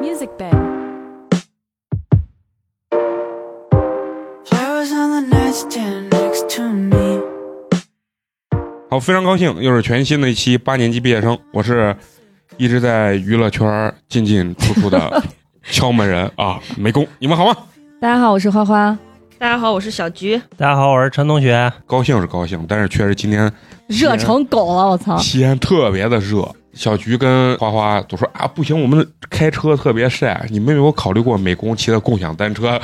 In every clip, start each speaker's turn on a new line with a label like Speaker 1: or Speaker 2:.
Speaker 1: Music Bed.
Speaker 2: Flowers on the nightstand next to me.
Speaker 3: 好，非常高兴，又是全新的一期八年级毕业生。我是一直在娱乐圈儿进进出出 的敲门人啊，美工，你们好吗？
Speaker 4: 大家好，我是花花。
Speaker 5: 大家好，我是小菊。
Speaker 6: 大家好，我是陈同 学。
Speaker 3: 高兴是高兴，但是确实今天
Speaker 4: 热成狗了，我
Speaker 7: 啊
Speaker 4: 操！
Speaker 3: 西安特别的热。小菊跟花花都说啊，不行，我们开车特别晒。你们有没有考虑过美工骑的共享单 车？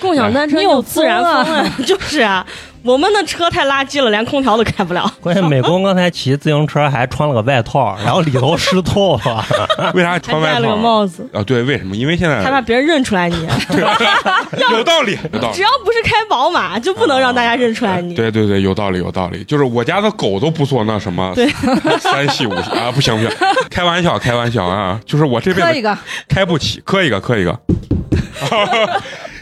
Speaker 5: 共享单车
Speaker 4: 你有
Speaker 5: 又自然
Speaker 4: 风啊
Speaker 5: 风了， 就是啊，我们的车太垃圾了，连空调都开不 了。
Speaker 6: 关键美工刚才骑自行车还穿了个外套，然后里头湿透 了。
Speaker 3: 为啥
Speaker 5: 还
Speaker 3: 穿
Speaker 5: 戴
Speaker 3: 外
Speaker 5: 了个
Speaker 3: 套？
Speaker 5: 帽子，
Speaker 3: 啊，哦对，为什么？因为现
Speaker 5: 害怕
Speaker 3: 在
Speaker 5: 别人认出来你。
Speaker 3: 有道理，有道理
Speaker 5: 只。要不是开宝马，就不能让大家认出
Speaker 4: 哎
Speaker 5: 来
Speaker 3: 哎
Speaker 5: 你。
Speaker 3: 哦对对对，有道理有道理。就是我家的狗都不做那什么， 三系五系啊，不行不行，开玩笑开玩笑啊，就是我这辈
Speaker 4: 磕一
Speaker 3: 子
Speaker 4: 个，
Speaker 3: 开不起，磕一个磕一个。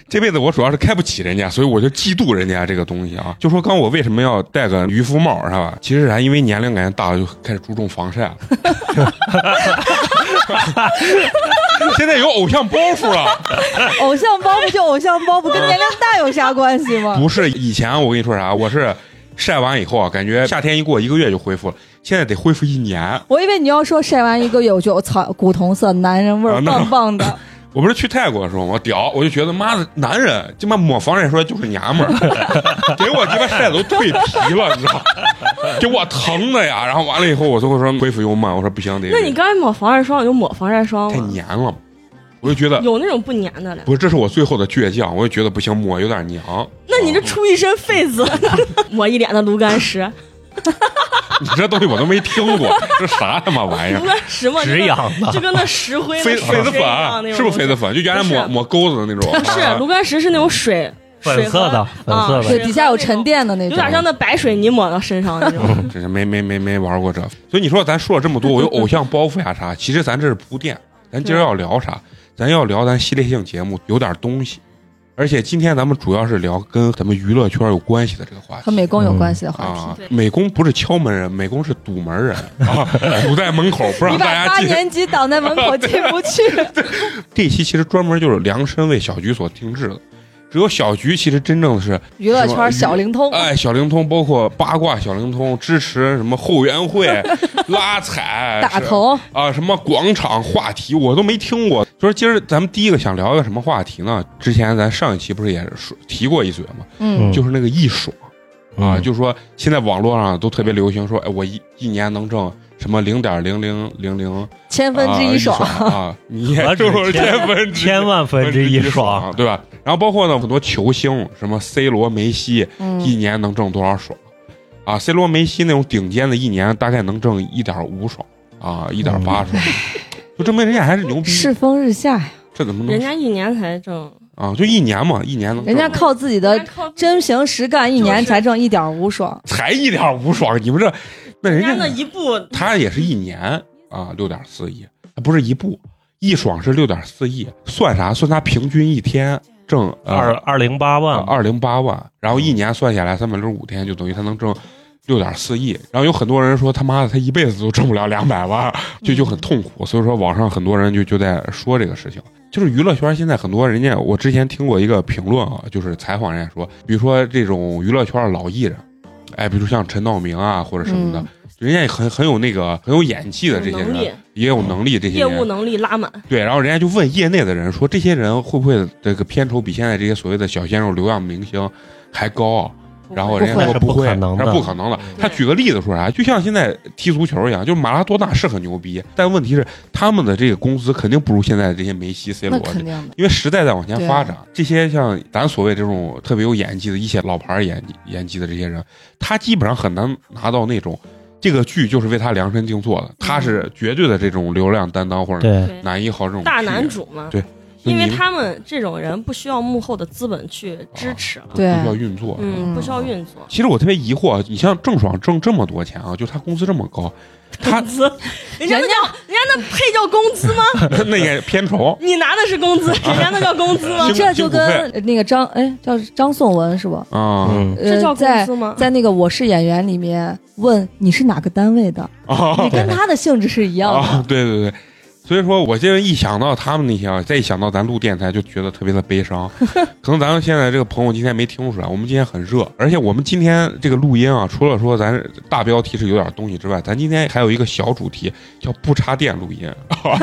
Speaker 3: 这辈子我主要是开不起人家，所以我就嫉妒人家这个东西啊。就说刚我为什么要戴个渔夫帽，是吧？其实还因为年龄感觉大了，就开始注重防晒了。 现在有偶像包袱了。
Speaker 8: 偶像包袱就偶像包袱，跟年龄大有啥关系
Speaker 5: 啊
Speaker 8: 吗？
Speaker 3: 不是以前我跟你说啥，我是晒完以后啊，感觉夏天一过一个月就恢复了，现在得恢复一年。
Speaker 8: 我以为你要说晒完一个月，我就我操，古铜色，男人味
Speaker 3: 啊
Speaker 8: 儿
Speaker 3: 那
Speaker 8: 棒棒的。
Speaker 3: 我不是去泰国的时候吗，我屌，我就觉得妈的，男人他妈抹防晒霜就是娘 们儿，给我鸡巴晒得都蜕皮了，你知道吗？给我疼的呀！然后完了以后，我最后说恢复又慢，我说不行，得
Speaker 5: 那你刚才抹防晒霜，你就抹防晒霜
Speaker 3: 太
Speaker 5: 了，
Speaker 3: 黏了，我就觉得
Speaker 5: 有那种不粘的嘞。
Speaker 3: 不是，这是我最后的倔强，我就觉得不行，抹有点娘。
Speaker 5: 那你这出一身痱子， 抹一脸的炉甘 石，
Speaker 3: 哎你这东西我都没听过，这啥他妈玩意儿
Speaker 5: 炉？甘石嘛，就
Speaker 6: 止
Speaker 5: 跟
Speaker 6: 痒的
Speaker 5: 就跟那石灰、
Speaker 3: 痱痱子
Speaker 5: 水一样啊那
Speaker 3: 粉啊
Speaker 5: 种
Speaker 3: 是不是痱子
Speaker 5: 东西？
Speaker 3: 粉？就原来抹
Speaker 5: 不是
Speaker 3: 抹钩子的那种，啊
Speaker 5: 不是，炉甘石是那种水，
Speaker 6: 粉
Speaker 5: 水
Speaker 6: 色的
Speaker 5: 和
Speaker 6: 粉色
Speaker 5: 啊
Speaker 6: 的
Speaker 5: 水
Speaker 8: 对，
Speaker 5: 和
Speaker 8: 底下有
Speaker 5: 那种
Speaker 8: 沉淀的那
Speaker 5: 有
Speaker 8: 种。
Speaker 5: 点像那白水泥抹到身上那 种。
Speaker 3: 真嗯是没没没没玩过这。所以你说咱说了这么多，我 有偶像包袱呀啥，其实咱这是铺垫。咱今儿要聊啥？咱要聊咱系列性节目有点东西，而且今天咱们主要是聊跟咱们娱乐圈有关系的这个话
Speaker 8: 和
Speaker 3: 题。
Speaker 8: 美工有关系的话题。
Speaker 3: 啊
Speaker 5: 对，
Speaker 3: 美工不是敲门人，美工是堵门人，啊， 堵在门口不
Speaker 8: 你
Speaker 3: 让
Speaker 8: 把
Speaker 3: 嗯大家
Speaker 8: 八
Speaker 3: 进。
Speaker 8: 年级挡在门口进不去，
Speaker 3: 这一期其实专门就是量身为小菊所定制的，只有小菊其实真正的是
Speaker 8: 娱乐圈小灵通，
Speaker 3: 哎，小灵通包括八卦小灵通，支持什么后援 会、拉踩、
Speaker 8: 打
Speaker 3: 是
Speaker 8: 头
Speaker 3: 啊，什么广场话题我都没听过。就是今儿咱们第一个想聊一个什么话题呢？之前咱上一期不是也是说提过一嘴吗？
Speaker 8: 嗯，
Speaker 3: 就是那个一爽啊，
Speaker 6: 嗯
Speaker 3: 就是说现在网络上都特别流行说，哎，我一一年能挣什么零点零零零零
Speaker 8: 千分之一爽。
Speaker 3: 啊，你
Speaker 6: 何
Speaker 3: 也
Speaker 6: 止
Speaker 3: 就是
Speaker 6: 千
Speaker 3: 千分之
Speaker 6: 千万分之一爽，，
Speaker 3: 对吧？然后包括呢很多球星，什么 C 罗、梅西，一
Speaker 8: 嗯，
Speaker 3: 年能挣多少爽？啊，C 罗、梅西那种顶尖的，一年大概能挣一点五爽啊，一点八爽，就证明人家还是牛逼。
Speaker 8: 世风日下呀，
Speaker 3: 这怎么能
Speaker 5: 人家一年才挣，
Speaker 3: 啊？就一年嘛，一年能挣
Speaker 8: 人家靠自己的
Speaker 5: 靠
Speaker 8: 真凭实干，一年
Speaker 5: 就是
Speaker 8: 才挣一点五爽。
Speaker 3: 才一点五爽，你们这那人
Speaker 5: 人家
Speaker 3: 家
Speaker 5: 那一步
Speaker 3: 他也是一年啊，六点四亿，不是一步，一爽是六点四亿，算啥？算他平均一天挣呃
Speaker 6: 二啊二零八万，
Speaker 3: 啊二零八万，然后一年算下来三百六十五天，就等于他能挣六点四亿。然后有很多人说他妈的他一辈子都挣不了两百万，就就很痛苦。所以说网上很多人就就在说这个事情，就是娱乐圈现在很多人家，我之前听过一个评论啊，就是采访人家说，比如说这种娱乐圈的老艺人，哎，比如像陈道明啊或者什么的。
Speaker 8: 嗯
Speaker 3: 人家也很很有那个很有演技的这些
Speaker 5: 有能力
Speaker 3: 人，也有能力这些
Speaker 5: 业
Speaker 3: 人，啊
Speaker 5: 务能力拉满，
Speaker 3: 对，然后人家就问业内的人说，这些人会不会这个片酬比现在这些所谓的小鲜肉、流量明星还高啊？然后人家
Speaker 6: 不会
Speaker 3: 说
Speaker 6: 是
Speaker 3: 不
Speaker 6: 不
Speaker 3: 会，
Speaker 6: 可能的嗯
Speaker 3: 那不可能的。他举个例子说啥，就像现在踢足球一样，就是马拉多纳是很牛逼，但问题是他们的这个工资肯定不如现在这些梅西、C 罗
Speaker 8: 那
Speaker 3: 这
Speaker 8: 肯定的，
Speaker 3: 因为时代在往前
Speaker 8: 对啊
Speaker 3: 发展，这些像咱所谓这种特别有演技的一些老牌演技演技的这些人，他基本上很难拿到那种这个剧就是为他量身定做的，他是绝对的这种流量担当或者
Speaker 6: 对，
Speaker 3: 男一号这种
Speaker 5: 大
Speaker 3: 屁
Speaker 5: 男，主嘛。
Speaker 3: 啊对就
Speaker 5: 因为
Speaker 3: 你哦
Speaker 5: 他们这种人不需要幕后的资本去支持了，
Speaker 4: 对
Speaker 3: 不需要运作。
Speaker 5: 嗯，
Speaker 8: 嗯
Speaker 5: 不需要运作。
Speaker 3: 其实我特别疑惑，你像郑爽挣这么多钱啊，就她工资这么高， 她
Speaker 5: 工资，人家那叫人家那配叫工资吗？
Speaker 3: 那也片酬，
Speaker 5: 你拿的是工 资，人家那叫工资吗
Speaker 3: 行？
Speaker 4: 你这就
Speaker 3: 辛苦费
Speaker 4: 跟那个张哎叫张颂文是不？
Speaker 3: 啊
Speaker 6: 嗯，
Speaker 5: 这叫
Speaker 4: 呃
Speaker 5: 工
Speaker 4: 在
Speaker 5: 资吗？
Speaker 4: 在那个《我是演员》里面问你是哪个单位的，
Speaker 3: 啊
Speaker 4: 你跟他的性质是一样
Speaker 3: 啊！
Speaker 4: 的。
Speaker 3: 对对对，所以说我现在一想到他们那些啊，再一想到咱录电台，就觉得特别的悲伤。可能咱们现在这个朋友今天没听出来，我们今天很热，而且我们今天这个录音啊，除了说咱大标题是有点东西之外，咱今天还有一个小主题叫不插电录音，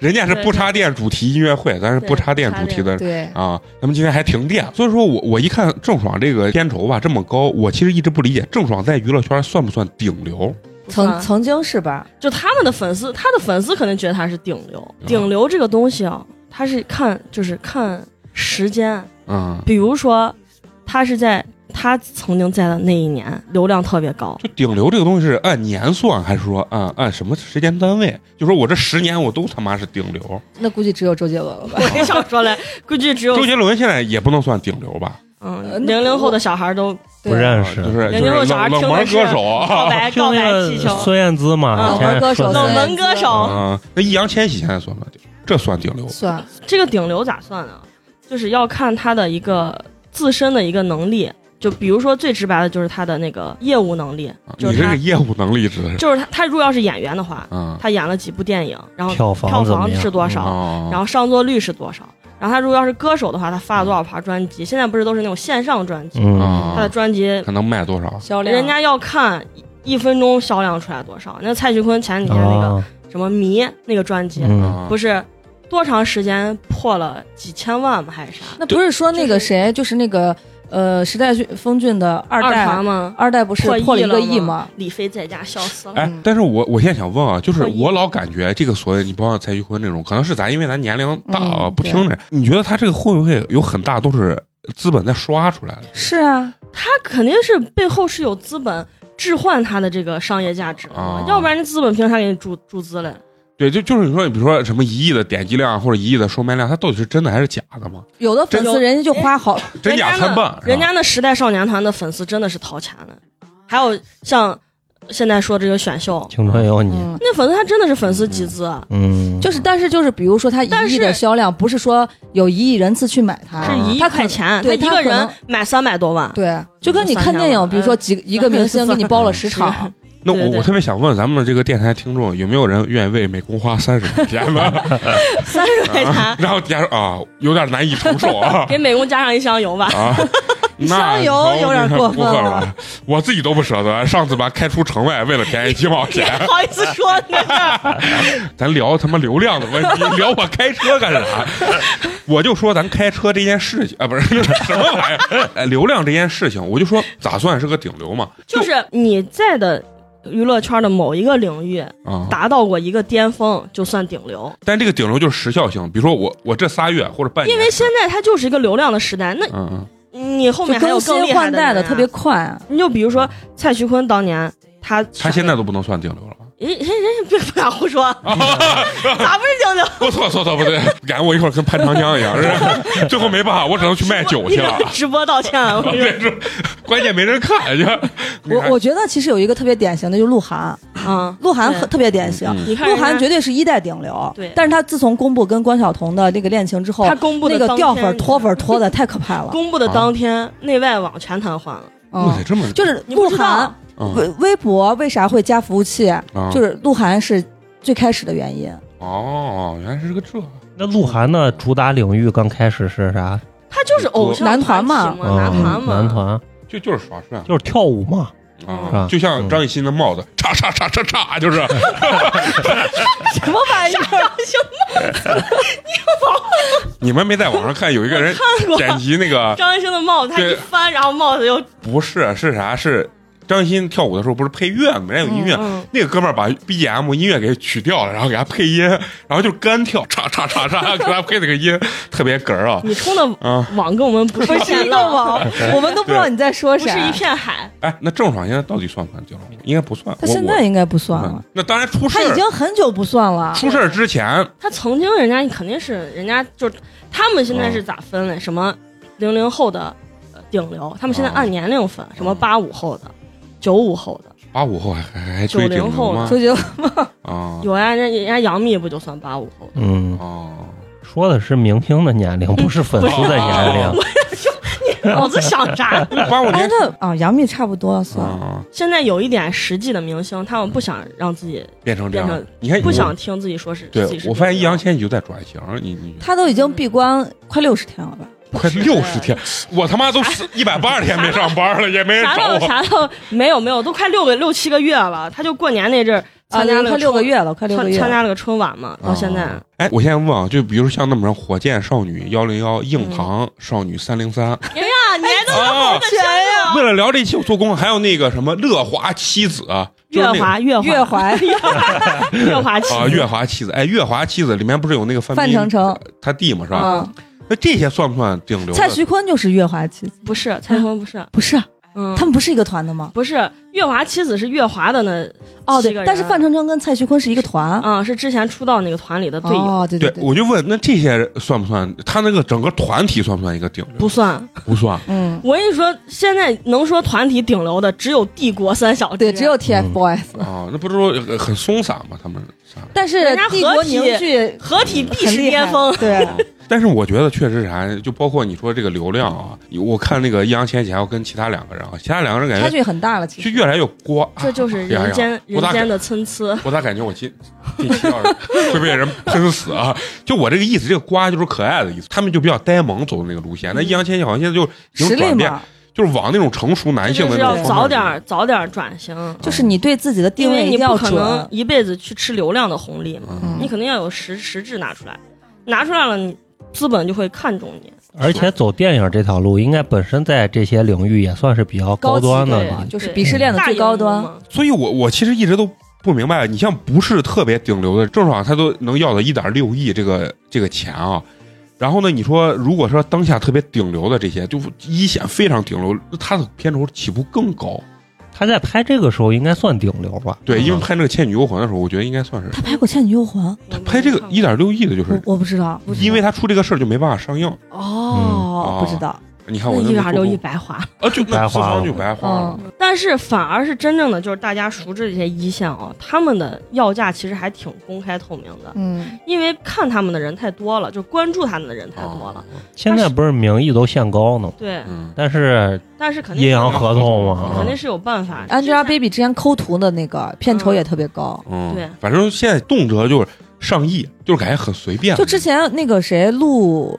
Speaker 3: 人家是不插电主题音乐会，咱是不插电主题的
Speaker 9: 对，
Speaker 3: 啊，咱们今天还停电，所以说我我一看郑爽这个片酬吧这么高，我其实一直不理解郑爽在娱乐圈算不算顶流？
Speaker 5: 不
Speaker 4: 曾
Speaker 5: 算
Speaker 4: 曾经是吧？
Speaker 5: 就他们的粉丝，他的粉丝肯定觉得他是顶流。
Speaker 3: 嗯
Speaker 5: 顶流这个东西啊，他是看就是看时间，
Speaker 3: 嗯，
Speaker 5: 比如说他是在他曾经在的那一年流量特别高，
Speaker 3: 就顶流这个东西是按年算，还是说按按什么时间单位？就说我这十年我都他妈是顶流。
Speaker 4: 那估计只有周杰伦了吧？
Speaker 5: 我也想说嘞，估计只有
Speaker 3: 周杰伦现在也不能算顶流吧？啊
Speaker 4: 呃
Speaker 5: 嗯
Speaker 4: 那
Speaker 5: 零零后的小孩都
Speaker 4: 对
Speaker 6: 不认识
Speaker 3: 就。是
Speaker 5: 人家
Speaker 3: 就是
Speaker 5: 说小孩
Speaker 3: 冷
Speaker 5: 听
Speaker 3: 冷
Speaker 5: 的
Speaker 3: 门
Speaker 5: 是
Speaker 3: 歌手
Speaker 5: 告
Speaker 3: 啊
Speaker 5: 白
Speaker 6: 听
Speaker 5: 告白
Speaker 6: 那
Speaker 5: 气球
Speaker 6: 个，孙燕姿嘛，
Speaker 5: 啊
Speaker 6: 以前
Speaker 4: 我歌手
Speaker 6: 说的
Speaker 4: 孙燕
Speaker 5: 冷
Speaker 4: 姿
Speaker 5: 门歌
Speaker 4: 嗯
Speaker 5: 手，
Speaker 3: 啊。那易烊千玺现在算不算顶流？这算顶流？
Speaker 4: 算
Speaker 5: 这个顶流咋算呢？就是要看他的一个自身的一个能力。就比如说最直白的就是他的那个业务能力
Speaker 3: 啊，
Speaker 5: 就
Speaker 3: 你
Speaker 5: 是
Speaker 3: 这
Speaker 5: 他
Speaker 3: 个业务能力指的是
Speaker 5: 就是他，他如果要是演员的话，
Speaker 3: 啊
Speaker 5: 他演了几部电影，然后
Speaker 6: 票房
Speaker 5: 票
Speaker 6: 怎么
Speaker 5: 房
Speaker 6: 样
Speaker 5: 是多
Speaker 3: 啊
Speaker 5: 少，
Speaker 3: 啊
Speaker 5: 然后上座率是多少，然后他如果要是歌手的话，他发了多少盘专辑？现在不是都是那种线上专辑，
Speaker 6: 嗯，
Speaker 5: 他的
Speaker 3: 啊，
Speaker 5: 专辑
Speaker 3: 他能卖多少？
Speaker 4: 销量，
Speaker 5: 人家要看一分钟销量出来多少。那蔡徐坤前几天那个
Speaker 6: 啊，
Speaker 5: 什么迷那个专辑，
Speaker 6: 嗯，
Speaker 3: 啊
Speaker 5: 不是多长时间破了几千万吗？还是啥？
Speaker 4: 那不是说那个谁，就是那个呃时代俊峰俊的二
Speaker 5: 二
Speaker 4: 代
Speaker 5: 传，吗？
Speaker 4: 二代不是破
Speaker 5: 破
Speaker 4: 了一个
Speaker 5: 亿
Speaker 4: 亿
Speaker 5: 了
Speaker 4: 吗？
Speaker 5: 李飞在家笑死了。
Speaker 3: 哎
Speaker 4: 嗯，
Speaker 3: 但是我我现在想问啊，就是
Speaker 5: 可以
Speaker 3: 我老感觉这个所谓你包括蔡徐坤这种，可能是咱因为咱年龄大啊、
Speaker 4: 嗯
Speaker 3: 不听着，你觉得他这个会不会有很大都是资本在刷出来的？
Speaker 4: 是啊，
Speaker 5: 他肯定是背后是有资本置换他的这个商业价值的
Speaker 3: 啊
Speaker 5: 嘛要不然这资本凭啥给你注注资嘞？
Speaker 3: 对，就就是你说，比如说什么一亿的点击量或者一亿的售卖量，它到底是真的还是假的吗？
Speaker 4: 有的粉丝人家就花好，
Speaker 3: 真假参半，
Speaker 5: 人家
Speaker 3: 是吧
Speaker 5: 那时代少年团的粉丝真的是掏钱的，还有像现在说这个选秀，
Speaker 6: 青春有你，
Speaker 4: 嗯，
Speaker 5: 那粉丝他真的是粉丝集资，啊
Speaker 6: 嗯，
Speaker 4: 就是但是就是比如说他
Speaker 5: 但
Speaker 4: 一
Speaker 5: 是
Speaker 4: 亿的销量，不是说有一亿人次去买它，啊
Speaker 5: 是一亿
Speaker 4: 他可
Speaker 5: 块钱，
Speaker 4: 对
Speaker 5: 一
Speaker 4: 他
Speaker 5: 个
Speaker 4: 可
Speaker 5: 人
Speaker 4: 能
Speaker 5: 买三百多万。
Speaker 4: 对，就跟你
Speaker 5: 三
Speaker 4: 看
Speaker 5: 千
Speaker 4: 电
Speaker 5: 万呃
Speaker 4: 影，比如说几一个明星给你包 了十场，
Speaker 3: 那
Speaker 5: 对
Speaker 3: 我
Speaker 5: 对
Speaker 3: 我特别想问咱们这个电台听众，有没有人愿意为美工花三十块钱的？
Speaker 5: 三十块钱
Speaker 3: 然后底下说啊，有点难以承受啊
Speaker 5: 给美工加上一箱 油吧。
Speaker 3: 啊。那
Speaker 8: 上游有点
Speaker 3: 过
Speaker 8: 过分了
Speaker 3: 了，我自己都不舍得。上次把开出城外，为了便宜几毛
Speaker 5: 你
Speaker 3: 钱，
Speaker 5: 还 好意思说呢？
Speaker 3: 咱聊他妈流量的问题，聊我开车干啥？我就说咱开车这件事情啊，不是什么玩意儿，哎流量这件事情，我就说咋算是个顶流嘛
Speaker 5: 就是你在的娱乐圈的某一个领域
Speaker 3: 啊！
Speaker 5: 达到过一个巅峰，就算顶流。
Speaker 3: 但这个顶流就是时效性，比如说我我这仨月或者半年，
Speaker 5: 因为现在它就是一个流量的时代，那
Speaker 3: 嗯嗯
Speaker 5: 你后
Speaker 4: 就
Speaker 5: 面还有
Speaker 4: 更
Speaker 5: 更
Speaker 4: 新
Speaker 5: 厉害
Speaker 4: 换代的
Speaker 5: 的人啊
Speaker 4: 特别，快啊，
Speaker 5: 你就比如说蔡徐坤当年他哎
Speaker 3: 他现在都不能算顶流了。
Speaker 5: 人人人家不敢 胡说，咋不是顶流？
Speaker 3: 我错错错，不对，感觉我一会儿跟潘长江一样，是吧最后没办法，我只能去卖酒
Speaker 5: 你
Speaker 3: 去
Speaker 5: 给
Speaker 3: 了啊
Speaker 5: 我。直播道歉，啊我跟你
Speaker 3: 对，是 关键没人看去。你看
Speaker 4: 我我觉得其实有一个特别典型的就是鹿晗，
Speaker 5: 说啊，
Speaker 4: 鹿晗
Speaker 5: 对
Speaker 4: 很特别典型。
Speaker 3: 嗯
Speaker 5: 你
Speaker 4: 嗯
Speaker 5: 看
Speaker 4: 鹿
Speaker 5: 人家
Speaker 4: 晗绝对是一代顶流，
Speaker 5: 对
Speaker 4: 但是他自从公布跟关晓彤的那个恋情之后，
Speaker 5: 他公布的
Speaker 4: 那个
Speaker 5: 当
Speaker 4: 掉
Speaker 5: 天
Speaker 4: 粉脱粉 脱啊的太可怕了，
Speaker 5: 公布的当天，内外网全瘫痪了。
Speaker 3: 我
Speaker 4: 嗯
Speaker 3: 得，这么嗯
Speaker 4: 就是
Speaker 5: 你不
Speaker 4: 鹿
Speaker 5: 知
Speaker 4: 晗
Speaker 5: 道，
Speaker 4: 微微博为啥会加服务器，
Speaker 3: 啊
Speaker 4: 就是鹿晗是最开始的原因，
Speaker 3: 哦，原来是个这
Speaker 6: 那鹿晗的主打领域刚开始是啥？嗯
Speaker 5: 他就是偶像
Speaker 4: 男团嘛
Speaker 5: 嘛，
Speaker 3: 哦
Speaker 5: 男
Speaker 3: 嗯
Speaker 5: 团嘛，
Speaker 6: 男。团
Speaker 3: 就就是耍帅
Speaker 6: 就是跳舞嘛，
Speaker 5: 嗯
Speaker 3: 啊，就像
Speaker 6: 嗯
Speaker 3: 张艺兴的帽子，叉叉叉叉叉， 就是
Speaker 4: 什么玩意儿？
Speaker 3: 你们没在网上看有一个人
Speaker 5: 看过
Speaker 3: 剪辑那个
Speaker 5: 张艺兴的帽子，他一
Speaker 3: 对
Speaker 5: 翻，然后帽子又
Speaker 3: 不是是啥是张艺兴跳舞的时候不是配乐吗？人家有音乐，
Speaker 5: 嗯嗯
Speaker 3: 那个哥们儿把 BGM 音乐给取掉了，然后给他配音，然后就是干跳，叉叉叉叉，给他配那个音，特别哏儿啊
Speaker 5: 你充的
Speaker 4: 嗯
Speaker 3: 啊！
Speaker 5: 网跟我们不
Speaker 8: 不
Speaker 5: 是一
Speaker 8: 是
Speaker 5: 片
Speaker 8: 一个
Speaker 5: 浪，
Speaker 8: 网， 我们都不知道你在说
Speaker 5: 不是
Speaker 8: 啥。
Speaker 4: 啊
Speaker 5: 一片海。
Speaker 3: 哎，那郑爽现在到底算不算结了婚？应该不算。
Speaker 4: 他
Speaker 3: 我
Speaker 4: 现在应该不
Speaker 3: 我
Speaker 4: 算了
Speaker 3: 嗯，那当然出事
Speaker 4: 他已
Speaker 3: 儿，
Speaker 4: 经很久不算了。
Speaker 3: 出事儿之前，
Speaker 5: 他曾经人家肯定是人家就是他们
Speaker 3: 哦
Speaker 5: 现在是咋分嘞？什么零零后的呃顶流，他们现在
Speaker 3: 啊
Speaker 5: 按年龄分，什么八五后的、九五后的，
Speaker 3: 八五后还还还追顶
Speaker 5: 90
Speaker 3: 流
Speaker 5: 后
Speaker 3: 吗？
Speaker 4: 周杰伦
Speaker 3: 啊
Speaker 5: 有呀，人家人家杨幂不就算八五 后的？
Speaker 6: 嗯，
Speaker 3: 哦，
Speaker 6: 说的是明星的年龄，不是粉丝的年龄。
Speaker 5: 脑子想啥？
Speaker 3: 八五
Speaker 4: 哎
Speaker 3: 年，
Speaker 4: 那啊，杨幂差不多算了。
Speaker 3: 啊，
Speaker 5: 现在有一点实际的明星，他们不想让自己
Speaker 3: 变成这
Speaker 5: 变
Speaker 3: 样
Speaker 5: 成，
Speaker 3: 你看
Speaker 5: 不
Speaker 3: 你
Speaker 5: 想听自己说是。
Speaker 3: 对
Speaker 5: 自己，是
Speaker 3: 我发现
Speaker 5: 顶
Speaker 3: 易
Speaker 5: 流
Speaker 3: 烊千玺就在转型，你你
Speaker 4: 他都已经闭关快六十天了吧？
Speaker 3: 快六十天，我他妈都一百八十天没上班了，也 没人
Speaker 5: 啥
Speaker 3: 找
Speaker 5: 都
Speaker 3: 我。
Speaker 5: 啥都没有没有，都快六个六七个月了。他就过年那阵儿
Speaker 4: 啊，
Speaker 5: 参加了个
Speaker 4: 快六个
Speaker 5: 春
Speaker 4: 月了，快六个
Speaker 5: 参
Speaker 4: 月哦
Speaker 5: 参
Speaker 4: 了。
Speaker 5: 加了个春晚嘛，到现在
Speaker 3: 啊，哎，我现在问啊，就比如像那么着，火箭少女幺零幺、硬糖少女三零三
Speaker 5: 哎呀，年都
Speaker 3: 啊。
Speaker 5: 全呀，
Speaker 3: 为了聊这期，我做功课，还有那个什么乐华妻子，啊就是那
Speaker 5: 月
Speaker 3: 个
Speaker 5: 华月华
Speaker 4: 月 怀、
Speaker 5: 月华期
Speaker 3: 啊，月华妻子，哎，月华妻子里面不是有那个范
Speaker 4: 范
Speaker 3: 冰
Speaker 4: 丞丞，
Speaker 3: 他弟嘛，是吧？
Speaker 4: 嗯，
Speaker 3: 那这些算不算顶流的？
Speaker 4: 蔡徐坤就是月华妻子，
Speaker 5: 不是蔡徐坤不 是，
Speaker 4: 不是？
Speaker 5: 嗯，
Speaker 4: 他们不是一个团的吗？
Speaker 5: 不是月华妻子是月华的那
Speaker 4: 哦，
Speaker 5: 七个
Speaker 4: 对，
Speaker 5: 人
Speaker 4: 但是范丞丞跟蔡徐坤是一个团。
Speaker 5: 啊是之前出道那个团里的队友，
Speaker 4: 哦，对
Speaker 3: 对，
Speaker 4: 对，
Speaker 3: 我就问，那这些人算不算？他那个整个团体算不算一个顶流？
Speaker 5: 不算。
Speaker 3: 不算。
Speaker 4: 嗯，
Speaker 5: 我跟你说，现在能说团体顶流的只有帝国三小只，
Speaker 4: 对，只有 TFBOYS，
Speaker 3: 啊，那不是说呃很松散吗？他们啥的？
Speaker 4: 但是
Speaker 5: 人家
Speaker 4: 帝
Speaker 5: 合
Speaker 4: 国
Speaker 5: 体
Speaker 4: 凝聚
Speaker 5: 合体必
Speaker 4: 很
Speaker 5: 是
Speaker 4: 厉害
Speaker 5: 巅峰。
Speaker 4: 对，
Speaker 3: 但是我觉得确实是啥，就包括你说这个流量啊，我看那个易烊千玺还有跟其他两个人啊，其他两个人
Speaker 4: 差
Speaker 3: 感觉
Speaker 4: 距很大了。其
Speaker 3: 就
Speaker 4: 实
Speaker 3: 越来越瓜。
Speaker 5: 这就是
Speaker 3: 哎呀
Speaker 5: 人间、
Speaker 3: 呀我
Speaker 5: 人
Speaker 3: 咋
Speaker 5: 间的参差。
Speaker 3: 我咋感觉我今近期要是会被人喷死啊？就我这个意思，这个瓜就是可爱的意思，他们就比较呆萌走的那个路线。那易烊千玺好像现在就已
Speaker 4: 实
Speaker 3: 经
Speaker 4: 力
Speaker 3: 转变，
Speaker 4: 嘛，
Speaker 3: 就是往那种成熟男性
Speaker 5: 就
Speaker 3: 的
Speaker 5: 是
Speaker 3: 那
Speaker 5: 要
Speaker 3: 种方向
Speaker 5: 早
Speaker 3: 走
Speaker 5: 点儿早点儿转型，
Speaker 4: 就是你对自己的定
Speaker 5: 因
Speaker 4: 位
Speaker 5: 为
Speaker 4: 一
Speaker 5: 你
Speaker 4: 定
Speaker 5: 不
Speaker 4: 要
Speaker 5: 可能
Speaker 4: 准。
Speaker 5: 一辈子去吃流量的红利嘛，
Speaker 3: 嗯
Speaker 5: 你肯定要有实实质拿出来，拿出来了，你资本就会看重你。
Speaker 6: 而且走电影这条路，应该本身在这些领域也算是比较高端的
Speaker 4: 级
Speaker 6: 了
Speaker 4: 嘛，。就是
Speaker 5: 对啊
Speaker 4: 鄙视链的
Speaker 5: 大
Speaker 4: 最
Speaker 5: 荧
Speaker 4: 高
Speaker 5: 幕
Speaker 4: 端。
Speaker 5: 嘛，嗯
Speaker 3: 所以我我其实一直都不明白，你像不是特别顶流的郑爽，她都能要到一点六亿这个这个钱啊。然后呢，你说如果说当下特别顶流的这些，就一线非常顶流，她的片酬起步更高。
Speaker 6: 他在拍这个时候应该算顶流吧？
Speaker 3: 对，因为
Speaker 6: 嗯
Speaker 3: 拍那个《倩女幽魂》的时候，我觉得应该算是
Speaker 4: 他拍过《倩女幽魂》，
Speaker 5: 他
Speaker 3: 拍这个一点六亿的，就
Speaker 4: 我
Speaker 3: 是
Speaker 4: 我不知道，不知道
Speaker 3: 因为她出这个事儿就没办法上映。
Speaker 6: 嗯
Speaker 4: 哦，不知道。
Speaker 3: 你看
Speaker 5: 那
Speaker 3: 我
Speaker 5: 一
Speaker 3: 那
Speaker 5: 点
Speaker 3: 么
Speaker 5: 六
Speaker 3: 多
Speaker 5: 亿白花了。
Speaker 3: 啊，就那
Speaker 6: 白
Speaker 3: 资
Speaker 6: 花
Speaker 3: 方
Speaker 6: 了
Speaker 3: 就白花了
Speaker 4: 嗯。，
Speaker 5: 但是反而是真正的就是大家熟知这些一线哦，他们的要价其实还挺公开透明的，
Speaker 4: 嗯，
Speaker 5: 因为看他们的人太多了，就关注他们的人太多了。
Speaker 6: 现在不是名义都限高呢，
Speaker 5: 对，
Speaker 3: 嗯，
Speaker 6: 但是
Speaker 5: 但是肯定
Speaker 6: 阴
Speaker 5: 是
Speaker 6: 阳合同
Speaker 3: 嗯
Speaker 6: 嘛
Speaker 5: 肯，定是有办法。
Speaker 4: Angelababy 之前抠图的那个片酬也特别高，
Speaker 3: 嗯，
Speaker 5: 对
Speaker 3: 反正现在动辄就是上亿，就是感觉很随便。
Speaker 4: 就之前那个谁陆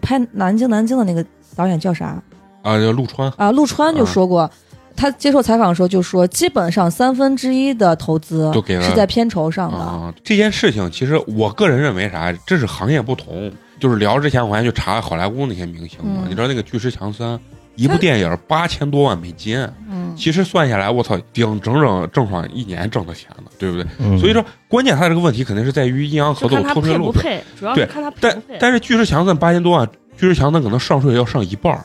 Speaker 4: 拍《南京南京》的那个导演叫啥
Speaker 3: 啊，就陆川
Speaker 4: 啊？陆川就
Speaker 3: 嗯
Speaker 4: 说过，他接受采访的时候就说，基本上三分之一的投资
Speaker 3: 都给了
Speaker 4: 是在片酬上的。
Speaker 3: 啊，这件事情其实我个人认为啥，这是行业不同。就是聊之前我还去查好莱坞那些明星嘛，
Speaker 4: 嗯
Speaker 3: 你知道那个巨石强森一部电影八千多万美金，
Speaker 5: 嗯
Speaker 4: 嗯
Speaker 3: 其实算下来我操，顶整整郑爽一年挣的钱呢，对不对？
Speaker 6: 嗯
Speaker 3: 所以说关键他这个问题肯定是在于阴阳合
Speaker 5: 就
Speaker 3: 同
Speaker 5: 看他
Speaker 3: 偷税
Speaker 5: 配不
Speaker 3: 漏税，
Speaker 5: 配，主要是
Speaker 3: 对
Speaker 5: 看他配不
Speaker 3: 但
Speaker 5: 配。
Speaker 3: 但是巨石强森八千多万，巨石强森可能上税要上一半儿，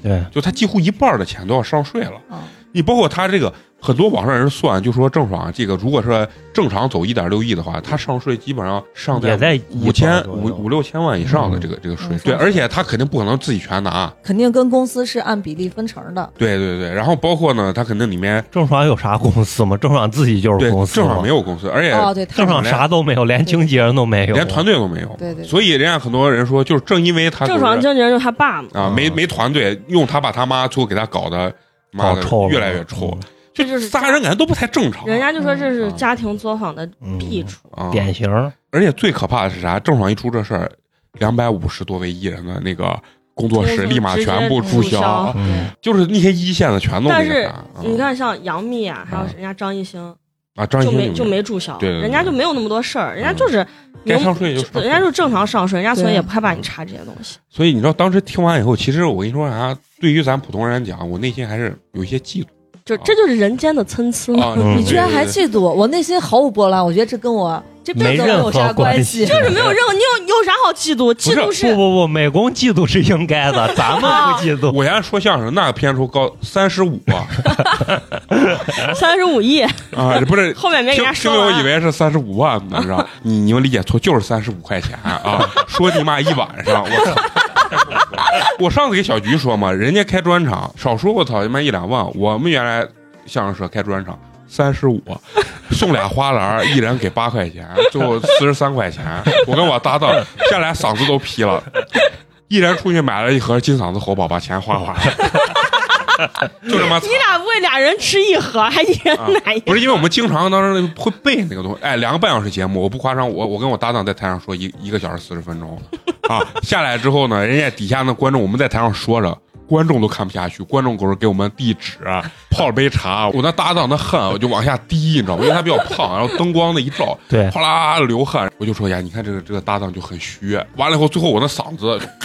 Speaker 6: 对，
Speaker 3: 就他几乎一半儿的钱都要上税了。
Speaker 4: 啊
Speaker 3: 你包括他这个很多网上人算，就说郑爽这个如果是正常走一点六亿的话，他上税基本上上
Speaker 6: 也在
Speaker 3: 啊五千
Speaker 6: 100
Speaker 3: 五
Speaker 6: 左右
Speaker 3: 五六千万以上的
Speaker 6: 嗯
Speaker 3: 这个这个税
Speaker 4: 嗯，
Speaker 3: 对，而且他肯定不可能自己全拿，
Speaker 4: 肯定跟公司是按比例分成的。
Speaker 3: 对对对，然后包括呢，他肯定里面
Speaker 6: 郑爽有啥公司吗？郑爽自己就是
Speaker 3: 对
Speaker 6: 公司
Speaker 3: 正
Speaker 6: 嘛，
Speaker 3: 好没有公司，而且
Speaker 4: 哦，对，他
Speaker 6: 郑爽啥都没有，连经纪人都没有，
Speaker 3: 连团队都没有，
Speaker 4: 对对对
Speaker 3: 所以人家很多人说，就是正因为他
Speaker 5: 郑
Speaker 3: 就是
Speaker 5: 爽经纪人就是他爸嘛，
Speaker 3: 啊
Speaker 6: 嗯
Speaker 3: 没没团队，用他把他妈最后给他搞的，妈
Speaker 6: 搞
Speaker 3: 的
Speaker 6: 臭了，
Speaker 3: 越来越臭，
Speaker 6: 嗯
Speaker 5: 这就是
Speaker 3: 仨人感觉都不太正常，
Speaker 5: 人家就说这是
Speaker 3: 啊嗯
Speaker 5: 家庭作坊的
Speaker 6: 嗯
Speaker 5: 弊处。
Speaker 3: 啊
Speaker 6: 典型儿
Speaker 3: 而且最可怕的是啥？郑爽一出这事儿，两百五十多位艺人的那个工作室立马全部注
Speaker 5: 直接注销
Speaker 6: 嗯
Speaker 3: 就是那些一线的全都
Speaker 5: 但
Speaker 3: 那个
Speaker 5: 是
Speaker 3: 啥。
Speaker 5: 你
Speaker 3: 嗯
Speaker 5: 看，像杨幂啊，还有
Speaker 3: 啊
Speaker 5: 人家张艺兴，
Speaker 3: 啊，张艺
Speaker 5: 就
Speaker 3: 兴
Speaker 5: 没
Speaker 3: 有
Speaker 5: 就没注销，
Speaker 3: 对对对嗯
Speaker 5: 人家就没有那么多事儿，人家就是
Speaker 3: 该
Speaker 5: 明
Speaker 3: 上税就上税
Speaker 5: 人家就正常上税，人家所以
Speaker 4: 对
Speaker 5: 也不害怕你查这些东西。
Speaker 3: 所以你知道当时听完以后，其实我跟你说啥？对于咱普通人来讲，我内心还是有一些嫉妒。
Speaker 5: 就这就是人间的参差嘛，
Speaker 3: 啊，对
Speaker 4: 你居然还
Speaker 3: 对
Speaker 4: 嫉妒我，我内心毫无波澜。我觉得这跟我这辈
Speaker 6: 没
Speaker 4: 子都没
Speaker 6: 任
Speaker 4: 有啥
Speaker 6: 何
Speaker 4: 关
Speaker 6: 系，
Speaker 5: 就是没有任何，你有有啥好嫉妒？嫉妒
Speaker 6: 不不不不，美工嫉妒是应该 的，咱们不嫉妒。
Speaker 3: 我原来说相声那个片酬高三十五
Speaker 5: 三十五亿，
Speaker 3: 啊，不是
Speaker 5: 后面没给
Speaker 3: 听
Speaker 5: 他
Speaker 3: 听
Speaker 5: 说
Speaker 3: 友
Speaker 5: 完。
Speaker 3: 以为是三十五万呢，你知道？你你们理解错，就是三十五块钱啊！说你妈一晚上，我操！ 我上次给小菊说嘛，人家开专场，少说我操他妈一两万，我们原来相声社开专场。三十五，送俩花篮儿，一人给八块钱，最后四十三块钱。我跟我搭档下来嗓子都劈了，一人出去买了一盒金嗓子喉宝，把钱花完了，就这么惨
Speaker 5: 你。俩不会俩人吃一盒，还一人买一
Speaker 3: 啊不是因为我们经常当时会背那个东西，哎，两个半小时节目，我不夸张，我我跟我搭档在台上说一一个小时四十分钟，啊，下来之后呢，人家底下那观众我们在台上说着，观众都看不下去，观众给我给我们递纸，啊泡了杯茶，我那搭档那汗啊我就往下滴，你知道吗？因为他比较胖，然后灯光那一照，
Speaker 6: 对
Speaker 3: 哗啦流汗，我就说呀，你看这个这个搭档就很虚，完了以后最后我那嗓子，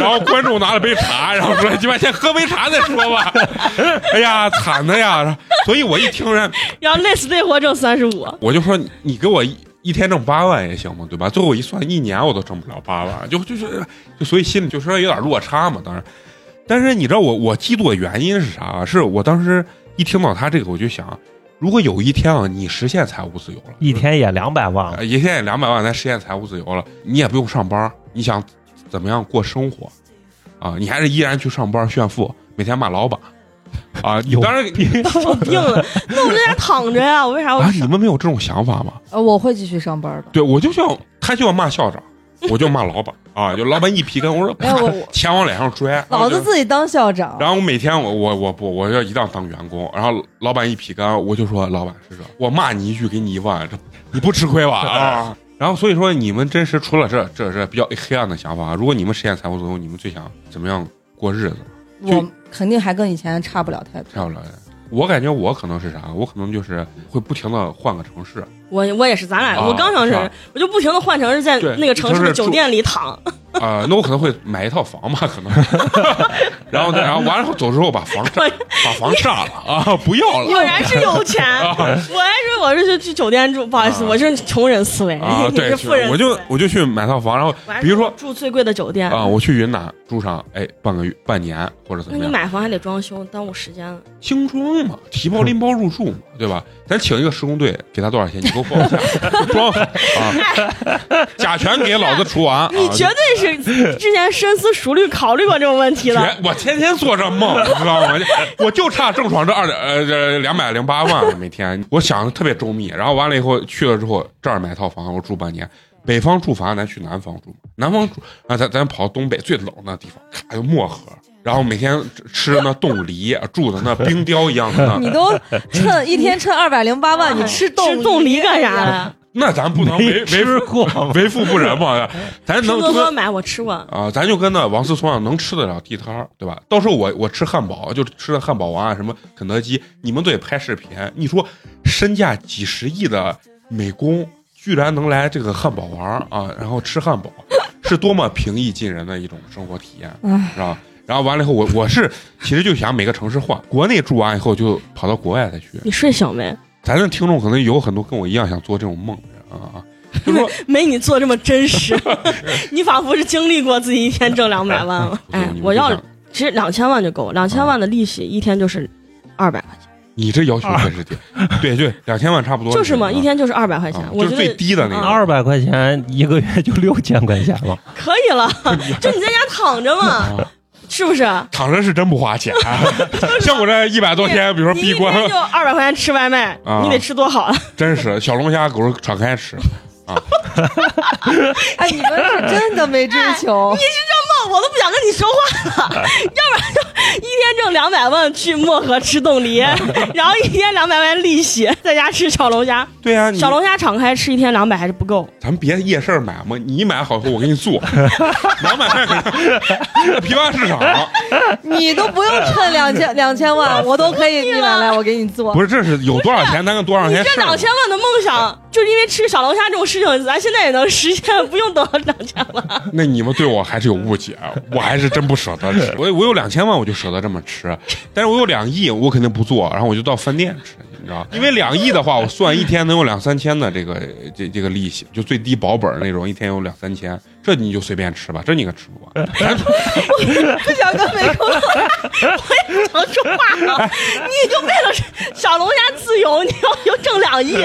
Speaker 3: 然后观众拿了杯茶，然后说鸡巴先喝杯茶再说吧， 哎呀惨的呀，所以我一听人家。
Speaker 5: 然后累死累活挣三十 五，
Speaker 3: 我就说你你给我一一天挣八万也行嘛，对吧？最后我一算，一年我都挣不了八万，就就是就所以心里就说有点落差嘛。当然，但是你知道我我嫉妒的原因是啥、啊？是我当时一听到他这个，我就想，如果有一天啊，你实现财务自由了，
Speaker 6: 一天也两百万了，
Speaker 3: 呃也现在两百万，咱实现财务自由了，你也不用上班，你想怎么样过生活啊？你还是依然去上班炫富，每天骂老板啊？你
Speaker 6: 有
Speaker 3: 当然
Speaker 5: 我定了。那我就在家躺着呀，我为啥要
Speaker 3: 啊，你们没有这种想法吗？
Speaker 4: 呃，我会继续上班的。
Speaker 3: 对，我就像他就要骂校长，我就骂老板啊，就老板一皮跟我说，
Speaker 4: 没有我
Speaker 3: 啪
Speaker 4: 我
Speaker 3: 钱往脸上拽，
Speaker 4: 老子
Speaker 3: 然后就。
Speaker 4: 自己当校长，
Speaker 3: 然后我每天我我我不我要一当当员工，然后老板一皮干，我就说老板是这，我骂你一句给你一万，这你不吃亏吧啊？然后所以说你们真实除了这这这比较黑暗的想法，如果你们实现财务自由，你们最想怎么样过日子？
Speaker 4: 我肯定还跟以前差不了 太多。
Speaker 3: 漂亮，我感觉我可能是啥？我可能就是啊会不停的换个城市，
Speaker 5: 我我也是，咱俩、
Speaker 3: 啊
Speaker 5: 我刚上
Speaker 3: 是
Speaker 5: 城
Speaker 3: 吧
Speaker 5: 市，我就不停的换城市，在
Speaker 3: 对
Speaker 5: 那个城市的
Speaker 3: 就是住
Speaker 5: 酒店里躺。
Speaker 3: 啊、那我可能会买一套房吧，可能，然后再然后完了后走之后把房炸，把房 炸了啊，不要
Speaker 5: 果
Speaker 3: 了
Speaker 5: 然是有 钱，我还说我是去去酒店住，不好意思，
Speaker 3: 啊
Speaker 5: 我是穷人思维，
Speaker 3: 啊，
Speaker 5: 你
Speaker 3: 对
Speaker 5: 是，富人思维。
Speaker 3: 我就我就去买套房，然后
Speaker 5: 我还
Speaker 3: 比如说
Speaker 5: 住最贵的酒店，
Speaker 3: 啊、我去云南住上哎半个月半年或者怎
Speaker 5: 那
Speaker 3: 么样，
Speaker 5: 你买房还得装修，耽误时间了。
Speaker 3: 精装嘛，提包拎包入住嘛，对吧？咱请一个施工队，给他多少钱？你给我报一下， 装好啊， 甲醛给老子除完，啊
Speaker 5: 你绝 对是之前深思熟虑考虑过这种问题了。
Speaker 3: 绝我天天做这梦，你知道吗？我就差郑爽这二点呃这两百零八万每天，我想的特别周密。然后完了以后去了之后，这儿买套房，我住半年。北方住房，咱去南方住嘛。南方住啊，咱咱跑东北最冷的地方，咔就漠河。然后每天吃那冻梨，住的那冰雕一样的那
Speaker 4: 你都趁一天趁二百零八万，你哎吃冻
Speaker 5: 吃冻梨干啥 呀？
Speaker 3: 那咱不能为
Speaker 6: 没
Speaker 3: 为
Speaker 6: 吃过吗？
Speaker 3: 为富不仁嘛，咱
Speaker 5: 吃
Speaker 3: 能
Speaker 5: 多
Speaker 3: 跟
Speaker 5: 多买，我吃过。
Speaker 3: 啊，咱就跟那王思聪啊，能吃得了地摊儿，对吧？到时候我我吃汉堡，就吃的汉堡王啊，什么肯德基，你们都得拍视频。你说身价几十亿的美工，居然能来这个汉堡王啊，然后吃汉堡，是多么平易近人的一种生活体验，是吧？然后完了以后，我我是其实就想每个城市换，国内住完以后就跑到国外再去。
Speaker 5: 你睡醒没？
Speaker 3: 咱的听众可能有很多跟我一样想做这种梦的人啊啊，就说
Speaker 5: 没你做这么 真实，你仿佛是经历过自己一天挣两百万了。哎，我要其实两千万就够，两千万的利息一天就是二百块钱，
Speaker 3: 你这要求可是低，对对，两千万差不多
Speaker 5: 啊就是嘛，
Speaker 3: 啊
Speaker 5: 一天就是二百块钱
Speaker 3: 啊，
Speaker 5: 我
Speaker 3: 就是
Speaker 5: 觉
Speaker 3: 最
Speaker 5: 得
Speaker 3: 低的那个
Speaker 5: 啊
Speaker 6: 二百块钱一个月就六千块钱了，
Speaker 5: 可 以了，就你在家躺着嘛，
Speaker 3: 啊
Speaker 5: 是不是？
Speaker 3: 躺着是真不花钱，啊 像我这一百多天，比如说
Speaker 5: 你一
Speaker 3: 闭关，
Speaker 5: 天就二百块钱吃外卖
Speaker 3: 啊，
Speaker 5: 你得吃多好啊！
Speaker 3: 真是小龙虾狗肉敞开吃。
Speaker 4: 哎，你们是真的没追求
Speaker 5: 你，是这梦，我都不想跟你说话
Speaker 3: 哎
Speaker 5: 了。要不然就一天挣两百万去漠河吃冻 梨，然后一天两百万利息，在家吃小龙虾。
Speaker 3: 对呀、啊，你
Speaker 5: 小龙虾敞开吃一天两百还是不够，
Speaker 3: 咱们别夜市买嘛，你买好后我给你做，两百块钱 批发 市场
Speaker 4: 你都不用趁两 千两千万，我都可以，你买来我给你做
Speaker 3: 不。是这是有多少钱，咱跟多少钱
Speaker 5: 这
Speaker 3: 是
Speaker 5: 两千万的梦想就是因为吃小龙虾这种事情，咱现在也能实现，不用等到涨价了。
Speaker 3: 那你们对我还是有误解，我还是真不舍得吃。我我有两千万，我就舍得这么吃，但是我有两亿，我肯定不做，然后我就到饭店吃，你知道？因为两亿的话，我算一天能有两三千的这个这这个利息，就最低保本那种，一天有两三千，这你就随便吃吧，这你可吃不完。
Speaker 5: 不想跟美工老师， 我也想说话了。你就为了小龙虾自由，你要就挣两亿，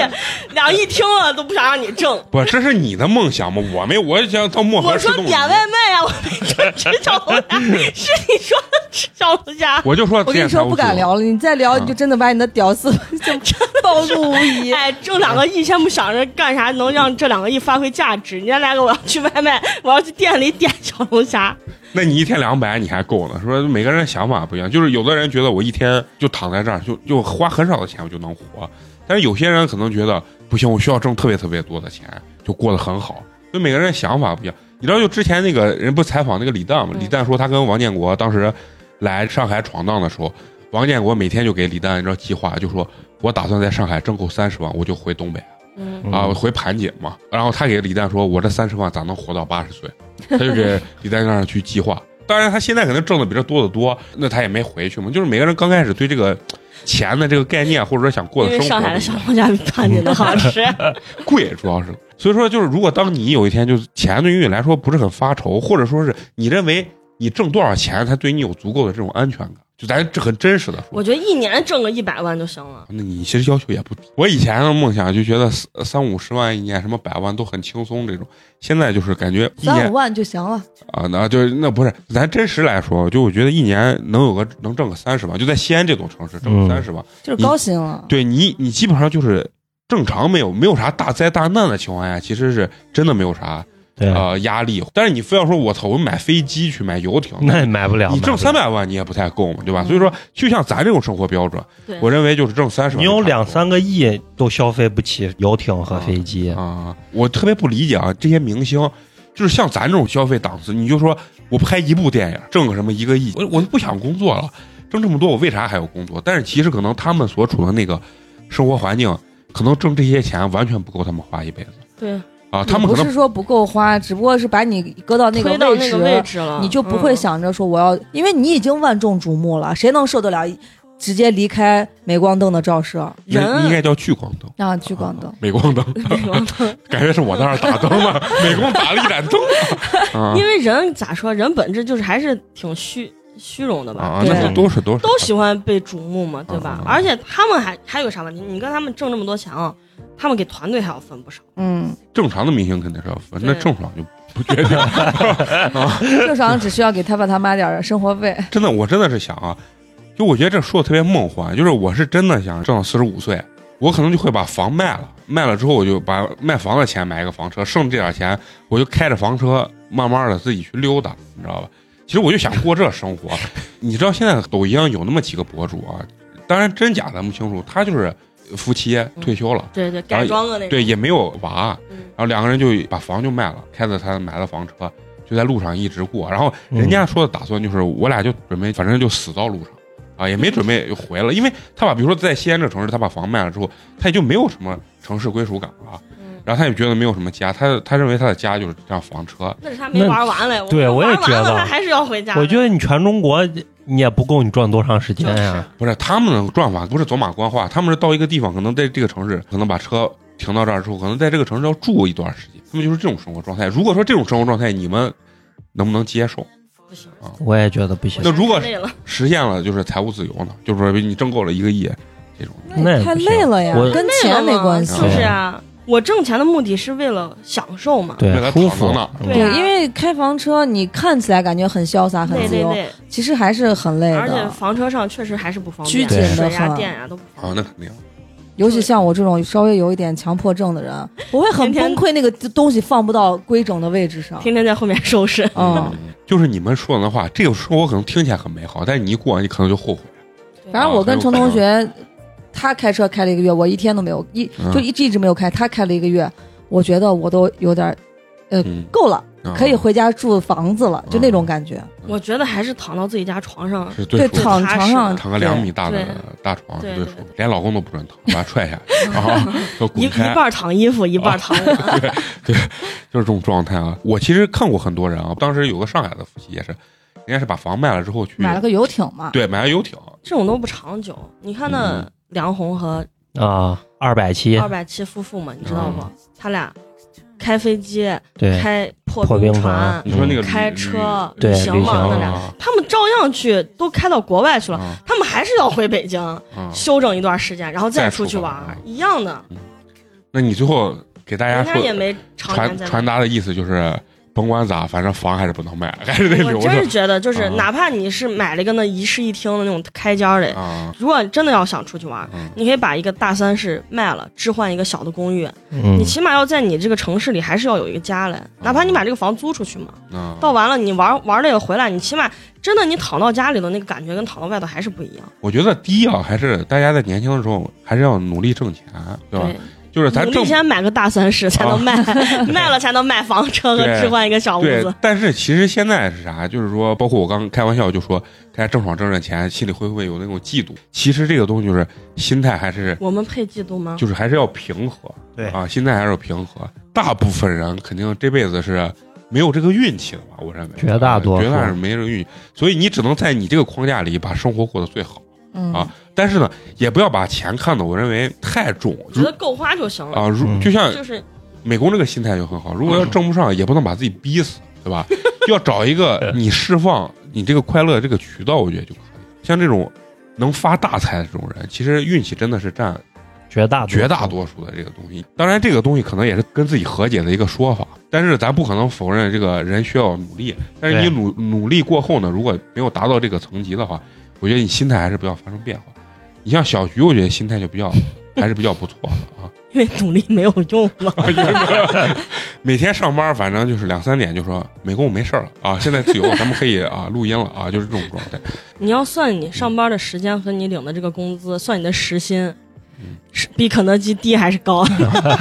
Speaker 5: 两亿听了都不想让你挣。
Speaker 3: 不，这是你的梦想吗？我没，我想到漠河
Speaker 5: 我
Speaker 3: 吃
Speaker 5: 说
Speaker 3: 东西
Speaker 5: 点。外卖啊，我没说吃小龙 虾，是你说的吃小龙虾。
Speaker 3: 我就说，
Speaker 4: 我跟你说不敢聊了，你再聊
Speaker 3: 嗯
Speaker 4: 你就真的把你的屌丝就 暴露无 遗。
Speaker 5: 哎，挣两个亿，先不想着干啥能让这两个亿发挥价值，你先来个我要去外卖，我要去店里点小龙虾。
Speaker 3: 那你一天两百，你还够呢？说每个人想法不一样，就是有的人觉得我一天就躺在这儿，就就花很少的钱我就能活，但是有些人可能觉得不行，我需要挣特别特别多的钱，就过得很好。所以每个人想法不一样。你知道，就之前那个人不采访那个李诞吗？
Speaker 4: 嗯
Speaker 3: 李诞说他跟王建国当时来上海闯荡的时候，王建国每天就给李诞一个计划，就说我打算在上海挣够三十万，我就回东北。
Speaker 4: 嗯
Speaker 3: 啊，我回盘锦嘛。然后他给李诞说：“我这三十万咋能活到八十岁？”他就 给李诞让他去计划。当然，他现在可能挣的比这多得多，那他也没回去嘛。就是每个人刚开始对这个钱的这个概念，或者说想过
Speaker 5: 因
Speaker 3: 的
Speaker 5: 为
Speaker 3: 生活
Speaker 5: 上海
Speaker 3: 不
Speaker 5: 的
Speaker 3: 一
Speaker 5: 小
Speaker 3: 样
Speaker 5: 龙虾比盘锦的好吃。
Speaker 3: 贵，主要是。所以说，就是如果当你有一天就是钱对于你来说不是很发愁，或者说是你认为你挣多少钱才对你有足够的这种安全感，就咱这很真实的说
Speaker 5: 我。觉得一年挣个一百万就行了。
Speaker 3: 那你其实要求也不低。我以前的梦想就觉得三三五十万一年，什么百万都很轻松这种，现在就是感觉一年
Speaker 4: 三五万就行了，
Speaker 3: 啊，那就是那不是，咱真实来说，就我觉得一年能有个能挣个三十万，就在西安这种城市挣
Speaker 6: 嗯
Speaker 3: 三十万，
Speaker 4: 就是高薪了。
Speaker 3: 对你你基本上就是正常没有没有啥大灾大难的情况下，其实是真的没有啥
Speaker 6: 对，
Speaker 3: 呃压力。但是你非要说我操，我买飞机去买游艇，
Speaker 6: 那也买不了。
Speaker 3: 你挣
Speaker 6: 买不了
Speaker 3: 三，百万你也不太够嘛，对吧？所以
Speaker 4: 嗯
Speaker 3: 说，就像咱这种生活标准
Speaker 5: 对，
Speaker 3: 我认为就是挣三十万
Speaker 6: 你
Speaker 3: 就差不多，
Speaker 6: 有两三个亿都消费不起游艇和飞机。
Speaker 3: 啊，我特别不理解啊，这些明星。就是像咱这种消费档次，你就说我拍一部电影挣个什么一个亿，我我不想工作了，挣这么多我为啥还要工作？但是其实可能他们所处的那个生活环境，可能挣这些钱完全不够他们花一辈子
Speaker 5: 对，
Speaker 3: 啊。
Speaker 4: 也
Speaker 3: 他们可
Speaker 4: 不
Speaker 3: 能
Speaker 4: 是说不够花，只不过是把你搁到那个
Speaker 5: 推到
Speaker 4: 位
Speaker 5: 那
Speaker 4: 置，
Speaker 5: 个位置了，
Speaker 4: 你就不会
Speaker 5: 嗯
Speaker 4: 想着说我要，因为你已经万众瞩目了，谁能受得了直接离开镁光灯的照射
Speaker 3: 应该
Speaker 5: 人
Speaker 3: 应该叫聚光灯，
Speaker 4: 啊？聚光灯，
Speaker 3: 镁光灯，感觉是我在那儿打灯了，美工打了一盏灯啊
Speaker 5: 因为人咋说，人本质就是还是挺虚虚荣的吧，
Speaker 3: 啊，
Speaker 5: 对
Speaker 3: 那是
Speaker 6: 对
Speaker 3: 都是都是
Speaker 5: 都喜欢被瞩目嘛，对
Speaker 3: 嗯
Speaker 5: 吧？
Speaker 3: 嗯嗯
Speaker 5: 而且他们还还有啥问题？你跟他们挣这么多钱啊，他们给团队还要分不少。
Speaker 4: 嗯，
Speaker 3: 正常的明星肯定是要分，那
Speaker 5: 对
Speaker 3: 郑爽就不决定。
Speaker 4: 正常只需要给他爸他妈点儿生活费，
Speaker 3: 真的，我真的是想啊，就我觉得这说的特别梦幻，就是我是真的想挣到四十五岁，我可能就会把房卖了，卖了之后我就把卖房的钱买一个房车，剩这点钱我就开着房车慢慢的自己去溜达，你知道吧？其实我就想过这生活， 你知道现在抖音上有那么几个博主啊，当然真假咱不清楚，他就是夫妻退休了。
Speaker 5: 对对，
Speaker 3: 然后
Speaker 5: 改装的那种。
Speaker 3: 啊对，也没有娃，啊
Speaker 5: 嗯
Speaker 3: 然后两个人就把房就卖了，开着他买的房车，就在路上一直过。然后人家说的打算就是，我俩就准备，反正就死到路上啊，也没准备回了，因为他把比如说在西安这城市，他把房卖了之后，他也就没有什么城市归属感了，啊
Speaker 5: 嗯
Speaker 3: 然后他也觉得没有什么家，他他认为他的家就是这辆房车。
Speaker 5: 那是他没玩完嘞，
Speaker 6: 对我也
Speaker 5: 玩完了
Speaker 6: 觉得
Speaker 5: 他还是要回家的。
Speaker 6: 我觉得你全中国你也不够你赚多长时间
Speaker 5: 就是
Speaker 6: 呀？
Speaker 3: 不是他们的转法不是走马观花，他们是到一个地方，可能在这个城市，可能把车停到这儿之后，可能在这个城市要住一段时间，他们就是这种生活状态。如果说这种生活状态，你们能不能接受？
Speaker 5: 不行，
Speaker 6: 我也觉得不行
Speaker 3: 那。如果
Speaker 5: 太累了，
Speaker 3: 实现了就是财务自由呢？就是说你挣够了一个亿这种。
Speaker 6: 那也
Speaker 4: 太
Speaker 6: 不行
Speaker 4: 累了呀
Speaker 6: 我，
Speaker 4: 跟钱没关系
Speaker 5: 是。不是啊？我挣钱的目的是为了享受嘛。
Speaker 3: 那咱
Speaker 6: 对，舒
Speaker 3: 躺
Speaker 6: 服嗯
Speaker 3: 着呢。
Speaker 5: 对啊
Speaker 4: 对，因为开房车你看起来感觉很潇洒、很
Speaker 5: 累
Speaker 4: 自
Speaker 5: 累
Speaker 4: 由，
Speaker 5: 累，
Speaker 4: 其实还是很累
Speaker 5: 而且
Speaker 4: 的。
Speaker 5: 房车上确实还是不方
Speaker 4: 拘
Speaker 5: 便，
Speaker 4: 谨
Speaker 6: 得
Speaker 5: 水呀、
Speaker 4: 很
Speaker 5: 电呀都不方
Speaker 3: 啊，
Speaker 5: 便。
Speaker 3: 那肯定。
Speaker 4: 尤其像我这种稍微有一点强迫症的人，我会很
Speaker 5: 天
Speaker 4: 崩
Speaker 5: 天
Speaker 4: 溃，那个东西放不到规整的位置上。
Speaker 5: 天天在后面收拾，
Speaker 4: 嗯，，
Speaker 3: 就是你们说的话，这个生活可能听起来很美好，但是你一过，你可能就后悔。
Speaker 4: 反正我跟程同学，他开车开了一个月，我一天都没有一
Speaker 3: 嗯
Speaker 4: 就一直一直没有开，他开了一个月，我觉得我都有点
Speaker 3: 嗯，
Speaker 4: 够了，
Speaker 3: 啊
Speaker 4: 可以回家住房子了，就那种感觉。
Speaker 5: 我觉得还是躺到自己家床上，
Speaker 3: 是最
Speaker 4: 对，
Speaker 3: 舒服的
Speaker 4: 躺
Speaker 5: 踏
Speaker 4: 床
Speaker 5: 实
Speaker 4: 上
Speaker 3: 躺个两米大的
Speaker 5: 对
Speaker 3: 大床是
Speaker 5: 对
Speaker 3: 最舒
Speaker 5: 对
Speaker 3: 服，连老公都不准躺，把他踹下去，然后就
Speaker 5: 一一
Speaker 3: 滚开，
Speaker 5: 半儿躺衣服，一半 儿躺我。
Speaker 3: 就是这种状态啊。我其实看过很多人啊，当时有个上海的夫妻也是，人家是把房卖了之后去
Speaker 8: 买了个游艇嘛，
Speaker 3: 对买了游艇，
Speaker 5: 这种都不长久。你看那
Speaker 3: 嗯
Speaker 5: 梁红和
Speaker 6: 啊，二百七
Speaker 5: 二，百七夫妇嘛，你知道不？
Speaker 3: 嗯
Speaker 5: 他俩开飞机、
Speaker 6: 嗯对，
Speaker 5: 开破
Speaker 6: 破冰
Speaker 5: 船
Speaker 6: 船，
Speaker 3: 你说那个
Speaker 5: 开
Speaker 3: 旅
Speaker 5: 车、
Speaker 6: 对
Speaker 5: 行
Speaker 6: 旅
Speaker 5: 嘛，
Speaker 6: 行
Speaker 5: 那俩
Speaker 3: 啊
Speaker 5: 他们照样去，都开到国外去了，
Speaker 3: 啊
Speaker 5: 他们还是要回北京
Speaker 3: 啊！
Speaker 5: 休整一段时间，然后
Speaker 3: 再
Speaker 5: 出去
Speaker 3: 出发
Speaker 5: 玩儿
Speaker 3: 啊，
Speaker 5: 一样的。
Speaker 3: 那你最后给大家
Speaker 5: 人家
Speaker 3: 说
Speaker 5: 也没常年
Speaker 3: 传
Speaker 5: 在
Speaker 3: 传
Speaker 5: 那。
Speaker 3: 达的意思就是，甭管咋，反正房还是不能 卖，还是得
Speaker 5: 我
Speaker 3: 留
Speaker 5: 真是
Speaker 3: 着
Speaker 5: 觉得，就是
Speaker 3: 啊
Speaker 5: 哪怕你是买了一个那一室一厅的那种开间儿的，
Speaker 3: 啊。
Speaker 5: 如果真的要想出去玩儿，
Speaker 3: 嗯
Speaker 5: 你可以把一个大三室卖了，置换一个小的公寓，
Speaker 6: 嗯
Speaker 5: 你，起码要在你这个城市里还是要有一个家嘞，哪
Speaker 3: 嗯
Speaker 5: 怕你把这个房租出去嘛，
Speaker 3: 啊
Speaker 5: 到完了你玩玩累了回来，你起码真的你躺到家里的那个感觉跟躺到外头还是不一样。
Speaker 3: 我觉得第一啊，还是大家在年轻的时候还是要努力挣钱，对吧？，就是咱
Speaker 5: 努
Speaker 3: 挣
Speaker 5: 力先买个大三室才能卖， 卖了才能买房车和
Speaker 3: 对
Speaker 5: 置换一个小屋
Speaker 3: 对
Speaker 5: 子。，
Speaker 3: 但是其实现在是啥？就是说，包括我刚开玩笑就说，大家挣爽挣挣钱，心里会不会有那种嫉妒？其实这个东西就是心态，还是
Speaker 5: 我们配嫉妒吗？
Speaker 3: 就是还是要平和，
Speaker 6: 对
Speaker 3: 啊，心态还是要平和。大部分人肯定这辈子是没有这个运气的吧？我认为
Speaker 6: 绝大多数
Speaker 3: 绝大是没这个运气，所以你只能在你这个框架里把生活过得最好。
Speaker 8: 嗯
Speaker 3: 啊但是呢，也不要把钱看得我认为太重，
Speaker 5: 觉
Speaker 3: 如
Speaker 5: 得够花就行了。
Speaker 3: 啊，如
Speaker 6: 嗯
Speaker 3: 就像
Speaker 5: 就是
Speaker 3: 美工这个心态就很好。如果要挣不上，也不能把自己逼死，对 吧？要找一个你释放你这个快乐的这个渠道，我觉得就可以。像这种能发大财的这种人，其实运气真的是占
Speaker 6: 绝大
Speaker 3: 绝大
Speaker 6: 数
Speaker 3: 多数的这个东西。当然，这个东西可能也是跟自己和解的一个说法，但是咱不可能否认这个人需要努力。但是你
Speaker 6: 对
Speaker 3: 努努力过后呢，如果没有达到这个层级的话，我觉得你心态还是不要发生变化。你像小徐，我觉得心态就比较还是比较不错的啊。
Speaker 5: 因为努力没有用嘛。
Speaker 3: 每天上班，反正就是两三点就说美工我没事儿了啊，现在自由了，咱们可以啊录音了啊，就是这种状态。
Speaker 5: 你要算你上班的时间和你领的这个工资，算你的时薪，
Speaker 3: 嗯
Speaker 5: 是比肯德基低还是高？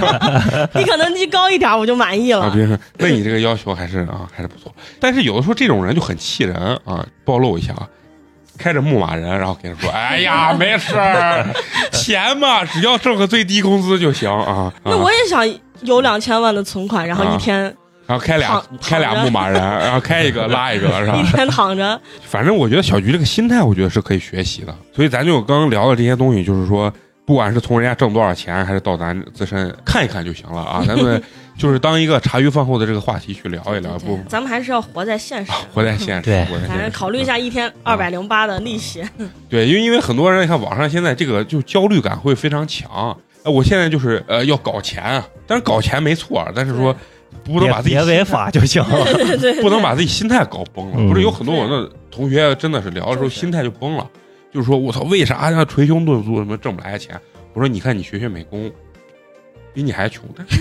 Speaker 5: 比肯德基高一点我就满意
Speaker 3: 啊，
Speaker 5: 了
Speaker 3: 别。人说，那你这个要求还是啊还是不错。但是有的时候这种人就很气人啊，暴露一下啊，开着牧马人，然后跟人说，哎呀，没事儿，钱嘛，只要挣个最低工资就行啊。啊
Speaker 5: 那我也想有两千万的存款，然后一天
Speaker 3: 然后开俩
Speaker 5: 躺
Speaker 3: 开俩
Speaker 5: 躺着
Speaker 3: 牧马人，然后开一个拉一个是吧
Speaker 5: 一？天躺着，
Speaker 3: 反正我觉得小菊这个心态，我觉得是可以学习的。所以咱就刚刚聊的这些东西，就是说，不管是从人家挣多少钱，还是到咱自身看一看就行了啊。咱们就是当一个茶余饭后的这个话题去聊一聊，不
Speaker 5: 咱们还是要活在现实
Speaker 3: 啊。活在现实
Speaker 6: 对，
Speaker 3: 活在
Speaker 5: 反
Speaker 3: 现
Speaker 5: 正
Speaker 3: 实。啊
Speaker 5: 考虑一下一天二百零八的利息，
Speaker 3: 对，因为因为很多人你看网上现在这个就焦虑感会非常强。哎，我现在就是呃要搞钱，但是搞钱没错，但是说不能
Speaker 6: 别
Speaker 3: 把自己
Speaker 6: 别
Speaker 3: 心态
Speaker 6: 违法就 行了。
Speaker 5: 对对，
Speaker 3: 不能把自己心态搞崩了。
Speaker 6: 嗯
Speaker 3: 不是有很多我那同学真的是聊的时候
Speaker 5: 就是
Speaker 3: 心态就崩了，就是说我操，为啥要捶胸顿足，什么挣不来钱？我说你看你学学美工，比你还穷，但是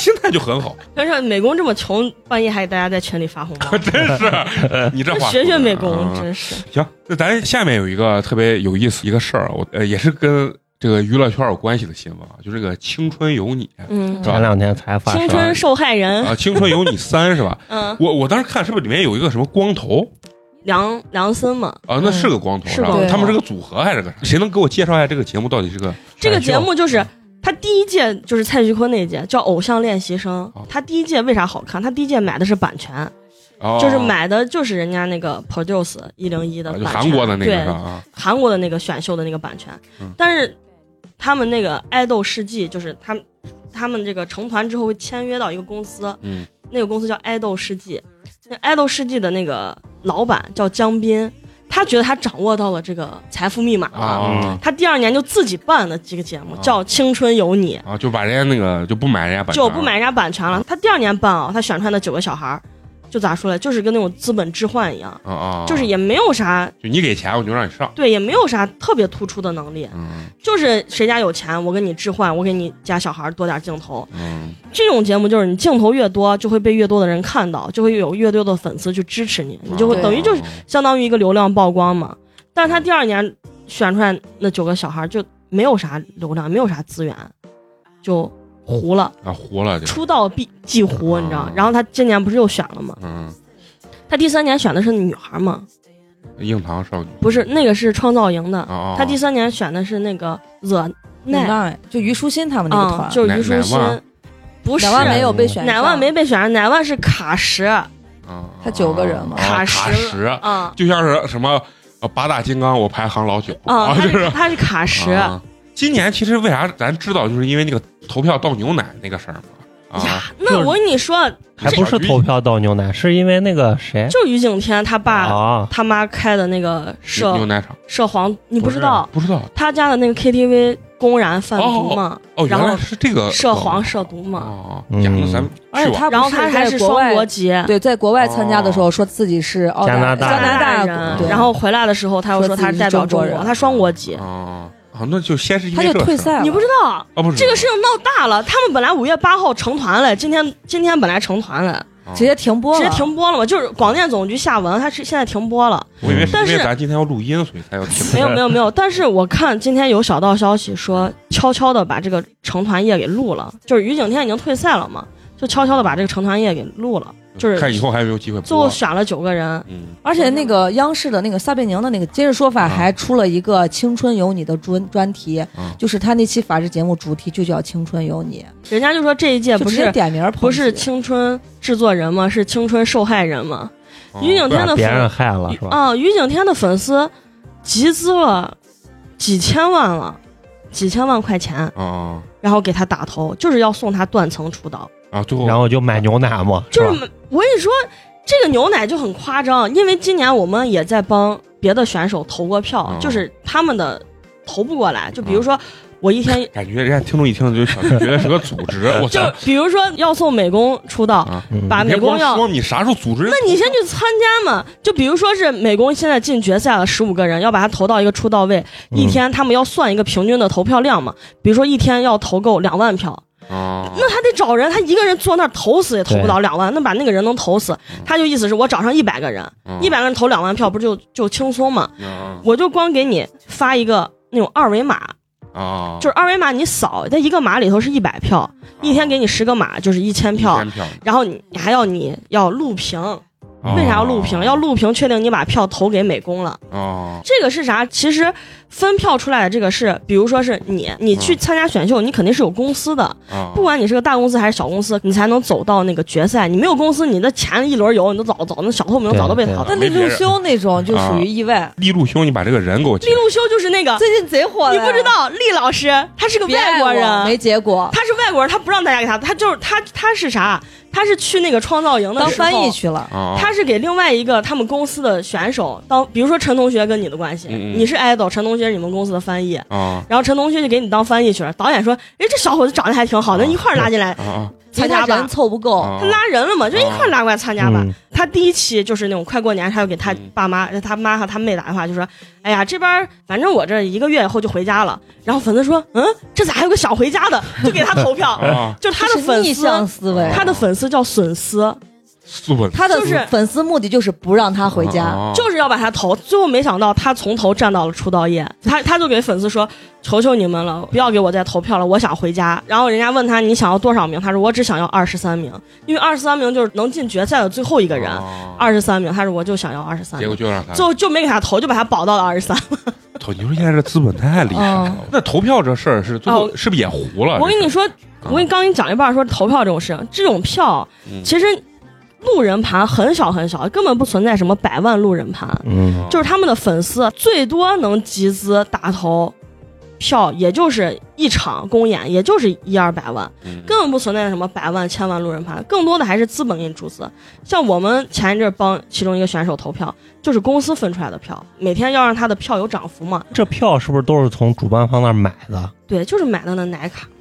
Speaker 3: 心态就很好，
Speaker 5: 但是美工这么穷，半夜还大家在群里发红包，
Speaker 3: 真 是你这话
Speaker 5: 学
Speaker 3: 说
Speaker 5: 学
Speaker 3: 的
Speaker 5: 美
Speaker 3: 啊
Speaker 5: 工真是。
Speaker 3: 行，那咱下面有一个特别有意思一个事儿，我呃也是跟这个娱乐圈有关系的新闻，啊，就这个《青春有你》
Speaker 5: 嗯
Speaker 3: 是，吧
Speaker 6: 前两天才发
Speaker 5: 青
Speaker 6: 生，
Speaker 5: 春受害人，
Speaker 3: 啊，《青春有你三》是吧？
Speaker 5: 嗯，
Speaker 3: 我我当时看是不是里面有一个什么光头？
Speaker 5: 梁梁森嘛，
Speaker 3: 啊，那是个光头
Speaker 5: 嗯是
Speaker 3: 吧
Speaker 5: 光
Speaker 3: 他们
Speaker 5: 头
Speaker 3: 是个组合还是个啥？谁能给我介绍一下这个节目到底是个
Speaker 5: 这个节目
Speaker 3: 嗯
Speaker 5: 就是他第一届就是蔡徐坤那一届叫《偶像练习生
Speaker 3: 哦》，
Speaker 5: 他第一届为啥好看？他第一届买的是版权，
Speaker 3: 哦
Speaker 5: 就是买的就是人家那个 Produce 一零一的
Speaker 3: 啊
Speaker 5: 版
Speaker 3: 就
Speaker 5: 权，
Speaker 3: 韩国的那个
Speaker 5: 对
Speaker 3: 是吧？啊
Speaker 5: 韩国的那个选秀的那个版权
Speaker 3: 嗯，
Speaker 5: 但是他们那个爱豆世纪就是他们他们这个成团之后会签约到一个公司，
Speaker 3: 嗯，
Speaker 5: 那个公司叫爱豆世纪，那爱豆世纪的那个老板叫江斌，他觉得他掌握到了这个财富密码了。
Speaker 3: 啊
Speaker 5: 他第二年就自己办了几个节目，
Speaker 3: 啊
Speaker 5: 叫《青春有你》，
Speaker 3: 啊，就把人家那个就不买人家版权嗯
Speaker 5: 就
Speaker 3: 了，
Speaker 5: 不买人家版权了。他第二年办啊，他选出来的九个小孩儿，就咋说嘞，就是跟那种资本置换一样，
Speaker 3: 啊啊，
Speaker 5: 就是也没有啥
Speaker 3: 就你给钱我就让你上，
Speaker 5: 对，也没有啥特别突出的能力，
Speaker 3: 嗯
Speaker 5: 就是谁家有钱，我跟你置换，我给你家小孩儿多点镜头。
Speaker 3: 嗯
Speaker 5: 这种节目就是你镜头越多，就会被越多的人看到，就会有越多的粉丝去支持你，你就会
Speaker 3: 啊
Speaker 5: 等于就是相当于一个流量曝光嘛。但是他第二年选出来那九个小孩儿就没有啥流量，没有啥资源，就糊了，
Speaker 3: 啊，糊了就，
Speaker 5: 出道必即糊，你知道
Speaker 3: 啊？
Speaker 5: 然后他今年不是又选了吗？
Speaker 3: 嗯，
Speaker 5: 他第三年选的是女孩嘛？
Speaker 3: 硬糖少女
Speaker 5: 不是，那个是创造营的，
Speaker 3: 啊，
Speaker 5: 他第三年选的是那个 The
Speaker 4: 奶
Speaker 5: Night，
Speaker 4: 万就虞书欣他们那个
Speaker 5: 啊，
Speaker 4: 团，
Speaker 5: 就是
Speaker 3: 奶
Speaker 5: 虞书
Speaker 3: 奶
Speaker 5: 欣
Speaker 3: 万，
Speaker 5: 不是
Speaker 4: 奶万没有被选上，
Speaker 5: 奶万没被选上，奶万是卡什
Speaker 3: 啊，
Speaker 4: 他九个人嘛
Speaker 3: 啊卡
Speaker 5: 什
Speaker 3: 什，
Speaker 5: 啊
Speaker 3: 就像是什么呃八大金刚，我排行老九
Speaker 5: 啊，他
Speaker 3: 就是是
Speaker 5: 他是卡什，
Speaker 3: 啊今年其实为啥咱知道，就是因为那个投票倒牛奶那个事儿嘛。啊，
Speaker 5: 呀，那我跟你说，
Speaker 6: 还不是投票倒牛奶，是因为那个谁
Speaker 5: 就是于景天他爸
Speaker 6: 啊？
Speaker 5: 他妈开的那个
Speaker 3: 牛牛
Speaker 5: 涉
Speaker 3: 奶厂
Speaker 5: 涉黄，你不
Speaker 6: 不是
Speaker 5: 知道
Speaker 3: 不知道
Speaker 5: 他家的那个 KTV 公然贩毒嘛，
Speaker 3: 哦，原
Speaker 5: 然
Speaker 3: 来
Speaker 5: 后
Speaker 3: 是这个啊
Speaker 5: 涉黄涉毒嘛，
Speaker 3: 哦，
Speaker 6: 嗯
Speaker 3: 讲的咱们
Speaker 4: 而
Speaker 3: 去
Speaker 4: 且
Speaker 3: 往
Speaker 4: 他
Speaker 5: 然后
Speaker 4: 不是
Speaker 5: 他还
Speaker 4: 在
Speaker 5: 是
Speaker 4: 国
Speaker 5: 双
Speaker 4: 外
Speaker 5: 国籍，
Speaker 4: 对，在国外参加的时候说自己是澳
Speaker 6: 加拿大
Speaker 4: 大加拿
Speaker 5: 大
Speaker 4: 国
Speaker 5: 人，
Speaker 4: 对
Speaker 5: 然后回来的时候他又说他是代表
Speaker 4: 说自己是
Speaker 5: 中
Speaker 4: 中
Speaker 5: 国，
Speaker 4: 国人
Speaker 5: 他双国籍，
Speaker 3: 哦，啊，那就先是因
Speaker 4: 他
Speaker 3: 为
Speaker 4: 就
Speaker 3: 这个
Speaker 4: 退
Speaker 3: 事儿
Speaker 4: 赛了，
Speaker 5: 你不知道。
Speaker 3: 啊，不是
Speaker 5: 这个事情闹大了，他们本来五月八号成团了，今天今天本来成团了，
Speaker 3: 啊
Speaker 4: 直接停播
Speaker 5: 直
Speaker 4: 了，
Speaker 5: 接停播了嘛，就是广电总局下文，他是现在停播了，
Speaker 3: 我以为是
Speaker 5: 但
Speaker 3: 因为
Speaker 5: 是
Speaker 3: 咱今天要录音，所以才要 听。
Speaker 5: 没有没有没有，但是我看今天有小道消息说，悄悄的把这个成团夜给录了，就是于景天已经退赛了嘛，就悄悄的把这个成团夜给录了，就是
Speaker 3: 看以后还有没有机会
Speaker 5: 最后
Speaker 3: 播。
Speaker 5: 选了九个人，
Speaker 3: 嗯，
Speaker 4: 而且那个央视的那个撒贝宁的那个《今日说法》
Speaker 3: 嗯
Speaker 4: 还出了一个“青春有你”的专专题
Speaker 3: 嗯，
Speaker 4: 就是他那期法制节目主题就叫《青春有你
Speaker 5: 人家就说这一届》，
Speaker 4: 就
Speaker 5: 不
Speaker 4: 直接
Speaker 5: 是
Speaker 4: 点名儿抨击
Speaker 5: 不是青春制作人吗？是青春受害人吗？
Speaker 3: 哦
Speaker 5: 于景天
Speaker 6: 嗯把
Speaker 5: 的
Speaker 6: 别
Speaker 5: 粉
Speaker 6: 人害了是吧？
Speaker 5: 啊，于景天的粉丝集资了几千万了，几千万块钱，
Speaker 3: 啊
Speaker 5: 然后给他打头，就是要送他断层出道。
Speaker 3: 啊，最后
Speaker 6: 然后就买牛奶嘛，
Speaker 5: 就是
Speaker 6: 吧？
Speaker 5: 是我跟你说，这个牛奶就很夸张，因为今年我们也在帮别的选手投过票，
Speaker 3: 嗯
Speaker 5: 就是他们的投不过来，就
Speaker 6: 嗯
Speaker 5: 比如说。我一 天
Speaker 3: 感觉人家听众一听就想，觉得是个组 织。我
Speaker 5: 就
Speaker 3: 操！
Speaker 5: 比如说要送美工出道，
Speaker 3: 啊
Speaker 6: 嗯
Speaker 5: 把
Speaker 3: 别
Speaker 5: 美工
Speaker 3: 光
Speaker 5: 要
Speaker 3: 说你啥时候组织？
Speaker 5: 那你先去参加嘛。就比如说是美工现在进决赛了，十五个人要把他投到一个出道位，
Speaker 6: 嗯
Speaker 5: 一天他们要算一个平均的投票量嘛。比如说一天要投够两万票，
Speaker 3: 啊，
Speaker 6: 嗯
Speaker 5: 那他得找人，他一个人坐那儿投死也投不到两万，那把那个人能投死，
Speaker 6: 嗯
Speaker 5: 他就意思是我找上一百个人，
Speaker 3: 嗯
Speaker 5: 一百个人投两万票，不就就轻松嘛？
Speaker 3: 啊
Speaker 5: 我就光给你发一个那种二维码，
Speaker 3: 啊，
Speaker 5: 就是二维码你扫，它一个码里头是一百票，一天给你十个码就是一千票，
Speaker 3: 一千
Speaker 5: 然后你还要你要录屏，
Speaker 3: 票
Speaker 5: 为啥要录
Speaker 3: 哦
Speaker 5: 屏？要录屏确定你把票投给美工了。
Speaker 3: 啊
Speaker 5: 这个是啥？其实分票出来的这个是，比如说是你，你去参加选秀，你肯定是有公司的，
Speaker 3: 啊，
Speaker 5: 不管你是个大公司还是小公司，你才能走到那个决赛。你没有公司，你的前一轮游你都早早那小透明
Speaker 6: 对
Speaker 5: 早都被
Speaker 6: 对
Speaker 5: 淘
Speaker 4: 那
Speaker 5: 汰了。
Speaker 3: 没
Speaker 4: 那
Speaker 3: 别
Speaker 4: 陆
Speaker 3: 人
Speaker 4: 修那种就属于意外，
Speaker 3: 利路兄，你把这个人给我
Speaker 5: 利
Speaker 3: 请
Speaker 5: 路修就是那个，
Speaker 4: 最近贼火
Speaker 5: 你
Speaker 4: 的，
Speaker 5: 不知道厉老师， 他是个
Speaker 4: 别爱
Speaker 5: 外
Speaker 4: 我
Speaker 5: 国人，
Speaker 4: 没结果，
Speaker 5: 他是外国人，他不让大家给他，他就是他他是啥？他是去那个创造营的
Speaker 4: 当
Speaker 5: 时候
Speaker 4: 翻译去了，
Speaker 3: 啊，
Speaker 5: 他是给另外一个他们公司的选手当，比如说陈同学跟你的关系，
Speaker 3: 嗯嗯
Speaker 5: 你是 idol，陈同学是你们公司的翻译，
Speaker 3: 啊
Speaker 5: 然后陈同学就给你当翻译去了。导演说：“哎，这小伙子长得还挺好的，
Speaker 3: 啊
Speaker 5: 一块儿拉进来
Speaker 3: 啊啊
Speaker 4: 其
Speaker 5: 参
Speaker 4: 他
Speaker 5: 加
Speaker 4: 人
Speaker 5: 吧。嗯
Speaker 4: 凑不”够，
Speaker 3: 啊
Speaker 5: 哦他拉人了嘛，就一块儿拉过来参加吧。
Speaker 6: 嗯
Speaker 5: 他第一期就是那种快过年，他就给他
Speaker 3: 嗯
Speaker 5: 爸妈、他妈和他妹打电话，就说：“哎呀，这边儿反正我这一个月以后就回家了。”然后粉丝说：“嗯，这咋还有个想回家的？”就给他 投票。
Speaker 3: 啊，
Speaker 5: 就是他的
Speaker 4: 这是
Speaker 5: 粉
Speaker 4: 逆
Speaker 5: 丝，
Speaker 4: 向哦思维，
Speaker 5: 他的粉丝叫笋
Speaker 3: 哦
Speaker 5: 丝，
Speaker 3: 素本
Speaker 4: 他的
Speaker 5: 就是
Speaker 4: 粉丝目的就是不让他回家，
Speaker 3: 啊
Speaker 5: 就是要把他投。最后没想到他从头站到了出道夜，他他就给粉丝说：“求求你们了，不要给我再投票了，我想回家。”然后人家问他：“你想要多少名？”他说：“我只想要二十三名，因为二十三名就是能进决赛的最后一个人，
Speaker 3: 啊
Speaker 5: 二十三名。”他说：“我就想要二十三
Speaker 3: 结果
Speaker 5: 名。”
Speaker 3: 就让他
Speaker 5: 最后就没给他投，就把他保到了二十三。
Speaker 3: 投。你说现在这资本太厉害了
Speaker 4: 嗯，
Speaker 3: 那投票这事儿是最后
Speaker 5: 哦
Speaker 3: 是不是也糊了？
Speaker 5: 我跟
Speaker 3: 这
Speaker 5: 你
Speaker 3: 事
Speaker 5: 说，
Speaker 3: 啊
Speaker 5: 我跟你刚给你讲一半说投票这种事，这种票
Speaker 3: 嗯
Speaker 5: 其实路人盘很小很小，根本不存在什么百万路人盘。
Speaker 6: 嗯，
Speaker 3: 儿
Speaker 5: 就是他们的粉丝最多能集资打头票，也就是一场公演，也就是一二百万，
Speaker 3: 嗯
Speaker 5: 根本不存在什么百万、千万路人盘，更多的还是资本给你注资。像我们前一阵儿帮其中一个选手投票，就是公司分出来的票，每天要让他的票有涨幅嘛，
Speaker 6: 这票是不是都是从主办方那儿买的？
Speaker 5: 对，就是买的那奶卡嘛。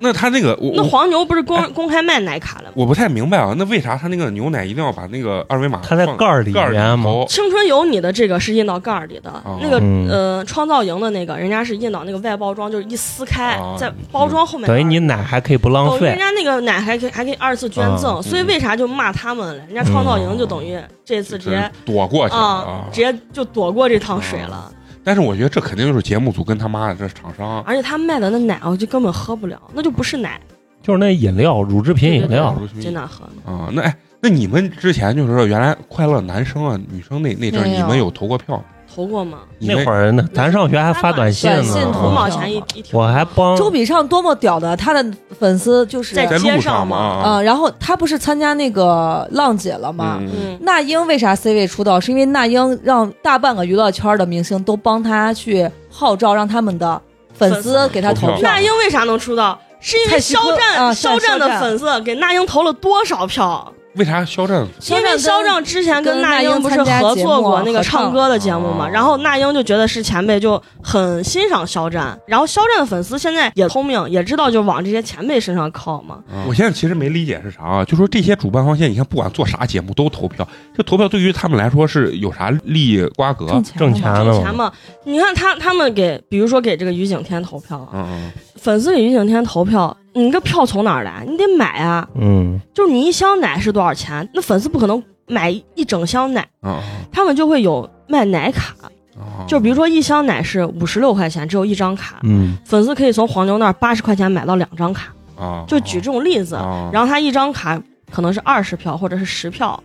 Speaker 3: 那他那个我
Speaker 5: 那
Speaker 3: 我
Speaker 5: 黄牛不是公
Speaker 3: 哎
Speaker 5: 公开卖奶卡了吗？
Speaker 3: 我不太明白啊，那为啥他那个牛奶一定要把那个二维码
Speaker 6: 他在
Speaker 3: 放
Speaker 6: 盖儿里
Speaker 3: 盖儿
Speaker 6: 面吗
Speaker 3: 投
Speaker 5: 青春有你的这个是印到盖儿里的，
Speaker 3: 哦
Speaker 5: 那个
Speaker 6: 嗯
Speaker 5: 呃创造营的那个，人家是印到那个外包装，就是一撕开，
Speaker 3: 哦
Speaker 5: 在包装后面
Speaker 6: 嗯等于
Speaker 5: 放
Speaker 6: 你奶还可以不浪
Speaker 5: 等于人
Speaker 6: 费，
Speaker 5: 家那个奶还可以还可以二次捐赠，
Speaker 3: 嗯
Speaker 5: 所以为啥就骂他们了？人家创造营就等于这次直接
Speaker 3: 哦就是躲过去了哦
Speaker 5: 啊、
Speaker 3: 啊
Speaker 5: 直。接就躲过这趟水了。
Speaker 3: 但是我觉得这肯定就是节目组跟他妈的这厂商
Speaker 5: 而且他卖的那奶，我就根本喝不了，那就不是奶，
Speaker 6: 就是那饮料，乳制品饮料，
Speaker 3: 对对对
Speaker 5: 真难喝呢。
Speaker 3: 啊、那哎，那你们之前就是原来快乐男生啊、女生那那阵儿，
Speaker 4: 没
Speaker 3: 你
Speaker 4: 有
Speaker 3: 们有投过票吗？
Speaker 5: 投过吗？
Speaker 3: 你
Speaker 6: 那会儿呢，咱上学还发短信
Speaker 4: 短
Speaker 6: 呢，嗯
Speaker 4: 信
Speaker 5: 五
Speaker 4: 投
Speaker 5: 毛
Speaker 4: 嘛
Speaker 5: 钱一一条。
Speaker 6: 我还帮
Speaker 4: 周笔畅多么屌的，他的粉丝就是
Speaker 5: 嗯在
Speaker 3: 在
Speaker 5: 街
Speaker 3: 路
Speaker 5: 上
Speaker 3: 嘛，
Speaker 5: 嘛
Speaker 3: 啊
Speaker 4: 嗯，然后他不是参加那个浪姐了吗？
Speaker 3: 嗯，
Speaker 5: 嗯，
Speaker 4: 那英为啥 C 位出道？是因为那英让大半个娱乐圈的明星都帮他去号召，让他们的粉丝给他投
Speaker 3: 投
Speaker 4: 票。
Speaker 5: 那英为啥能出道？是因为
Speaker 4: 蔡徐
Speaker 5: 肖
Speaker 4: 坤
Speaker 5: 战，
Speaker 4: 啊
Speaker 5: 肖战的
Speaker 4: 肖战
Speaker 5: 粉丝给那英投了多少票？
Speaker 3: 为啥肖战
Speaker 5: 因为肖
Speaker 4: 跟
Speaker 5: 战之前跟
Speaker 4: 跟
Speaker 5: 那
Speaker 4: 那英
Speaker 5: 英不是
Speaker 4: 参加
Speaker 5: 合
Speaker 4: 节
Speaker 5: 作
Speaker 4: 目
Speaker 5: 过那个
Speaker 4: 合
Speaker 5: 唱
Speaker 4: 唱
Speaker 5: 歌的节目嘛，
Speaker 3: 哦
Speaker 5: 然后那英就觉得是前辈，就很欣赏肖战。然后肖战的粉丝现在也聪明，也知道就往这些前辈身上靠嘛。
Speaker 6: 嗯
Speaker 3: 我现在其实没理解是啥啊啊，就说这些主办方现在你看不管做啥节目都投票，这投票对于他们来说是有啥利益瓜葛？嗯
Speaker 6: 挣钱
Speaker 4: 了
Speaker 6: 呢
Speaker 5: 挣钱
Speaker 6: 嘛，
Speaker 5: 嘛，你看他他们给，比如说给这个于景天投票啊，
Speaker 3: 嗯，
Speaker 5: 粉丝给于景天投票，你这票从哪儿来？你得买啊，
Speaker 6: 嗯，
Speaker 5: 就是你一箱奶是多少钱？那粉丝不可能买一整箱奶，
Speaker 3: 嗯
Speaker 5: 他们就会有卖奶卡，
Speaker 3: 嗯，
Speaker 5: 就比如说一箱奶是五十六块钱，只有一张卡，
Speaker 6: 嗯，
Speaker 5: 粉丝可以从黄牛那儿八十块钱买到两张卡，
Speaker 3: 啊，
Speaker 5: 就举这种例子。
Speaker 3: 啊，
Speaker 5: 然后他一张卡可能是二十票或者是十票，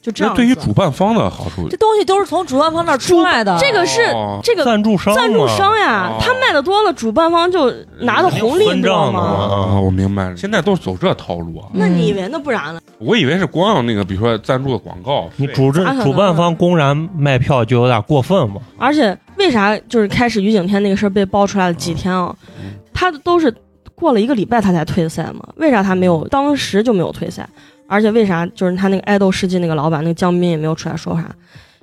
Speaker 5: 就这
Speaker 3: 这
Speaker 5: 样。
Speaker 3: 对于主，办方的好处
Speaker 4: 这，东西都是从主办方那儿出来的。
Speaker 5: 这个是
Speaker 3: 哦
Speaker 5: 这个
Speaker 6: 赞助商嘛，啊
Speaker 5: 赞助商呀
Speaker 3: 哦，
Speaker 5: 他卖的多了，主办方就拿的红利
Speaker 6: 分
Speaker 5: 多
Speaker 6: 账
Speaker 3: 啊
Speaker 6: 嘛
Speaker 5: 嘛。
Speaker 3: 啊，我明白了，现在都是走这套路啊，
Speaker 4: 嗯
Speaker 5: 那你以为那不然了？
Speaker 3: 我以为是光有那个，比如说赞助的广告，
Speaker 6: 你主这
Speaker 5: 咋可能
Speaker 6: 主办方公然卖票就有点过分嘛，
Speaker 5: 而且为啥就是开始于景天那个事儿被爆出来了几天啊
Speaker 3: 嗯，
Speaker 5: 他都是过了一个礼拜他才退赛嘛？为啥他没有当时就没有退赛？而且为啥就是他那个爱豆世纪那个老板那个江斌也没有出来说话？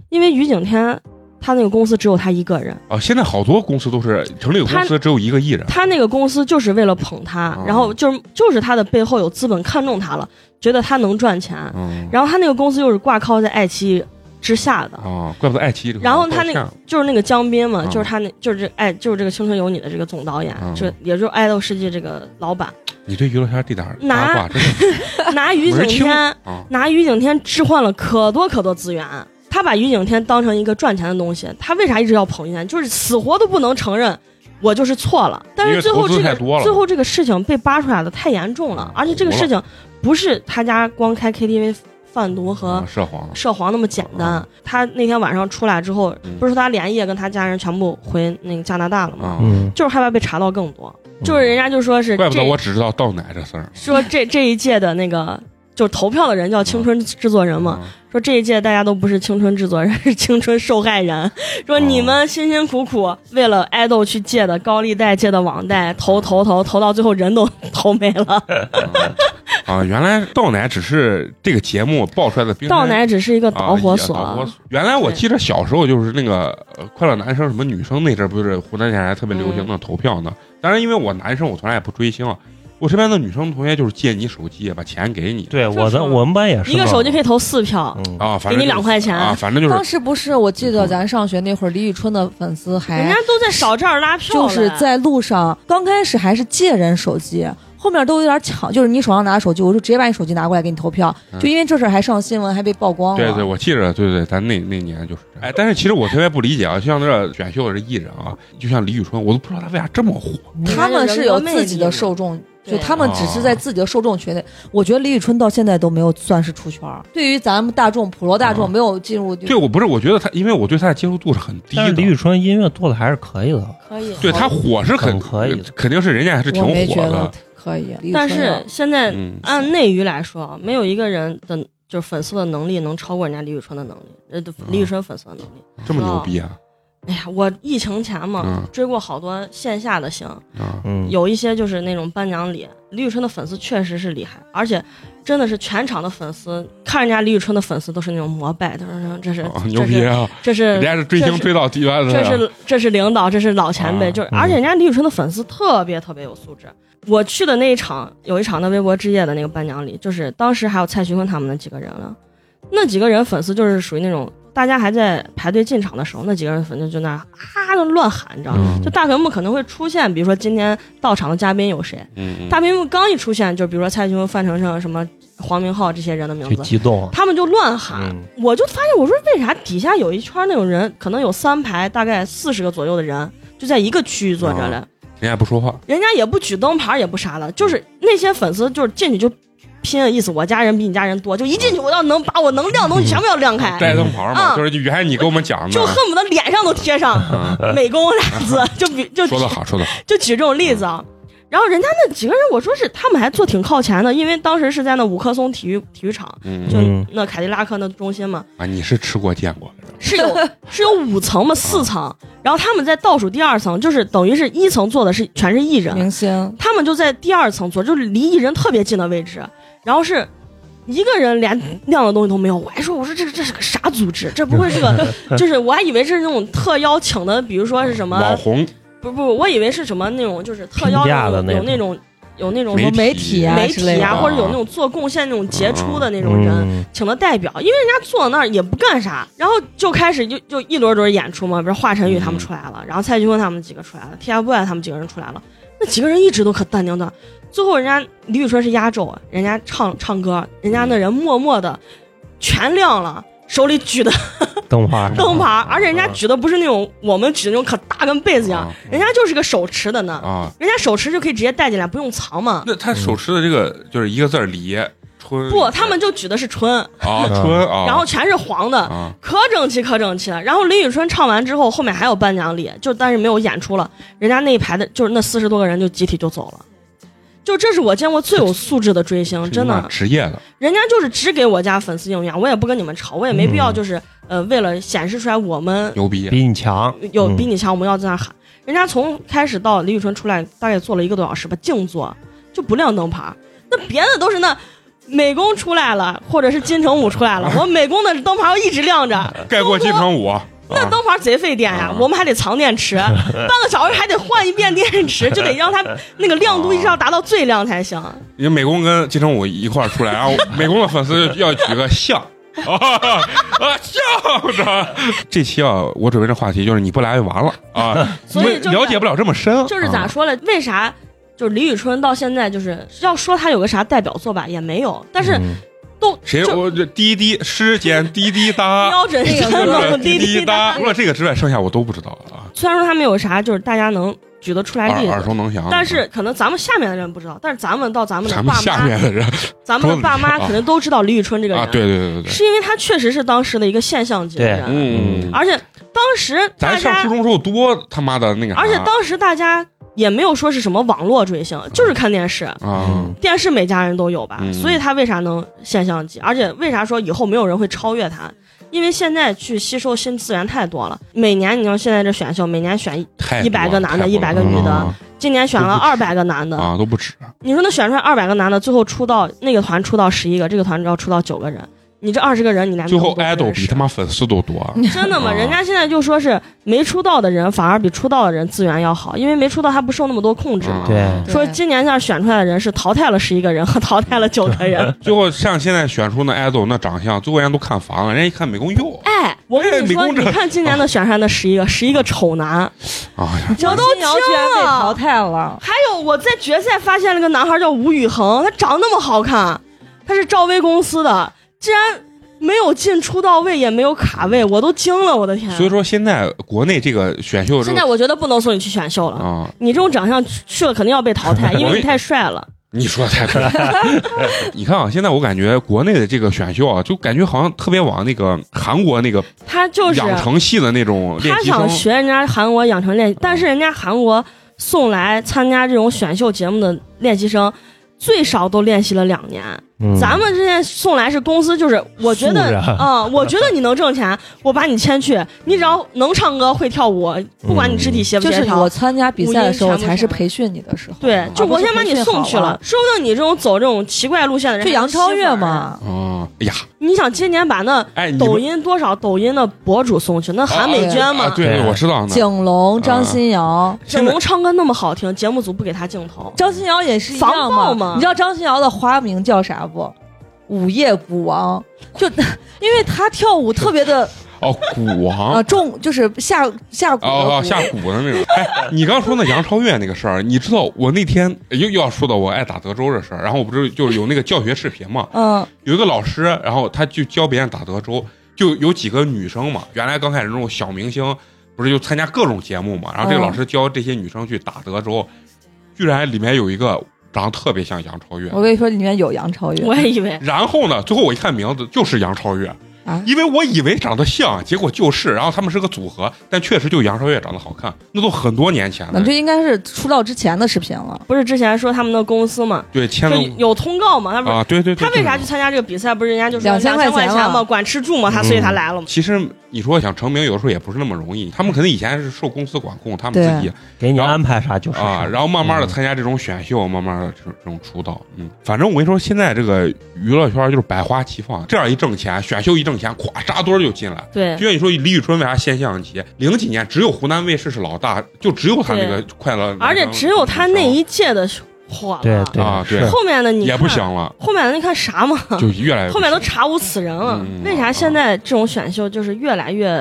Speaker 5: 因为于景天他那个公司只有他一个人，
Speaker 3: 啊，现在好多公司都是成立的公司只有一个艺人，
Speaker 5: 他那个公司就是为了捧他
Speaker 3: 哦，
Speaker 5: 然后就是就是他的背后有资本看中他了，觉得他能赚钱，
Speaker 3: 嗯
Speaker 5: 然后他那个公司又是挂靠在爱奇艺之下的，
Speaker 3: 啊，怪不得爱奇艺这个
Speaker 5: 然后
Speaker 3: 广告
Speaker 5: 他那
Speaker 3: 像
Speaker 5: 个就是那个江斌嘛，
Speaker 3: 嗯
Speaker 5: 就是他那就是这哎就是这个《青春有你》的这个总导演
Speaker 3: 嗯，
Speaker 5: 这也就是爱豆世界这个老板，
Speaker 3: 你对娱乐圈这点儿八
Speaker 5: 拿
Speaker 3: 卦真的
Speaker 5: 拿于景
Speaker 3: 门清
Speaker 5: 天
Speaker 3: 啊，
Speaker 5: 拿于景天置换了可多可多资源，他把于景天当成一个赚钱的东西，他为啥一直要捧于景天？就是死活都不能承认。我就是错了，但
Speaker 3: 因
Speaker 5: 是
Speaker 3: 为
Speaker 5: 最后
Speaker 3: 投资
Speaker 5: 这
Speaker 3: 太
Speaker 5: 个
Speaker 3: 多了嗯
Speaker 5: 最后这个事情被扒出来的太严重了，而且这个事情不是他家光开 KTV 贩毒和
Speaker 3: 啊涉黄，
Speaker 5: 涉黄那么简单。
Speaker 3: 嗯
Speaker 5: 他那天晚上出来之后，
Speaker 3: 嗯
Speaker 5: 不是说他连夜跟他家人全部回那个加拿大了吗？
Speaker 3: 啊，
Speaker 6: 嗯，
Speaker 5: 就是害怕被查到更多，
Speaker 3: 嗯
Speaker 5: 就是人家就说是
Speaker 3: 怪不得
Speaker 5: 这
Speaker 3: 我只知道倒奶这事儿
Speaker 5: 说这这一届的那个。就是投票的人叫青春制作人嘛，
Speaker 3: 啊
Speaker 5: 说这一届大家都不是青春制作人，是青春受害人。说你们辛辛苦苦为了爱豆去借的高利贷、借的网贷，
Speaker 3: 嗯
Speaker 5: 投投投投到最后人都 投没了。
Speaker 3: 啊，原来倒奶只是这个节目爆出来的冰山
Speaker 5: 倒奶只是一个导火索，
Speaker 3: 啊也导火索。原来我记得小时候就是那个呃快乐男生什么女生那阵儿，不是湖南电视台特别流行的投票呢。当然，因为我男生，我从来也不追星啊。我身边的女生同学就是借你手机，把钱给你
Speaker 6: 对我
Speaker 5: 是
Speaker 6: 的我们班也是
Speaker 5: 一个
Speaker 6: 嘛
Speaker 5: 手机可以投四票，
Speaker 6: 嗯
Speaker 3: 啊，反正
Speaker 5: 给你
Speaker 3: 就是
Speaker 5: 两块钱，
Speaker 3: 啊，反正就是
Speaker 4: 当时不是，我记得咱上学那会儿，李宇春的粉丝
Speaker 5: 人
Speaker 4: 还
Speaker 5: 家都在少这儿拉票
Speaker 4: 就
Speaker 5: 了
Speaker 4: 是在路上，刚开始还是借人手机，后面都有点抢，就是你手上拿手机，我就直接把你手机拿过来给你投票，
Speaker 3: 嗯
Speaker 4: 就因为这事儿还上新闻，还被曝光了。
Speaker 3: 对对，我记着，对对，咱那那年就是这样。哎，但是其实我特别不理解啊，就像这选秀的这艺人啊，就像李宇春，我都不知道他为啥这么火。
Speaker 4: 他们是有自己的受众，
Speaker 5: 对
Speaker 4: 就他们只是
Speaker 3: 哦
Speaker 4: 在自己的受众群内。我觉得李宇春到现在都没有算是出圈儿，对于咱们大众普罗大
Speaker 3: 啊
Speaker 4: 众没有进入就
Speaker 3: 对，我不是，我觉得他，因为我对他的接受度是很低
Speaker 6: 但
Speaker 3: 的。
Speaker 6: 是李宇春音乐做的还是可以的，
Speaker 5: 可以。
Speaker 3: 对他火是很
Speaker 6: 很可以的
Speaker 3: 肯定是人家还是挺
Speaker 4: 我没
Speaker 3: 火
Speaker 4: 觉得
Speaker 3: 的。
Speaker 4: 可以。李宇
Speaker 5: 但
Speaker 4: 春
Speaker 5: 是
Speaker 4: 了
Speaker 5: 现在
Speaker 3: 嗯，
Speaker 5: 按内娱来说啊，没有一个人的就是粉丝的能力能超过人家李宇春的能力，呃，
Speaker 3: 嗯
Speaker 5: 李宇春粉丝的能力。
Speaker 3: 这么牛逼啊！
Speaker 5: 哎呀，我疫情前嘛，
Speaker 3: 嗯
Speaker 5: 追过好多线下的星，
Speaker 3: 啊，
Speaker 6: 嗯，
Speaker 5: 有一些就是那种颁奖礼，李宇春的粉丝确实是厉害，而且真的是全场的粉丝看人家李宇春的粉丝都是那种膜拜，都是 这是
Speaker 3: 啊牛
Speaker 5: 这
Speaker 3: 逼
Speaker 5: 是
Speaker 3: 啊！
Speaker 5: 这
Speaker 3: 人
Speaker 5: 是。
Speaker 3: 家是追
Speaker 5: 这
Speaker 3: 星
Speaker 5: 是
Speaker 3: 追到极端的
Speaker 5: 这
Speaker 3: 呀，
Speaker 5: 是这是领导，这是老前辈，
Speaker 3: 啊
Speaker 5: 就是
Speaker 6: 嗯
Speaker 5: 而且人家李宇春的粉丝特别特别有素质。我去的那一场有一场的微博之夜的那个颁奖礼，就是当时还有蔡徐坤他们那几个人了，那几个人粉丝就是属于那种大家还在排队进场的时候，那几个人粉丝就那儿啊就乱喊，你知道吗？
Speaker 3: 嗯
Speaker 5: 就大屏幕可能会出现，比如说今天到场的嘉宾有谁，
Speaker 3: 嗯
Speaker 5: 大屏幕刚一出现，就比如说蔡徐坤、范丞丞、什么黄明昊这些人的名
Speaker 6: 去
Speaker 5: 字，
Speaker 6: 激动啊，
Speaker 5: 他们就乱喊。
Speaker 6: 嗯
Speaker 5: 我就发现，我说为啥底下有一圈那种人，可能有三排大概四十个左右的人，就在一个区域坐着了。
Speaker 3: 嗯人家不说话，
Speaker 5: 人家也不举灯牌，也不啥的，就是那些粉丝就是进去就拼的意思，我家人比你家人多，就一进去我要能把我能亮的东西全部要亮开，
Speaker 3: 带灯牌嘛，
Speaker 5: 嗯
Speaker 3: 就是原来你跟我们讲的，
Speaker 5: 就恨不得脸上都贴上
Speaker 3: 嗯
Speaker 5: “美工”俩字，就比就
Speaker 3: 说的好，说的好，
Speaker 5: 就举这种例子啊。然后人家那几个人，我说是他们还坐挺靠前的，因为当时是在那五棵松体育体育场，
Speaker 3: 嗯
Speaker 5: 就
Speaker 6: 嗯
Speaker 5: 那凯迪拉克那中心嘛，
Speaker 3: 啊，你是吃过见过的人，
Speaker 5: 是有是有五层嘛，四层，然后他们在倒数第二层，就是等于是一层坐的是全是艺人，
Speaker 4: 明星，
Speaker 5: 他们就在第二层坐，就是离艺人特别近的位置，然后是。一个人连亮的东西都没有，我还说我说这这是个啥组织？这不会是个，就是我还以为是那种特邀请的，比如说是什么
Speaker 3: 网红
Speaker 5: 不不，我以为是什么那种，就是特邀
Speaker 6: 评价的
Speaker 5: 有有那
Speaker 6: 那
Speaker 5: 种有那种
Speaker 3: 媒
Speaker 5: 什
Speaker 4: 什么
Speaker 5: 么
Speaker 3: 体
Speaker 4: 媒体啊
Speaker 5: 媒
Speaker 4: 之类
Speaker 5: 体
Speaker 4: 的
Speaker 5: 啊，
Speaker 3: 啊
Speaker 5: 或者有那种做贡献那种杰出的那种人，
Speaker 6: 嗯
Speaker 5: 请的代表，因为人家坐那儿也不干啥，然后就开始就就一轮轮演出嘛，比如华晨宇他们出来了，然后蔡徐坤他们几个出来了，TFBOYS 他们几个人出来了，那几个人一直都可淡定的，最后人家李宇春是压轴，啊人家唱唱歌，人家那人默默的全亮了。手里举的
Speaker 6: 灯牌，
Speaker 5: 灯牌，而且人家举的不是那种我们举的那种可大跟被子一样
Speaker 3: 啊，
Speaker 5: 人家就是个手持的呢。
Speaker 3: 啊，
Speaker 5: 人家手持就可以直接带进来，不用藏嘛。
Speaker 3: 那他手持的这个就是一个字儿李春，
Speaker 5: 不，他们就举的是哦春，
Speaker 3: 啊春啊，
Speaker 5: 然后全是黄的，
Speaker 3: 啊
Speaker 5: 可整齐可整齐了。然后李宇春唱完之后，后面还有颁奖礼，就但是没有演出了。人家那一排的，就是那四十多个人就集体就走了。就这是我见过最有素质的追星，嗯真
Speaker 3: 是你妈
Speaker 5: 的，
Speaker 3: 职业的，
Speaker 5: 人家就是只给我家粉丝应援，我也不跟你们吵，我也没必要就是、呃为了显示出来我们
Speaker 3: 牛逼，
Speaker 6: 比你强，
Speaker 5: 有
Speaker 6: 嗯
Speaker 5: 比你强，我们要在那喊。人家从开始到李宇春出来，大概坐了一个多小时吧，静坐就不亮灯牌儿。那别的都是那美工出来了，或者是金城武出来了，我美工的灯牌儿一直亮着，
Speaker 3: 盖过金城武，
Speaker 5: 那灯牌儿贼费电呀，
Speaker 3: 啊
Speaker 5: 我们还得藏 电池，半个小时还得换一遍电池，就得让它那个亮度一直要达到最亮才行。
Speaker 3: 因为美工跟金城武一块儿出来，然后美工的粉丝要举个像。 啊啊！笑着，这期啊，我准备这话题就是你不来就完了啊，
Speaker 5: 所以就是
Speaker 3: 了解不了这么深，
Speaker 5: 就是咋
Speaker 3: 啊
Speaker 5: 说呢？为啥就是李宇春到现在就是要说她有个啥代表作吧，也没有，但是
Speaker 6: 嗯
Speaker 5: 都
Speaker 3: 谁
Speaker 5: 就哎
Speaker 3: 我这滴滴诗间滴滴 答，
Speaker 5: 标准
Speaker 4: 那个
Speaker 5: 山
Speaker 4: 歌
Speaker 5: 东
Speaker 3: 滴
Speaker 5: 滴滴答。
Speaker 3: 答。除了这个之外，剩下我都不知道啊，
Speaker 5: 虽然说他们有啥就是大家能举得出来例
Speaker 3: 耳耳
Speaker 5: 子，
Speaker 3: 熟能详。啊
Speaker 5: 但是可能咱们下面的人不知道，但是咱们到咱们的
Speaker 3: 咱们
Speaker 5: 爸妈，
Speaker 3: 下面的人
Speaker 5: 咱们的爸妈
Speaker 3: 说的
Speaker 5: 可能都知道李宇春这个人，
Speaker 3: 啊，对对对对对，
Speaker 5: 是因为他确实是当时的一个现象级的
Speaker 6: 对
Speaker 5: 人，啊
Speaker 3: 嗯，
Speaker 5: 而且当时大
Speaker 3: 咱上初
Speaker 5: 家，
Speaker 3: 中时候多他妈的那个啥，
Speaker 5: 而且当时大家也没有说是什么网络追星，就是看电视。
Speaker 6: 嗯
Speaker 3: 啊，
Speaker 5: 电视每家人都有吧，
Speaker 3: 嗯
Speaker 5: 所以他为啥能现象级？而且为啥说以后没有人会超越他？因为现在去吸收新资源太多了，每年你知道现在这选秀，每年选一
Speaker 3: 太
Speaker 5: 100个男的100个
Speaker 3: 女
Speaker 5: 女的今年选了二百个男的，
Speaker 3: 啊，都不止
Speaker 5: 你说那选出来二百个男的，最后出道那个团出道十一个，这个团要出道九个人，你这二十个人你连
Speaker 3: 最后
Speaker 5: 能不能
Speaker 3: idol
Speaker 5: 认识嗯
Speaker 3: 比他妈粉丝都多，
Speaker 5: 真的吗？
Speaker 3: 啊
Speaker 5: 人家现在就说是没出道的人反而比出道的人资源要好，因为没出道他不受那么多控制
Speaker 3: 啊
Speaker 5: 嘛。
Speaker 6: 对
Speaker 4: 对
Speaker 5: 说今年这样选出来的人是淘汰了十一个人和淘汰了九个人。
Speaker 3: 最后像现在选出那 idol 那长相，最后人家都看烦了，人家一看美工哟，
Speaker 5: 哎，我跟你
Speaker 3: 哎
Speaker 5: 说，
Speaker 3: 美工
Speaker 5: 你
Speaker 3: 这
Speaker 5: 看今年的选出来那十一个，十一个丑男，
Speaker 3: 哎呀，
Speaker 5: 我都
Speaker 4: 新娘居然被淘汰了，
Speaker 5: 还有我在决赛发现了个男孩叫吴宇恒，他长那么好看，他是赵薇公司的，竟然没有进出道位，也没有卡位，我都惊了，我的天！
Speaker 3: 所以说现在国内这个选秀这
Speaker 5: 现
Speaker 3: 个
Speaker 5: 在我觉得不能送你去选秀了，
Speaker 3: 啊，
Speaker 5: 你这种长相去了肯定要被淘 汰，因
Speaker 3: 我也
Speaker 5: 为你太帅了。
Speaker 3: 你说的太对了。 你看啊，现在我感觉国内的这个选秀啊，就感觉好像特别往那个韩国那个
Speaker 5: 他就是
Speaker 3: 养成系的那种练
Speaker 5: 他
Speaker 3: 习生
Speaker 5: 想学人家韩国养成练习，但是人家韩国送来参加这种选秀节目的练习生。最少都练习了两年，
Speaker 6: 嗯
Speaker 5: 咱们这些送来是公司，就是我觉
Speaker 6: 素
Speaker 5: 得，
Speaker 6: 人
Speaker 5: 嗯，我觉得你能挣钱，我把你签去，你只要能唱歌会跳舞，不管你肢
Speaker 3: 嗯
Speaker 5: 体协不
Speaker 4: 就
Speaker 5: 协
Speaker 4: 是
Speaker 5: 调，
Speaker 4: 我参加比赛的时
Speaker 5: 五
Speaker 4: 候
Speaker 5: 音全部
Speaker 4: 才是
Speaker 5: 全部
Speaker 4: 培训你的时候，
Speaker 5: 对，就
Speaker 4: 而不
Speaker 5: 我
Speaker 4: 是
Speaker 5: 先把
Speaker 4: 培
Speaker 5: 你
Speaker 4: 训
Speaker 5: 送
Speaker 4: 好啊
Speaker 5: 去了，，说不定你这种走这种奇怪路线的人，
Speaker 4: 就杨超越。嘛，
Speaker 3: 啊，哎呀，
Speaker 5: 你想今年把那
Speaker 3: 哎，你们
Speaker 5: 抖音多少抖音的博主送去，那韩美娟
Speaker 3: 啊
Speaker 5: 嘛，
Speaker 3: 对，
Speaker 6: 对
Speaker 3: 我知道呢。
Speaker 4: 景龙、张
Speaker 3: 嗯
Speaker 4: 馨瑶，
Speaker 5: 整
Speaker 3: 现在
Speaker 5: 容唱歌那么好听，节目组不给她镜头，
Speaker 4: 张馨瑶也是一
Speaker 5: 防
Speaker 4: 样
Speaker 5: 爆
Speaker 4: 嘛。
Speaker 5: 嘛
Speaker 4: 你知道张馨瑶的花名叫啥不？午夜鼓王，就 因为她跳舞特别的
Speaker 3: 哦，鼓
Speaker 4: 啊
Speaker 3: 王。
Speaker 4: 重，就是下下呃鼓的
Speaker 3: 哦哦，
Speaker 4: 鼓
Speaker 3: 下蛊的那种。哎，你刚说那杨超越那个事儿，你知道我那天哎又又要说到我爱打德州这事儿，然后我不是就是有那个教学视频嘛，
Speaker 4: 嗯，
Speaker 3: 有一个老师，然后他就教别人打德州，就有几个女生嘛，原来刚开始那种小明星，不是就参加各种节目嘛，然后这个老师教这些女生去打德州，居然里面有一个长得特别像杨超越，
Speaker 4: 我跟你说，里面有杨超越，
Speaker 5: 我也以为
Speaker 3: 然后呢，最后我一看名字就是杨超越，
Speaker 4: 啊
Speaker 3: 因为我以为长得像，结果就是，然后他们是个组合，但确实就杨超越长得好看，那都很多年前
Speaker 4: 那
Speaker 3: 了
Speaker 4: 就，应该是出道之前的视频了。
Speaker 5: 不是之前说他们的公司嘛，
Speaker 3: 对，签
Speaker 5: 说
Speaker 3: 了
Speaker 5: 有通告嘛，他不是、
Speaker 3: 啊，对对对，
Speaker 5: 他为啥
Speaker 3: 对
Speaker 5: 去参加这个比赛？不是人家就说
Speaker 4: 2000
Speaker 5: 2000
Speaker 4: 块
Speaker 5: 块
Speaker 4: 钱
Speaker 5: 嘛，
Speaker 4: 了
Speaker 5: 管吃住嘛，他
Speaker 6: 嗯
Speaker 5: 所以他来了嘛。
Speaker 3: 其实你说想成名，有时候也不是那么容易。他们可能以前是受公司管控，他们
Speaker 4: 对
Speaker 3: 自己
Speaker 6: 给你安排啥就是
Speaker 3: 啊，
Speaker 6: 啥。
Speaker 3: 然后慢慢的
Speaker 6: 嗯
Speaker 3: 参加这种选秀，慢慢的这种这种出道。嗯，反正我跟你说，现在这个娱乐圈就是百花齐放，这样一挣钱，选秀一挣钱，咵扎堆儿就进来。
Speaker 5: 对
Speaker 3: 就像你说李宇春为啥现象级？零几年只有湖南卫视是老大，就只有他那个快乐男声，
Speaker 5: 而且只有他那一届的火了，
Speaker 6: 对对
Speaker 3: 啊
Speaker 6: 是
Speaker 3: 对
Speaker 5: 后面的你
Speaker 3: 也不
Speaker 5: 看
Speaker 3: 行了，
Speaker 5: 后面的你看啥嘛？
Speaker 3: 就越来越
Speaker 5: 后面都查无此人了。
Speaker 3: 嗯
Speaker 5: 为啥现在这种选秀就是越来越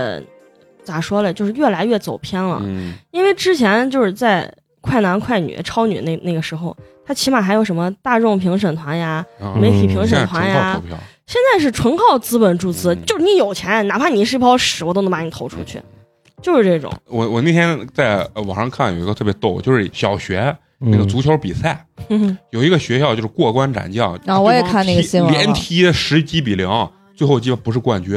Speaker 5: 咋说嘞？就是越来越走偏了。
Speaker 3: 嗯
Speaker 5: 因为之前就是在快男、快女、超女那那个时候，他起码还有什么大众评审团呀，
Speaker 3: 啊
Speaker 5: 媒体评
Speaker 3: 现在纯
Speaker 5: 审团
Speaker 3: 靠
Speaker 5: 呀
Speaker 3: 投，票，
Speaker 5: 现在是纯靠资本注资，
Speaker 3: 嗯
Speaker 5: 就是你有钱，哪怕你是一泡屎，我都能把你投出去，就是这种。
Speaker 3: 我我那天在呃网上看有一个特别逗，就是小学那个
Speaker 6: 嗯
Speaker 3: 足球比赛。
Speaker 5: 嗯
Speaker 3: 有一个学校就是过关斩将，
Speaker 4: 啊我也看那个新闻了
Speaker 3: 连踢十几比零，最后鸡巴不是冠军，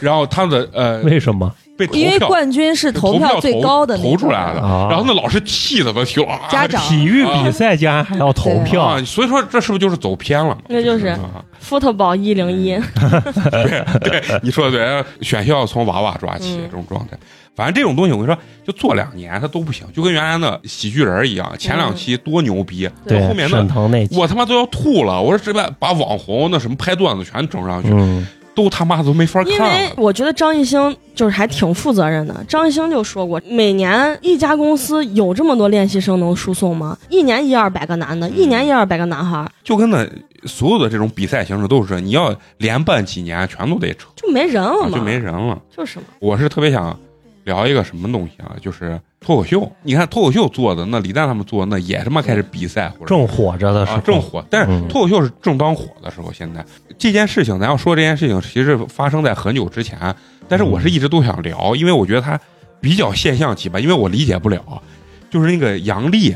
Speaker 3: 然后他的 呃
Speaker 6: 为什么
Speaker 3: 被投
Speaker 4: 因为
Speaker 3: 票
Speaker 4: 冠军是
Speaker 3: 投
Speaker 4: 投票最高的那
Speaker 3: 投
Speaker 4: 个
Speaker 3: 出来的，
Speaker 6: 啊
Speaker 3: 然后那老师气的都听啊，
Speaker 4: 家长
Speaker 6: 体育比赛竟然还要投票
Speaker 3: 啊，？所以说这是不是就是走偏了嘛？
Speaker 5: 那就是
Speaker 3: 啊
Speaker 5: ，football 一零一，
Speaker 3: 嗯你说的对，选秀要从娃娃抓起
Speaker 5: 嗯
Speaker 3: 这种状态。反正这种东西，我跟你说，就做两年它都不行，就跟原来的喜剧人儿一样，前两期多牛
Speaker 4: 嗯
Speaker 3: 逼，
Speaker 6: 对
Speaker 3: 到后，面
Speaker 6: 沈
Speaker 3: 那
Speaker 6: 腾那期
Speaker 3: 我他妈都要吐了。我说这把把网红那什么拍段子全整上去，
Speaker 6: 嗯
Speaker 3: 都他妈都没法
Speaker 5: 因
Speaker 3: 看啊
Speaker 5: 为
Speaker 3: 了。
Speaker 5: 我觉得张艺兴就是还挺负责任的。张艺兴就说过，每年一家公司有这么多练习生能输送吗？一年一二百个男的，一
Speaker 3: 嗯
Speaker 5: 年一二百个男孩儿，
Speaker 3: 就跟那所有的这种比赛形式都是这样，你要连办几年，全都得扯，
Speaker 5: 就没人了
Speaker 3: 啊
Speaker 5: 嘛，
Speaker 3: 就没人了。
Speaker 5: 就是嘛。
Speaker 3: 我是特别想聊一个什么东西啊，就是脱口秀。你看脱口秀做的那李诞他们做的那也他妈开始比赛或者
Speaker 6: 正火着的时
Speaker 3: 啊
Speaker 6: 候，
Speaker 3: 正火，但是
Speaker 6: 嗯
Speaker 3: 脱口秀是正当火的时候。现在这件事情，咱要说这件事情，其实发生在很久之前，但是我是一直都想聊，因为我觉得它比较现象级吧，因为我理解不了，就是那个杨笠，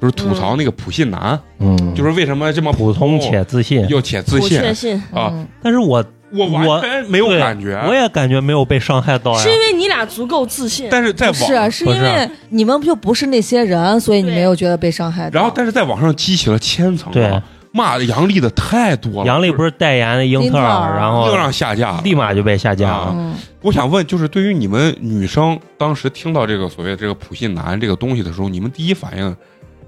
Speaker 3: 就是吐槽那个普信男，
Speaker 6: 嗯，
Speaker 3: 就是为什么这么
Speaker 6: 普通且自信。
Speaker 3: 又且自
Speaker 5: 不
Speaker 3: 信
Speaker 5: 确信，
Speaker 3: 啊，
Speaker 4: 嗯，
Speaker 6: 但是我
Speaker 3: 我完全没有
Speaker 6: 对
Speaker 3: 感觉。
Speaker 6: 我也感觉没有被伤害到呀
Speaker 5: 是。因为你俩足够自信。
Speaker 3: 但是在
Speaker 4: 不
Speaker 3: 网，
Speaker 4: 是啊，是
Speaker 6: 不
Speaker 4: 因
Speaker 6: 是
Speaker 4: 为你们就不是那些人，所以你
Speaker 5: 对
Speaker 4: 没有觉得被伤害到。
Speaker 3: 然后但是在网上激起了千层
Speaker 6: 对
Speaker 3: 浪，骂杨笠的太多了。
Speaker 6: 杨笠
Speaker 3: 是
Speaker 6: 不是代言的英特
Speaker 4: 英特
Speaker 6: 尔，
Speaker 4: 尔
Speaker 6: 然
Speaker 3: 硬
Speaker 6: 后
Speaker 3: 让下架了，
Speaker 6: 立马就被下架
Speaker 3: 啊
Speaker 6: 了。
Speaker 4: 嗯，
Speaker 3: 我想问，就是对于你们女生当时听到这个所谓的这个普信男这个东西的时候，你们第一反应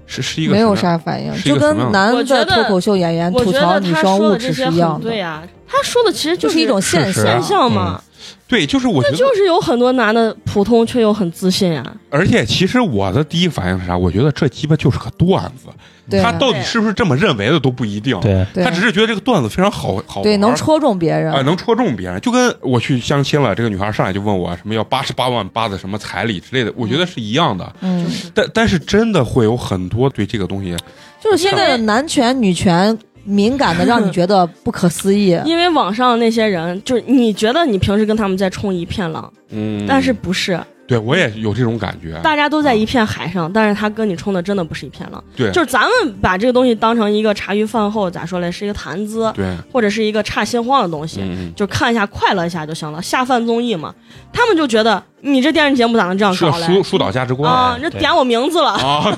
Speaker 3: 是是一个
Speaker 4: 没有
Speaker 3: 什么样
Speaker 4: 啥反应，
Speaker 3: 是一
Speaker 4: 就
Speaker 3: 个什么
Speaker 4: 跟
Speaker 3: 样
Speaker 4: 男
Speaker 5: 我觉
Speaker 4: 的
Speaker 5: 得
Speaker 4: 脱口秀演员
Speaker 5: 我
Speaker 4: 吐
Speaker 5: 觉
Speaker 4: 槽
Speaker 5: 得
Speaker 4: 女
Speaker 5: 他
Speaker 4: 生
Speaker 5: 说
Speaker 4: 物
Speaker 5: 的
Speaker 4: 质
Speaker 5: 这
Speaker 4: 是
Speaker 5: 些
Speaker 4: 一样
Speaker 5: 很
Speaker 4: 的
Speaker 5: 对，啊呀、他说的其实
Speaker 4: 就
Speaker 5: 就是
Speaker 4: 一种现
Speaker 6: 事实
Speaker 3: 啊
Speaker 4: 象。
Speaker 5: 现象
Speaker 3: 嗯
Speaker 5: 嘛，
Speaker 3: 对，就是我觉得，
Speaker 5: 就是有很多男的普通却又很自信啊。
Speaker 3: 而且其实我的第一反应是啥？我觉得这鸡巴就是个段子，
Speaker 4: 对
Speaker 3: 他到底是不是这么认为的都不一定，
Speaker 6: 对，
Speaker 4: 对
Speaker 3: 他只是觉得这个段子非常好好玩
Speaker 4: 对能戳中别人
Speaker 3: 啊、，能戳中别人，就跟我去相亲了，这个女孩上来就问我什么要八十八万八的什么彩礼之类的，我觉得是一样的。
Speaker 4: 嗯，
Speaker 3: 但但是真的会有很多对这个东西，
Speaker 4: 就是现在的男权女权敏感 的让你觉得不可思议。
Speaker 5: 因为网上那些人，就是你觉得你平时跟他们在冲一片浪，
Speaker 3: 嗯，
Speaker 5: 但是不是，
Speaker 3: 对我也有这种感觉，
Speaker 5: 大家都在一片海上，但是他跟你冲的真的不是一片浪。
Speaker 3: 对
Speaker 5: 就是咱们把这个东西当成一个茶余饭后咋说嘞，是一个谈资，
Speaker 3: 对，
Speaker 5: 或者是一个差心慌的东西，
Speaker 3: 嗯嗯。
Speaker 5: 就看一下快乐一下就行了。下饭综艺嘛，他们就觉得你这电视节目咋能这样
Speaker 3: 是要
Speaker 5: 搞
Speaker 3: 疏
Speaker 5: 嘞？
Speaker 3: 疏导价值观
Speaker 5: 啊，这
Speaker 6: 对
Speaker 5: 点我名字了，
Speaker 3: 啊，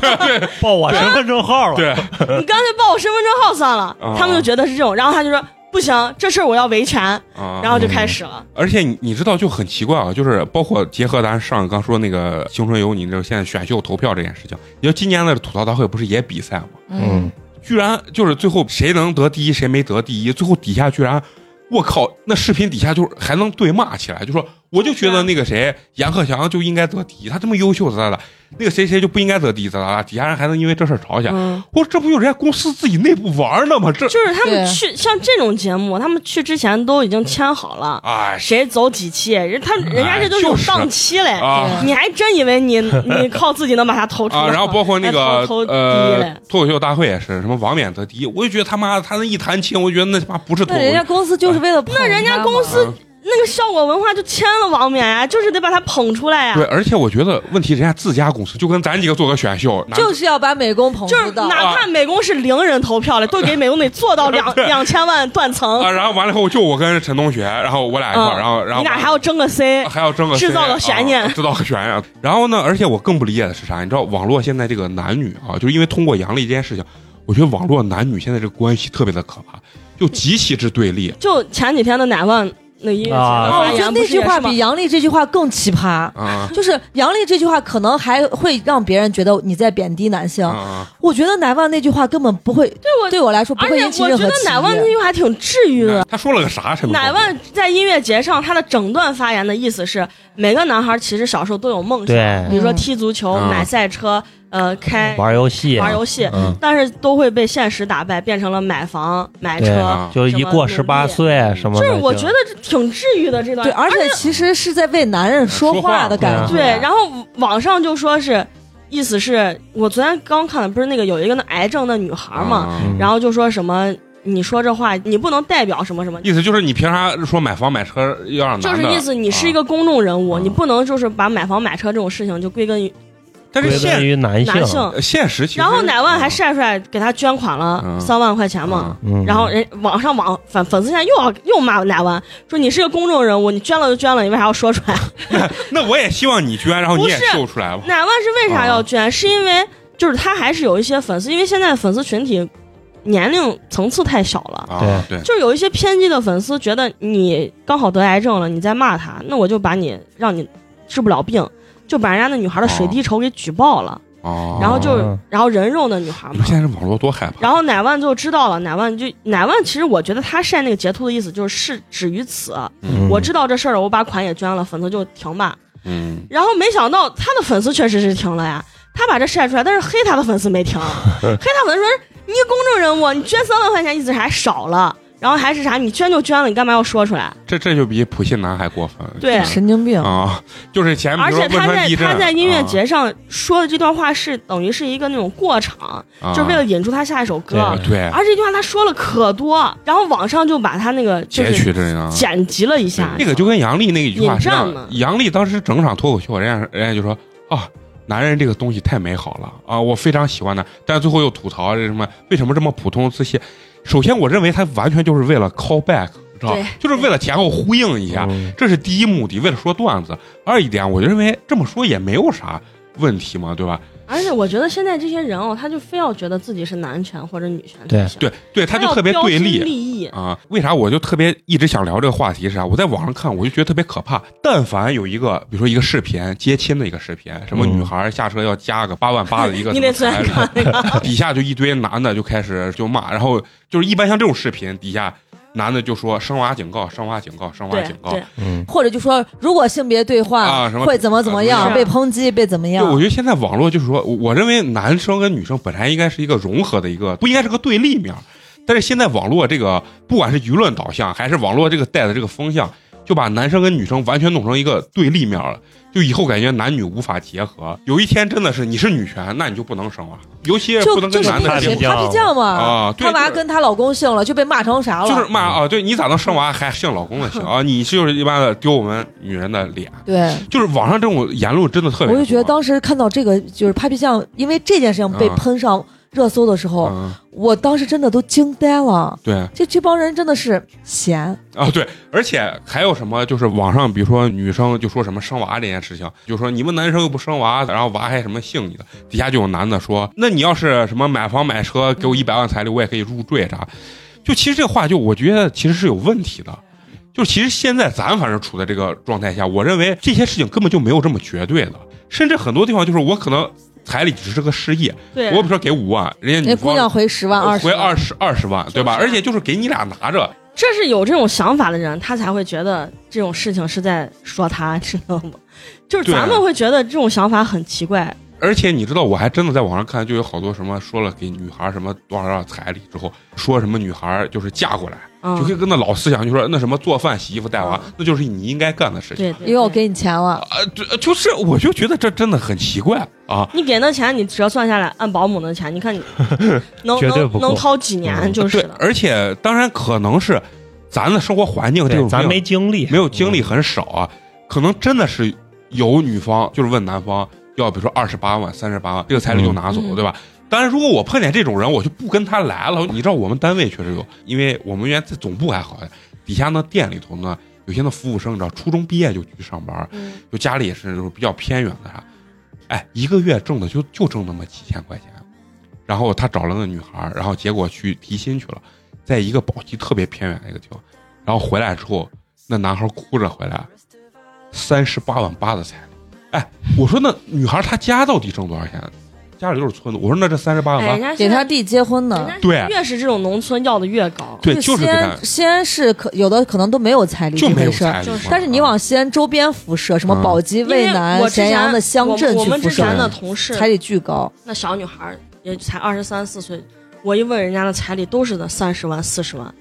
Speaker 6: 报我身份证号了。
Speaker 3: 对，
Speaker 5: 你干脆报我身份证号算了
Speaker 3: 啊。
Speaker 5: 他们就觉得是这种，然后他就说不行，这事儿我要维权，
Speaker 3: 啊，
Speaker 5: 然后就开始了。
Speaker 3: 而且你你知道就很奇怪啊，就是包括结合咱上刚说那个《青春有你》这个现在选秀投票这件事情，你说今年的吐槽大会不是也比赛吗？
Speaker 4: 嗯，
Speaker 3: 居然就是最后谁能得第一，谁没得第一，最后底下居然。我靠！那视频底下就是还能对骂起来，就说我就觉得那个谁杨鹤翔就应该得第一，他这么优秀，咋咋咋，那个谁谁就不应该得第一，咋咋咋，底下人还能因为这事儿吵起来。
Speaker 5: 嗯，
Speaker 3: 我说这不就人家公司自己内部玩呢吗？这
Speaker 5: 就是他们
Speaker 4: 对
Speaker 5: 去像这种节目，他们去之前都已经签好了，
Speaker 3: 哎
Speaker 5: 谁走几期，人他人家这都有档期嘞。
Speaker 3: 啊，
Speaker 4: 对
Speaker 5: 你还真以为 你你靠自己能把它投出来？
Speaker 3: 啊，然后包括那
Speaker 5: 还
Speaker 3: 个
Speaker 5: 投投第一
Speaker 3: 呃
Speaker 5: 嘞，，
Speaker 3: 脱口秀大会也是，什么王冕得第一，我就觉得他妈他那一弹琴，我就觉得那他妈不是脱
Speaker 4: 那
Speaker 3: 口
Speaker 4: 人家
Speaker 3: 秀，
Speaker 4: 啊公司就是为了那
Speaker 5: 人家公司
Speaker 3: 啊
Speaker 5: 那个效果文化就签了王冕呀，就是得把他捧出来呀
Speaker 3: 对，。而且我觉得问题人家自家公司就跟咱几个做个选秀，拿
Speaker 4: 就是要把美工捧
Speaker 5: 就是
Speaker 4: 出道。
Speaker 5: 哪
Speaker 3: 啊
Speaker 5: 怕美工是零人投票了，都给美工得 做到两两千万断层
Speaker 3: 啊，，然后完了以后就我跟陈同学，然后我俩一块儿，
Speaker 5: 嗯
Speaker 3: 然后然后
Speaker 5: 你俩还要争个 C，
Speaker 3: 还要争个
Speaker 5: 制造
Speaker 3: 谁
Speaker 5: 个悬念
Speaker 3: 啊制造个悬念。然后呢，而且我更不理解的是啥？你知道网络现在这个男女啊，就是因为通过杨笠这件事情，我觉得网络男女现在这个关系特别的可怕，就极其之对立
Speaker 5: 就前几天的乃万那音乐节的
Speaker 6: 啊
Speaker 4: 哦，
Speaker 5: 发
Speaker 4: 我觉得
Speaker 5: 言，
Speaker 4: 那
Speaker 5: 不是
Speaker 4: 句
Speaker 5: 也
Speaker 4: 话
Speaker 5: 是吗
Speaker 4: 比？杨笠这句话更奇葩。
Speaker 3: 啊
Speaker 4: 就是杨笠这句话，可能还会让别人觉得你在贬低男性。
Speaker 3: 啊！
Speaker 4: 我觉得乃万那句话根本不会
Speaker 5: 对我，
Speaker 4: 对我来说不
Speaker 5: 而
Speaker 4: 会
Speaker 5: 且
Speaker 4: 引起
Speaker 5: 我
Speaker 4: 任
Speaker 5: 觉
Speaker 4: 何
Speaker 5: 得
Speaker 4: 歧
Speaker 5: 乃万
Speaker 4: 义。
Speaker 5: 那
Speaker 4: 啊嗯
Speaker 5: 句话还挺治愈的。
Speaker 3: 他说了个啥？陈同学
Speaker 5: 乃啊万在音乐节上，他的整段发言的意思是，每个男孩其实小时候都有梦想，
Speaker 6: 对
Speaker 5: 比如说
Speaker 4: 嗯
Speaker 5: 踢足球、
Speaker 3: 嗯
Speaker 5: 买赛车、呃，开
Speaker 6: 玩游戏，啊
Speaker 5: 玩游戏，
Speaker 3: 嗯
Speaker 5: 但是都会被现实打败，变成了买房、买
Speaker 6: 对
Speaker 5: 车。
Speaker 3: 啊
Speaker 6: 就一过十八岁什么
Speaker 5: 就
Speaker 6: 的，
Speaker 5: 是我觉得这挺治愈的这段。
Speaker 4: 对，而且其实是在为男人说话的感
Speaker 6: 啊
Speaker 4: 觉。
Speaker 5: 对，然后网上就说是，意思是我昨天刚看的，不是那个有一个那癌症的女孩嘛，
Speaker 3: 啊
Speaker 6: 嗯
Speaker 5: 然后就说什么你说这话你不能代表什么什么。
Speaker 3: 意思就是你凭啥说买房买车要让嗯
Speaker 5: 就
Speaker 3: 男
Speaker 5: 是
Speaker 3: 的？啊
Speaker 5: 意思，你是一个公众人物，你不能就是把买房买车这种事情就归根于
Speaker 3: 但是
Speaker 6: 归根
Speaker 3: 现
Speaker 6: 于男性，
Speaker 5: 男性。
Speaker 3: 呃现实啊其实，
Speaker 5: 然后乃万还晒出来给他捐款了
Speaker 3: 嗯
Speaker 5: 三万块钱嘛，
Speaker 3: 嘛？
Speaker 6: 嗯，
Speaker 5: 然后人网上网粉粉丝现在又要又骂乃万，说你是个公众人物，你捐了就捐了，你为啥要说出来？
Speaker 3: 那我也希望你捐，然后你也
Speaker 5: 不是
Speaker 3: 秀出来吧。
Speaker 5: 乃万是为啥要
Speaker 3: 啊
Speaker 5: 捐？是因为就是他还是有一些粉丝，因为现在粉丝群体年龄层次太小了。
Speaker 3: 啊，对，
Speaker 5: 就是有一些偏激的粉丝觉得你刚好得癌症了，你在骂他，那我就把你让你治不了病，就把人家那女孩的水滴筹给举报了，
Speaker 3: 哦
Speaker 5: 然后就
Speaker 6: 哦
Speaker 5: 然后人肉那女孩
Speaker 3: 你
Speaker 5: 嘛
Speaker 3: 们，现在这网络多害怕。
Speaker 5: 然后乃万就知道了，乃万就乃万，其实我觉得他晒那个截图的意思就是事止于此，
Speaker 3: 嗯
Speaker 5: 我知道这事儿了，我把款也捐了，粉丝就停吧。
Speaker 3: 嗯，
Speaker 5: 然后没想到他的粉丝确实是停了呀，他把这晒出来，但是黑他的粉丝 没停，黑他粉丝说你公众人物，你捐三万块钱意思是还少了，然后还是啥，你捐就捐了，你干嘛要说出来？
Speaker 3: 这这就比普信男还过分。
Speaker 5: 对
Speaker 3: 嗯
Speaker 4: 神经病。
Speaker 3: 啊，就是前面
Speaker 5: 而
Speaker 3: 比如
Speaker 5: 且
Speaker 3: 说汶
Speaker 5: 他
Speaker 3: 川
Speaker 5: 在
Speaker 3: 地震，啊
Speaker 5: 他在音乐节上说的这段话是等于是一个那种过场，
Speaker 3: 啊，
Speaker 5: 就是为了引出他下一首歌。
Speaker 3: 啊对
Speaker 5: 而这句话他说了可多，然后网上就把他那个就
Speaker 3: 截
Speaker 5: 是
Speaker 3: 取这样。
Speaker 5: 剪辑了一下，
Speaker 3: 这个就跟杨笠那一句话是一样
Speaker 5: 引战嘛
Speaker 3: 的。杨笠当时整场脱口秀，人家人家就说啊，男人这个东西太美好了啊，我非常喜欢的，但最后又吐槽这什么为什么这么普通自信？首先，我认为他完全就是为了 call back，你知道吧
Speaker 5: 对
Speaker 3: 就是为了前后呼应一下，
Speaker 6: 嗯
Speaker 3: 这是第一目的，为了说段子。二一点，我就认为这么说也没有啥问题嘛，对吧？
Speaker 5: 而且我觉得现在这些人哦，他就非要觉得自己是男权或者女权
Speaker 6: 对
Speaker 5: 才行，
Speaker 3: 对对，他
Speaker 5: 他
Speaker 3: 就
Speaker 5: 要
Speaker 3: 特别
Speaker 5: 标
Speaker 3: 对
Speaker 5: 新
Speaker 3: 立。
Speaker 5: 立异，
Speaker 3: 啊，为啥我就特别一直想聊这个话题是啥？我在网上看，我就觉得特别可怕。但凡有一个，比如说一个视频接亲的一个视频，什么
Speaker 6: 嗯
Speaker 3: 女孩下车要加个八万八的一个
Speaker 5: 你
Speaker 3: 什
Speaker 5: 得
Speaker 3: 么
Speaker 5: 昨
Speaker 3: 牌
Speaker 5: 天
Speaker 3: 子，
Speaker 5: 看那 个，
Speaker 3: 底下就一堆男的就开始就骂，然后就是一般像这种视频底下男的就说生娃警告，生娃警告，生娃
Speaker 5: 对
Speaker 3: 警告。
Speaker 5: 对，
Speaker 6: 嗯，
Speaker 4: 或者就说，如果性别对换、
Speaker 3: 啊什么
Speaker 4: 会怎么怎么
Speaker 5: 啊
Speaker 4: 样，
Speaker 5: 是
Speaker 4: 被抨击，被怎么
Speaker 3: 就我
Speaker 4: 样？
Speaker 3: 觉得现在网络就是说，我我认为男生跟女生本来应该是一个融合的一个，不应该是个对立面儿。但是现在网络这个，不管是舆论导向还是网络这个带的这个风向，就把男生跟女生完全弄成一个对立面儿了。就以后感觉男女无法结合，有一天真的是你是女权，那你就不能生娃，尤其是
Speaker 4: 就
Speaker 3: 不能
Speaker 4: 就
Speaker 3: 跟
Speaker 4: 是
Speaker 3: 男
Speaker 4: 那
Speaker 3: 的
Speaker 4: 个
Speaker 3: 结合。
Speaker 6: 结
Speaker 4: 谁，
Speaker 6: 合
Speaker 4: 他是酱嘛，
Speaker 3: 啊对
Speaker 4: 他娃
Speaker 3: 就是
Speaker 4: 跟她老公姓了，就被骂成啥了？
Speaker 3: 就是骂啊，对你咋能生娃还姓老公的姓 啊？你是就是一般的丢我们女人的脸，
Speaker 4: 对，
Speaker 3: 就是网上这种言论真的特别
Speaker 4: 我
Speaker 3: 多。
Speaker 4: 就觉得当时看到这个，就是 Papi 酱因为这件事情被
Speaker 3: 啊
Speaker 4: 喷上热搜的时候，
Speaker 3: 嗯，
Speaker 4: 我当时真的都惊呆了。
Speaker 3: 对，
Speaker 4: 这这帮人真的是闲，
Speaker 3: 啊，对，而且还有什么？就是网上，比如说女生就说什么生娃这件事情，就说你们男生又不生娃，然后娃还什么姓你的，底下就有男的说，那你要是什么买房买车，给我一百万彩礼，我也可以入赘啥。就其实这话，就我觉得其实是有问题的。就其实现在咱反正处在这个状态下，我认为这些事情根本就没有这么绝对的，甚至很多地方就是我可能彩礼只是个示意，
Speaker 5: 对
Speaker 3: 我比如说给五万，人家
Speaker 4: 那
Speaker 3: 女
Speaker 4: 哎姑
Speaker 3: 方
Speaker 4: 娘回十万二十，啊
Speaker 3: 回二十二十万，对吧？
Speaker 5: 就是
Speaker 3: 而且就是给你俩拿着，
Speaker 5: 这是有这种想法的人，他才会觉得这种事情是在说他， 知道吗？就是
Speaker 3: 对啊
Speaker 5: 咱们会觉得这种想法很奇怪，
Speaker 3: 而且你知道，我还真的在网上看，就有好多什么说了给女孩什么多少多少彩礼之后，说什么女孩就是嫁过来，
Speaker 5: 嗯
Speaker 3: 就，跟跟那老思想就说那什么做饭、洗衣服、带娃，那就是你应该干的事情。
Speaker 5: 对对，
Speaker 4: 因为我
Speaker 5: 对
Speaker 4: 给你钱了，
Speaker 3: 啊，这就是我就觉得这真的很奇怪啊！
Speaker 5: 你给那钱，你折算下来按保姆的钱，你看你能
Speaker 6: 绝对
Speaker 5: 能
Speaker 6: 不够
Speaker 5: 能掏几年就
Speaker 3: 嗯
Speaker 5: 是
Speaker 3: 对
Speaker 5: 了，。
Speaker 3: 而且当然可能是咱的生活环境这
Speaker 6: 对
Speaker 3: 种
Speaker 6: 咱没经历，嗯
Speaker 3: 没有经历很少啊，可能真的是有女方就是问男方要，比如说二十八万、三十八万，这个彩礼就拿走，
Speaker 4: 嗯
Speaker 3: 对吧？当然，如果我碰见这种人，我就不跟他来了。你知道我们单位确实有，因为我们原来在总部还好点，底下呢店里头呢，有些那服务生，你知道初中毕业就去上班，
Speaker 4: 嗯
Speaker 3: 就家里也是就是比较偏远的啥，哎，一个月挣的就就挣那么几千块钱，啊然后他找了个女孩儿，然后结果去提亲去了，在一个宝鸡特别偏远的一个地方，然后回来之后，那男孩哭着回来，三十八万八的彩礼，哎，我说那女孩她家到底挣多少钱？家里都是村子，我说那这三十八万
Speaker 5: 哎，人
Speaker 3: 八，
Speaker 5: 家
Speaker 4: 给
Speaker 5: 现
Speaker 4: 他
Speaker 5: 在
Speaker 4: 弟结婚呢。
Speaker 3: 对
Speaker 5: 越是这种农村要的越高。
Speaker 3: 对，就是
Speaker 4: 西
Speaker 3: 给他
Speaker 4: 安，西安是可有的可能都没有彩礼
Speaker 3: 就
Speaker 4: 这
Speaker 3: 没
Speaker 4: 回
Speaker 3: 有
Speaker 4: 事儿，
Speaker 3: 彩礼嘛。啊
Speaker 5: 就是
Speaker 4: 但是你往西安周边辐射，什么
Speaker 3: 嗯
Speaker 4: 宝鸡、
Speaker 5: 因为
Speaker 4: 渭南
Speaker 5: 我、之前
Speaker 4: 咸阳的乡镇
Speaker 5: 我我
Speaker 4: 去
Speaker 5: 们
Speaker 4: 辐
Speaker 5: 之
Speaker 4: 射
Speaker 5: 前
Speaker 4: 的，
Speaker 5: 的同事
Speaker 4: 彩礼巨高。
Speaker 5: 那小女孩儿也才二十三四岁，我一问人家的彩礼都是那三十万、四十万，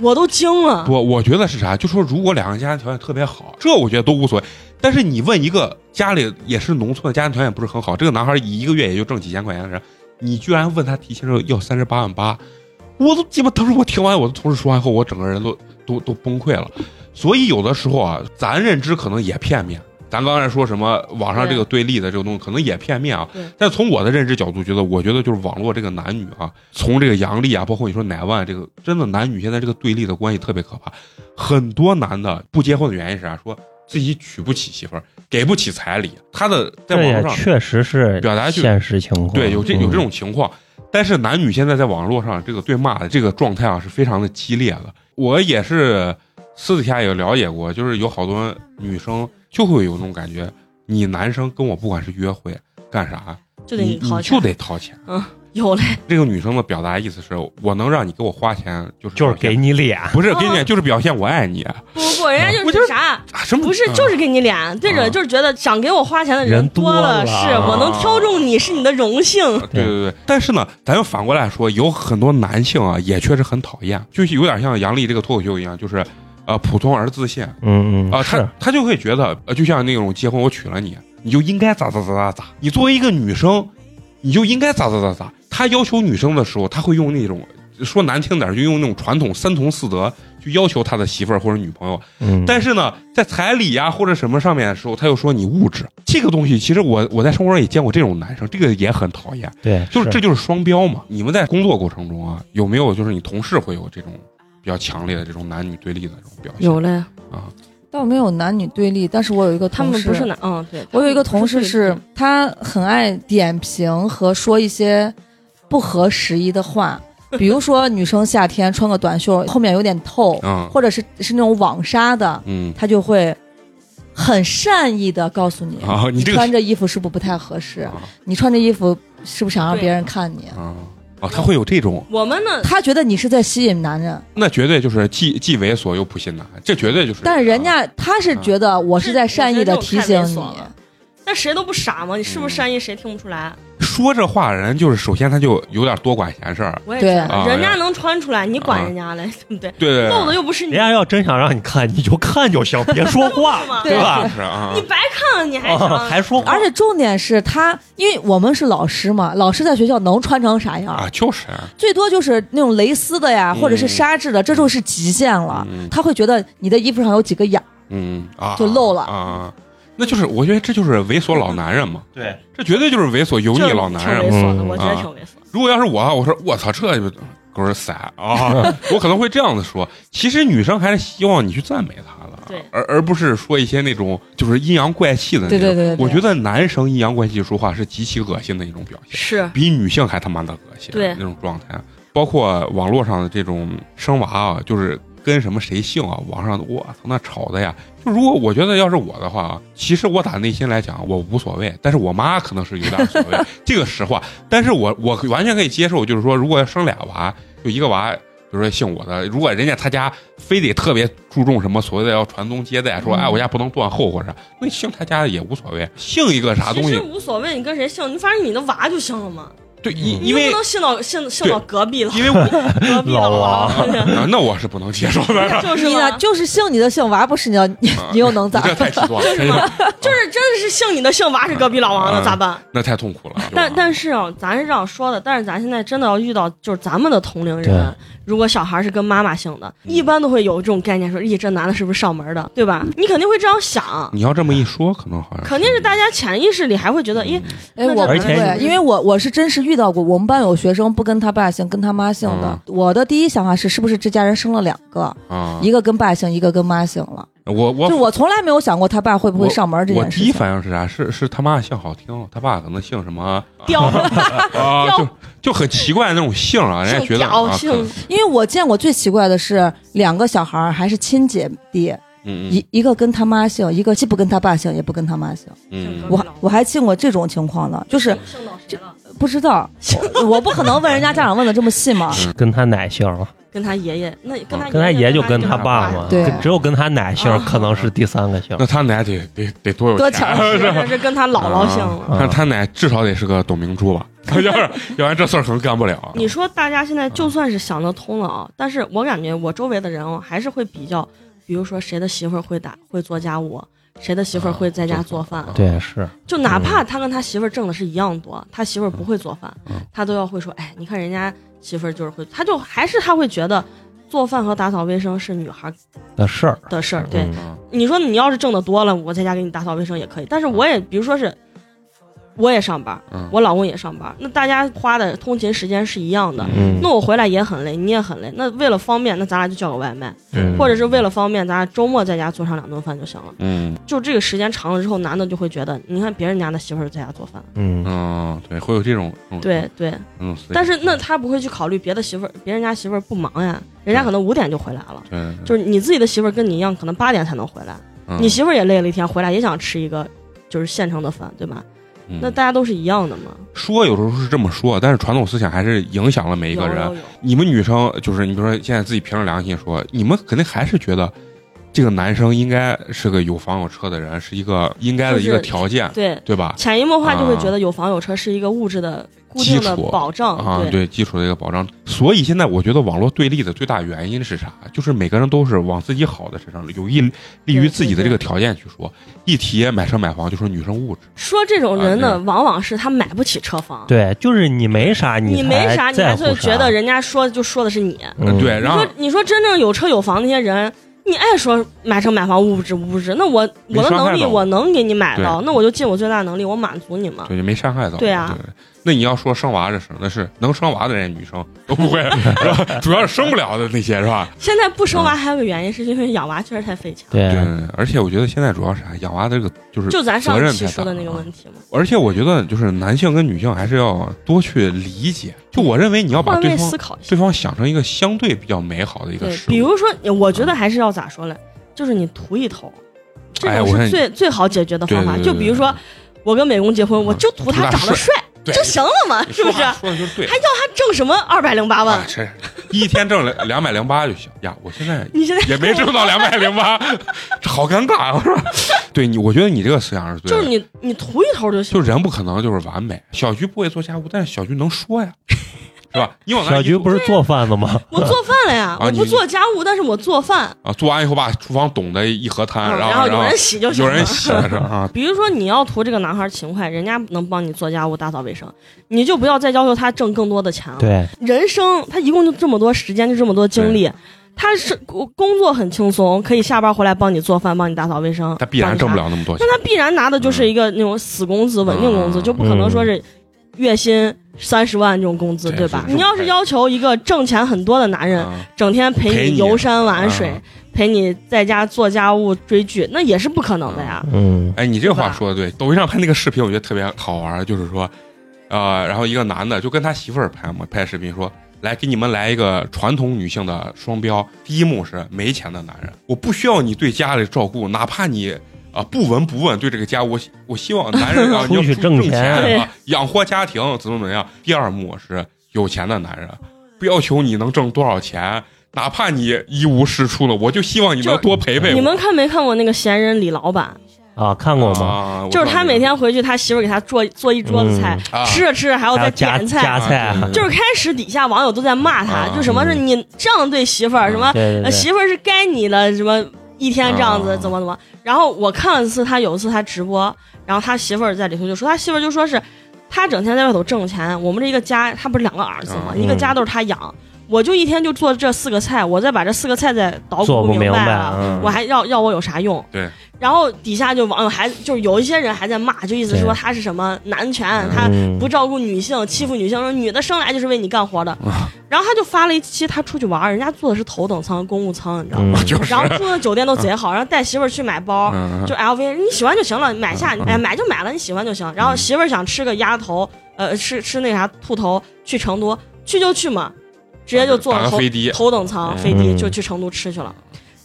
Speaker 5: 我都惊了。
Speaker 3: 不，我觉得是啥？就说如果两个家庭条件特别好，这我觉得都无所谓。但是你问一个家里也是农村的，家庭条件不是很好，这个男孩一个月也就挣几千块钱的人，你居然问他提亲时候要三十八万八，我都鸡巴！当时我听完我的同事说完后，我整个人都都都崩溃了。所以有的时候啊，咱认知可能也片面。咱刚才说什么网上这个对立的这个东西，可能也片面啊
Speaker 5: 对。
Speaker 3: 但从我的认知角度，觉得我觉得就是网络这个男女啊，从这个杨丽啊，包括你说奶万这个，真的男女现在这个对立的关系特别可怕。很多男的不结婚的原因是啥？说自己娶不起媳妇儿，给不起彩礼，他的在网
Speaker 6: 这
Speaker 3: 络
Speaker 6: 也
Speaker 3: 上
Speaker 6: 确实是
Speaker 3: 表达就
Speaker 6: 现实情况，
Speaker 3: 对，有这有这
Speaker 6: 嗯
Speaker 3: 种情况。但是男女现在在网络上这个对骂的这个状态啊，是非常的激烈的。我也是私底下有了解过，就是有好多女生就会有那种感觉，你男生跟我不管是约会干啥，
Speaker 5: 就得
Speaker 3: 你
Speaker 5: 掏
Speaker 3: 你
Speaker 5: 钱
Speaker 3: 就。得掏钱。
Speaker 5: 有嘞，
Speaker 3: 这个女生的表达意思是我能让你给我花钱，就是
Speaker 6: 就是
Speaker 3: 表现
Speaker 6: 给，你脸，
Speaker 3: 不是给你，
Speaker 5: 哦
Speaker 3: 就是表现我爱你。啊、
Speaker 5: 不不，人家就是啥。
Speaker 3: 什么
Speaker 5: 不是，就是给你脸，
Speaker 3: 嗯
Speaker 5: 对
Speaker 3: 啊
Speaker 5: 着就是觉得想给我花钱的
Speaker 6: 人
Speaker 5: 多
Speaker 6: 多了
Speaker 5: 是我能挑中你是你的荣幸。
Speaker 3: 对对对，但是呢，咱又反过来说，有很多男性啊，也确实很讨厌，就是有点像杨笠这个脱口秀一样，就是呃普通而自信啊、
Speaker 6: 嗯嗯
Speaker 3: 他
Speaker 6: 是
Speaker 3: 他就会觉得，呃，就像那种结婚我娶了你，你就应该咋咋咋咋咋，你作为一个女生，你就应该咋咋咋咋。他要求女生的时候，他会用那种说难听点儿，就用那种传统三从四德去要求他的媳妇儿或者女朋友，
Speaker 6: 嗯，
Speaker 3: 但是呢，在彩礼呀、或者什么上面的时候，他又说你物质这个东西，其实我我在生活上也见过这种男生，这个也很讨厌。
Speaker 6: 对，
Speaker 3: 就是这就是双标嘛。你们在工作过程中啊，有没有就是你同事会有这种比较强烈的这种男女对立的这种表现？
Speaker 5: 嘞，
Speaker 3: 啊，
Speaker 4: 倒没有男女对立，但是我有一个
Speaker 5: 他
Speaker 4: 同
Speaker 5: 们
Speaker 4: 事
Speaker 5: 不是男，嗯，对。
Speaker 4: 我有一个同事是，他很爱点评和说一些不合时宜的 话，比如说女生夏天穿个短袖后面有点透，
Speaker 5: 啊
Speaker 3: 嗯
Speaker 4: 或者是是那种网纱的，
Speaker 3: 嗯，
Speaker 4: 他就会很善意的告诉你，
Speaker 3: 啊，你这个
Speaker 4: 穿这衣服是不是不太合适？
Speaker 3: 啊
Speaker 4: 你穿这衣服是不是想让别人看你？
Speaker 3: 啊啊，他会有这种，
Speaker 5: 我们呢，
Speaker 4: 他觉得你是在吸引男人，
Speaker 3: 那绝对就是既既猥琐又不信男，这绝对就是。啊
Speaker 4: 但是人
Speaker 5: 啊
Speaker 4: 家他是觉得我是在善意的提醒
Speaker 5: 我觉得这
Speaker 4: 你
Speaker 5: 种太猥琐，了但谁都不傻嘛，你是不是善意谁听不出来？
Speaker 3: 说这话的人，就是首先他就有点多管闲事儿，
Speaker 5: 我也觉
Speaker 4: 对
Speaker 5: 得
Speaker 3: 啊
Speaker 5: 人家能穿出来，你管
Speaker 3: 啊
Speaker 5: 人家嘞，对不对？
Speaker 3: 对对
Speaker 5: 露的
Speaker 3: 对，
Speaker 5: 又不是你
Speaker 6: 人，家要真想让你看，你就看就行，别说话，
Speaker 5: 对
Speaker 6: 吧？
Speaker 3: 是啊
Speaker 5: 你，白看了，你还
Speaker 6: 啊，
Speaker 5: 想
Speaker 6: 还说话
Speaker 4: 而，且重点是他，因为我们是老师嘛，老师在学校能穿成啥样？
Speaker 3: 啊，就是
Speaker 4: 最多就是那种蕾丝的呀，
Speaker 3: 嗯
Speaker 4: 或者是纱质的，这就是极限了。
Speaker 3: 嗯
Speaker 4: 他会觉得你的衣服上有几个眼儿，
Speaker 3: 嗯啊，
Speaker 4: 就露了
Speaker 3: 啊，那就是我觉得这就是猥琐老男人嘛，
Speaker 6: 对，
Speaker 3: 这绝对就是猥琐油
Speaker 5: 就
Speaker 3: 腻
Speaker 5: 挺
Speaker 3: 老
Speaker 5: 猥
Speaker 3: 男人嘛。
Speaker 5: 琐的，
Speaker 6: 嗯
Speaker 5: 我觉得
Speaker 3: 啊
Speaker 5: 挺猥琐的。
Speaker 3: 如果要是我啊，我说我操，这就狗是塞 啊，我可能会这样子说。其实女生还是希望你去赞美她的，
Speaker 5: 对
Speaker 3: 而而不是说一些那种就是阴阳怪气的那种。
Speaker 4: 对对对对对
Speaker 3: 我觉得男生阴阳怪气说话是极其恶心的一种表现，
Speaker 5: 是，
Speaker 3: 比女性还他妈的恶心。啊
Speaker 5: 对
Speaker 3: 那种状态，包括网络上的这种生娃啊，就是跟什么谁姓啊，网上我操那吵的呀。就如果我觉得要是我的话啊，其实我打内心来讲我无所谓，但是我妈可能是有点所谓，这个实话。 但是我我完全可以接受，就是说如果要生俩娃，就一个娃。比如说姓我的，如果人家他家非得特别注重什么所谓的要传宗接代，说哎
Speaker 5: 嗯
Speaker 3: 我家不能断后或者啥那姓他家的也无所谓，姓一个啥东
Speaker 5: 其
Speaker 3: 西
Speaker 5: 实无所谓，你跟谁姓，你反正你的娃就行了嘛。
Speaker 3: 对，因
Speaker 5: 你
Speaker 3: 因
Speaker 5: 又
Speaker 3: 为
Speaker 5: 不能信到信信到隔壁了，
Speaker 3: 因为我
Speaker 5: 隔壁的
Speaker 6: 老王
Speaker 5: 了，
Speaker 3: 啊那我是不能接受 的，
Speaker 5: 就是
Speaker 4: 你呢
Speaker 5: 嘛，
Speaker 4: 就是姓你的姓娃不是你的，你
Speaker 3: 啊
Speaker 4: 你又能咋
Speaker 3: 你？这太极端了，真是
Speaker 5: 就是真的是姓你的姓娃是隔壁老王的，
Speaker 3: 嗯
Speaker 5: 咋办？
Speaker 3: 那太痛苦了。
Speaker 5: 但但
Speaker 3: 是
Speaker 5: 是啊，咱是这样说的，但是咱现在真的要遇到就是咱们的同龄人
Speaker 6: 对，
Speaker 5: 如果小孩是跟妈妈姓的，一般都会有这种概念说，咦，这男的是不是上门的，对吧？你肯定会这样想，
Speaker 3: 你要这么一说，可能好像嗯
Speaker 5: 肯定是大家潜意识里还会觉得，咦，
Speaker 4: 哎，
Speaker 5: 那
Speaker 4: 我
Speaker 5: 这
Speaker 4: 不
Speaker 6: 而且
Speaker 4: 会，
Speaker 5: 你
Speaker 4: 因为我我是真实遇到过，我们班有学生不跟他爸姓，跟他妈姓的。我的第一想法是，是不是这家人生了两个，
Speaker 3: 啊，
Speaker 4: 一个跟爸姓，一个跟妈姓了？
Speaker 3: 我我
Speaker 4: 就我从来没有想过他爸会不会上门这
Speaker 3: 我
Speaker 4: 件
Speaker 3: 第
Speaker 4: 事
Speaker 3: 一
Speaker 4: 情。
Speaker 3: 反应是啥？是是他妈姓好听，他爸可能姓什 么
Speaker 5: 屌
Speaker 3: 啊？
Speaker 5: 屌
Speaker 3: 就就很奇怪的那种姓啊，人家觉
Speaker 5: 姓
Speaker 3: 得
Speaker 5: 屌
Speaker 3: 啊，可能
Speaker 5: 姓
Speaker 4: 因为我见过最奇怪的是，两个小孩儿还是亲姐弟，
Speaker 3: 嗯嗯
Speaker 4: 一一个跟他妈姓，一个既不跟他爸姓，也不跟他妈姓。
Speaker 3: 嗯嗯
Speaker 4: 我我还见过这种情况
Speaker 5: 嗯
Speaker 4: 呢，就是
Speaker 5: 姓到谁了？
Speaker 4: 不知道， 我我不可能问人家家长问的这么细嘛。
Speaker 6: 跟他奶姓了，
Speaker 5: 跟他爷爷，那跟他
Speaker 6: 啊跟他爷就跟他
Speaker 5: 他
Speaker 6: 爸嘛，
Speaker 4: 对
Speaker 6: 跟只有跟他奶姓
Speaker 5: 啊
Speaker 6: 可能是第三个姓
Speaker 3: 那。他奶得得得多有
Speaker 4: 多
Speaker 3: 钱
Speaker 4: 强
Speaker 3: 啊，
Speaker 5: 或
Speaker 3: 是吧
Speaker 5: 者是跟他姥姥姓了。
Speaker 6: 啊
Speaker 3: 但他奶至少得是个董明珠 吧？要是要不然这事儿可能干不了。
Speaker 5: 你说大家现在就算是想得通了啊，但是我感觉我周围的人哦，还是会比较，比如说谁的媳妇儿会打会做家务，谁的媳妇儿会在家做饭，
Speaker 6: 啊
Speaker 5: 啊
Speaker 6: 对，嗯是
Speaker 5: 就哪怕他跟他媳妇儿挣的是一样多，他媳妇儿不会做饭，
Speaker 6: 嗯
Speaker 5: 他都要会说，哎，你看人家媳妇儿就是会，他就还是他会觉得做饭和打扫卫生是女孩
Speaker 6: 的事儿。
Speaker 5: 的事儿。对，
Speaker 6: 嗯
Speaker 3: 嗯
Speaker 5: 你说你要是挣的多了，我在家给你打扫卫生也可以，但是我也比如说是。我也上班，
Speaker 3: 嗯
Speaker 5: 我老公也上班，那大家花的通勤时间是一样的，
Speaker 6: 嗯，
Speaker 5: 那我回来也很累，你也很累。那为了方便，那咱俩就叫个外卖，
Speaker 6: 嗯
Speaker 3: 对
Speaker 5: 或者是为了方便，咱俩周末在家做上两顿饭就行了。
Speaker 3: 嗯
Speaker 5: 就这个时间长了之后，男的就会觉得，你看别人家的媳妇儿在家做饭，
Speaker 6: 嗯，
Speaker 3: 嗯，对，会有这种这种
Speaker 5: 对对，
Speaker 3: 这种思想
Speaker 5: 但是那他不会去考虑别的媳妇儿，别人家媳妇儿不忙呀，人家可能五点就回来了。
Speaker 3: 对，对
Speaker 5: 就是你自己的媳妇儿跟你一样，可能八点才能回来，
Speaker 3: 嗯
Speaker 5: 你媳妇儿也累了一天，回来也想吃一个就是现成的饭，对吧？
Speaker 3: 嗯
Speaker 5: 那大家都是一样的嘛。
Speaker 3: 说有时候是这么说，但是传统思想还是影响了每一个
Speaker 5: 有啊
Speaker 3: 人。
Speaker 5: 有有
Speaker 3: 你们女生就是你比如说现在自己凭着良心说，你们肯定还是觉得这个男生应该是个有房有车的人，是一个应该的一个
Speaker 5: 就是
Speaker 3: 条件，
Speaker 5: 对，
Speaker 3: 对吧？
Speaker 5: 潜移默化就会觉得有房有车是一个物质的固定的
Speaker 3: 啊基础
Speaker 5: 保障，
Speaker 3: 啊，
Speaker 5: 对
Speaker 3: 对基础的一个保障。所以现在我觉得网络对立的最大原因是啥？就是每个人都是往自己好的身上有益利于自己的这个条件去说，一提买车买房就说女生物质，
Speaker 5: 说这种人
Speaker 3: 啊
Speaker 5: 呢，往往是他买不起车房，
Speaker 6: 对，就是你没啥，
Speaker 5: 你
Speaker 6: 才
Speaker 5: 没啥，你
Speaker 6: 在
Speaker 5: 还
Speaker 6: 乎
Speaker 5: 会
Speaker 6: 啥
Speaker 5: 觉得人家说就说的是你。
Speaker 6: 嗯
Speaker 3: 对，
Speaker 5: 你
Speaker 3: 然后
Speaker 5: 说你说真正有车有房那些人，你爱说买车买房物质物质，那我
Speaker 3: 没
Speaker 5: 我的
Speaker 3: 伤害
Speaker 5: 能力
Speaker 3: 到
Speaker 5: 我能给你买到，
Speaker 3: 对
Speaker 5: 那我就尽我最大能力，我满足你嘛。
Speaker 3: 对就没伤害到。
Speaker 5: 对啊
Speaker 3: 那你要说生娃这事儿，那是能生娃的人女生都不会，是吧主要是生不了的那些是吧？
Speaker 5: 现在不生娃还有个原因，是因为养娃确实太费钱。
Speaker 6: 对啊
Speaker 3: 对，而且我觉得现在主要是啥，养娃的这个就是
Speaker 5: 就咱上
Speaker 3: 责任
Speaker 5: 期
Speaker 3: 太大
Speaker 5: 说的那个
Speaker 3: 了啊
Speaker 5: 问题嘛，
Speaker 3: 而且我觉得就是男性跟女性还是要多去理解。就我认为你要啊把
Speaker 5: 换
Speaker 3: 对
Speaker 5: 位
Speaker 3: 方
Speaker 5: 思考一下
Speaker 3: 对。方想成一个相对比较美好的一个
Speaker 5: 对，
Speaker 3: 事物。
Speaker 5: 比如说，我觉得还是要咋说嘞，就是你图一头，这
Speaker 3: 哎
Speaker 5: 种
Speaker 3: 我看你
Speaker 5: 是最最好解决的方法。
Speaker 3: 对对对
Speaker 5: 就比如说，我跟美工结婚，我就图他长得帅
Speaker 3: 对
Speaker 5: 就行了嘛，
Speaker 3: 你
Speaker 5: 是
Speaker 3: 说
Speaker 5: 不是？
Speaker 3: 话
Speaker 5: 他
Speaker 3: 说的就对，
Speaker 5: 挣什么二百零八万
Speaker 3: 啊，？是一天挣两两百零八就行呀。我现在
Speaker 5: 你现在
Speaker 3: 也没挣到两百零八，好尴尬啊，是吧？对你，我觉得你这个思想是对的。
Speaker 5: 就是你你图一头就行。
Speaker 3: 就人不可能就是完美。小菊不会做家务，但是小菊能说 呀，是吧？你往那
Speaker 6: 小
Speaker 3: 一
Speaker 6: 菊
Speaker 3: 坐
Speaker 6: 不是做饭的吗？
Speaker 5: 我做饭了呀，
Speaker 3: 啊
Speaker 5: 我不
Speaker 3: 你
Speaker 5: 做家务，但是我做饭，
Speaker 3: 啊，做完以后把厨房懂得一盒
Speaker 5: 嗯
Speaker 3: 汤，然
Speaker 5: 然
Speaker 3: 后
Speaker 5: 后有人洗就行
Speaker 3: 有
Speaker 5: 了。
Speaker 3: 人洗了是 吧啊，
Speaker 5: 比如说你要图这个男孩勤快，人家能帮你做家务、打扫卫生，你就不要再要求他挣更多的钱了。
Speaker 6: 对，
Speaker 5: 人生他一共就这么多时间，就这么多精力。他是工工作很轻松，可以下班回来帮你做饭、帮你打扫卫生。
Speaker 3: 他必然
Speaker 5: 帮你啥
Speaker 3: 挣不。了那么多钱
Speaker 5: 那。他必然拿的就是一个那种死工资、稳定工资，
Speaker 3: 嗯
Speaker 5: 就不可能说是月薪三十万这种工资，
Speaker 3: 对
Speaker 5: 对吧？
Speaker 3: 是是
Speaker 5: 你要是要求一个挣钱很多的男人，
Speaker 3: 啊
Speaker 5: 整天陪
Speaker 3: 陪
Speaker 5: 你
Speaker 3: 你
Speaker 5: 游山玩水，
Speaker 3: 啊
Speaker 5: 陪你在家做家务、追剧，那也是不可能的呀。
Speaker 6: 嗯，
Speaker 3: 哎，你这话
Speaker 5: 吧
Speaker 3: 说的对。抖音上拍那个视频，我觉得特别好玩儿，就是说，呃，然后一个男的就跟他媳妇儿拍嘛，拍视频说，来给你们来一个传统女性的双标。第一幕是没钱的男人，我不需要你对家里照顾，哪怕你。啊，不闻不问，对这个家，我希我希望男人啊，
Speaker 6: 出
Speaker 3: 你要
Speaker 6: 去
Speaker 3: 挣
Speaker 6: 挣钱
Speaker 3: 啊，养活家庭，怎么怎么样。第二幕是有钱的男人，不要求你能挣多少钱，哪怕你一无是处了，我就希望你能
Speaker 5: 就
Speaker 3: 多陪陪我。
Speaker 5: 你们看没看过那个闲人李老板？
Speaker 6: 啊，看过吗？
Speaker 3: 啊
Speaker 5: 就是他每天回去，他媳妇儿给他做做一桌子菜，
Speaker 3: 啊
Speaker 5: 吃着吃着还要
Speaker 6: 还
Speaker 5: 再
Speaker 6: 有夹
Speaker 5: 点菜。
Speaker 6: 夹菜，啊
Speaker 5: 就是开始底下网友都在骂他，
Speaker 3: 啊
Speaker 5: 就什么是你这样对媳妇儿，什么
Speaker 6: 嗯对对
Speaker 5: 呃
Speaker 6: 对，
Speaker 5: 媳妇儿是该你的，什么一天这样子
Speaker 3: 啊
Speaker 5: 怎么怎么。然后我看了一次他有一次他直播，然后他媳妇儿在里头就说，他媳妇儿就说是他整天在外头挣钱，我们这一个家他不是两个儿子
Speaker 6: 啊
Speaker 5: 吗？
Speaker 3: 嗯
Speaker 5: 一个家都是他养，我就一天就做这四个菜，我再把这四个菜再捣
Speaker 6: 做
Speaker 5: 鼓
Speaker 6: 不明
Speaker 5: 白
Speaker 6: 白
Speaker 5: 了，
Speaker 6: 嗯
Speaker 5: 我还要要我有啥用？
Speaker 3: 对。
Speaker 5: 然后底下就网友还就是有一些人还在骂，就意思说他是什么男权，他
Speaker 6: 嗯
Speaker 5: 不照顾女性，欺负女性，说女的生来就是为你干活的。
Speaker 3: 啊
Speaker 5: 然后他就发了一期他出去玩儿，人家坐的是头等舱、公务舱，你知道吗？
Speaker 6: 嗯
Speaker 3: 就是
Speaker 5: 然后住的酒店都贼
Speaker 3: 啊
Speaker 5: 好，然后带媳妇儿去买包，
Speaker 3: 嗯
Speaker 5: 就 LV，你喜欢就行了，买下，
Speaker 3: 啊
Speaker 5: 哎，买就买了，你喜欢就行。
Speaker 3: 嗯
Speaker 5: 然后媳妇儿想吃个鸭头，呃，吃吃那啥兔头，去成都去就去嘛，直接就坐
Speaker 3: 打
Speaker 5: 头
Speaker 3: 个飞的
Speaker 5: 头等舱
Speaker 3: 嗯
Speaker 5: 飞的就去成都吃去了。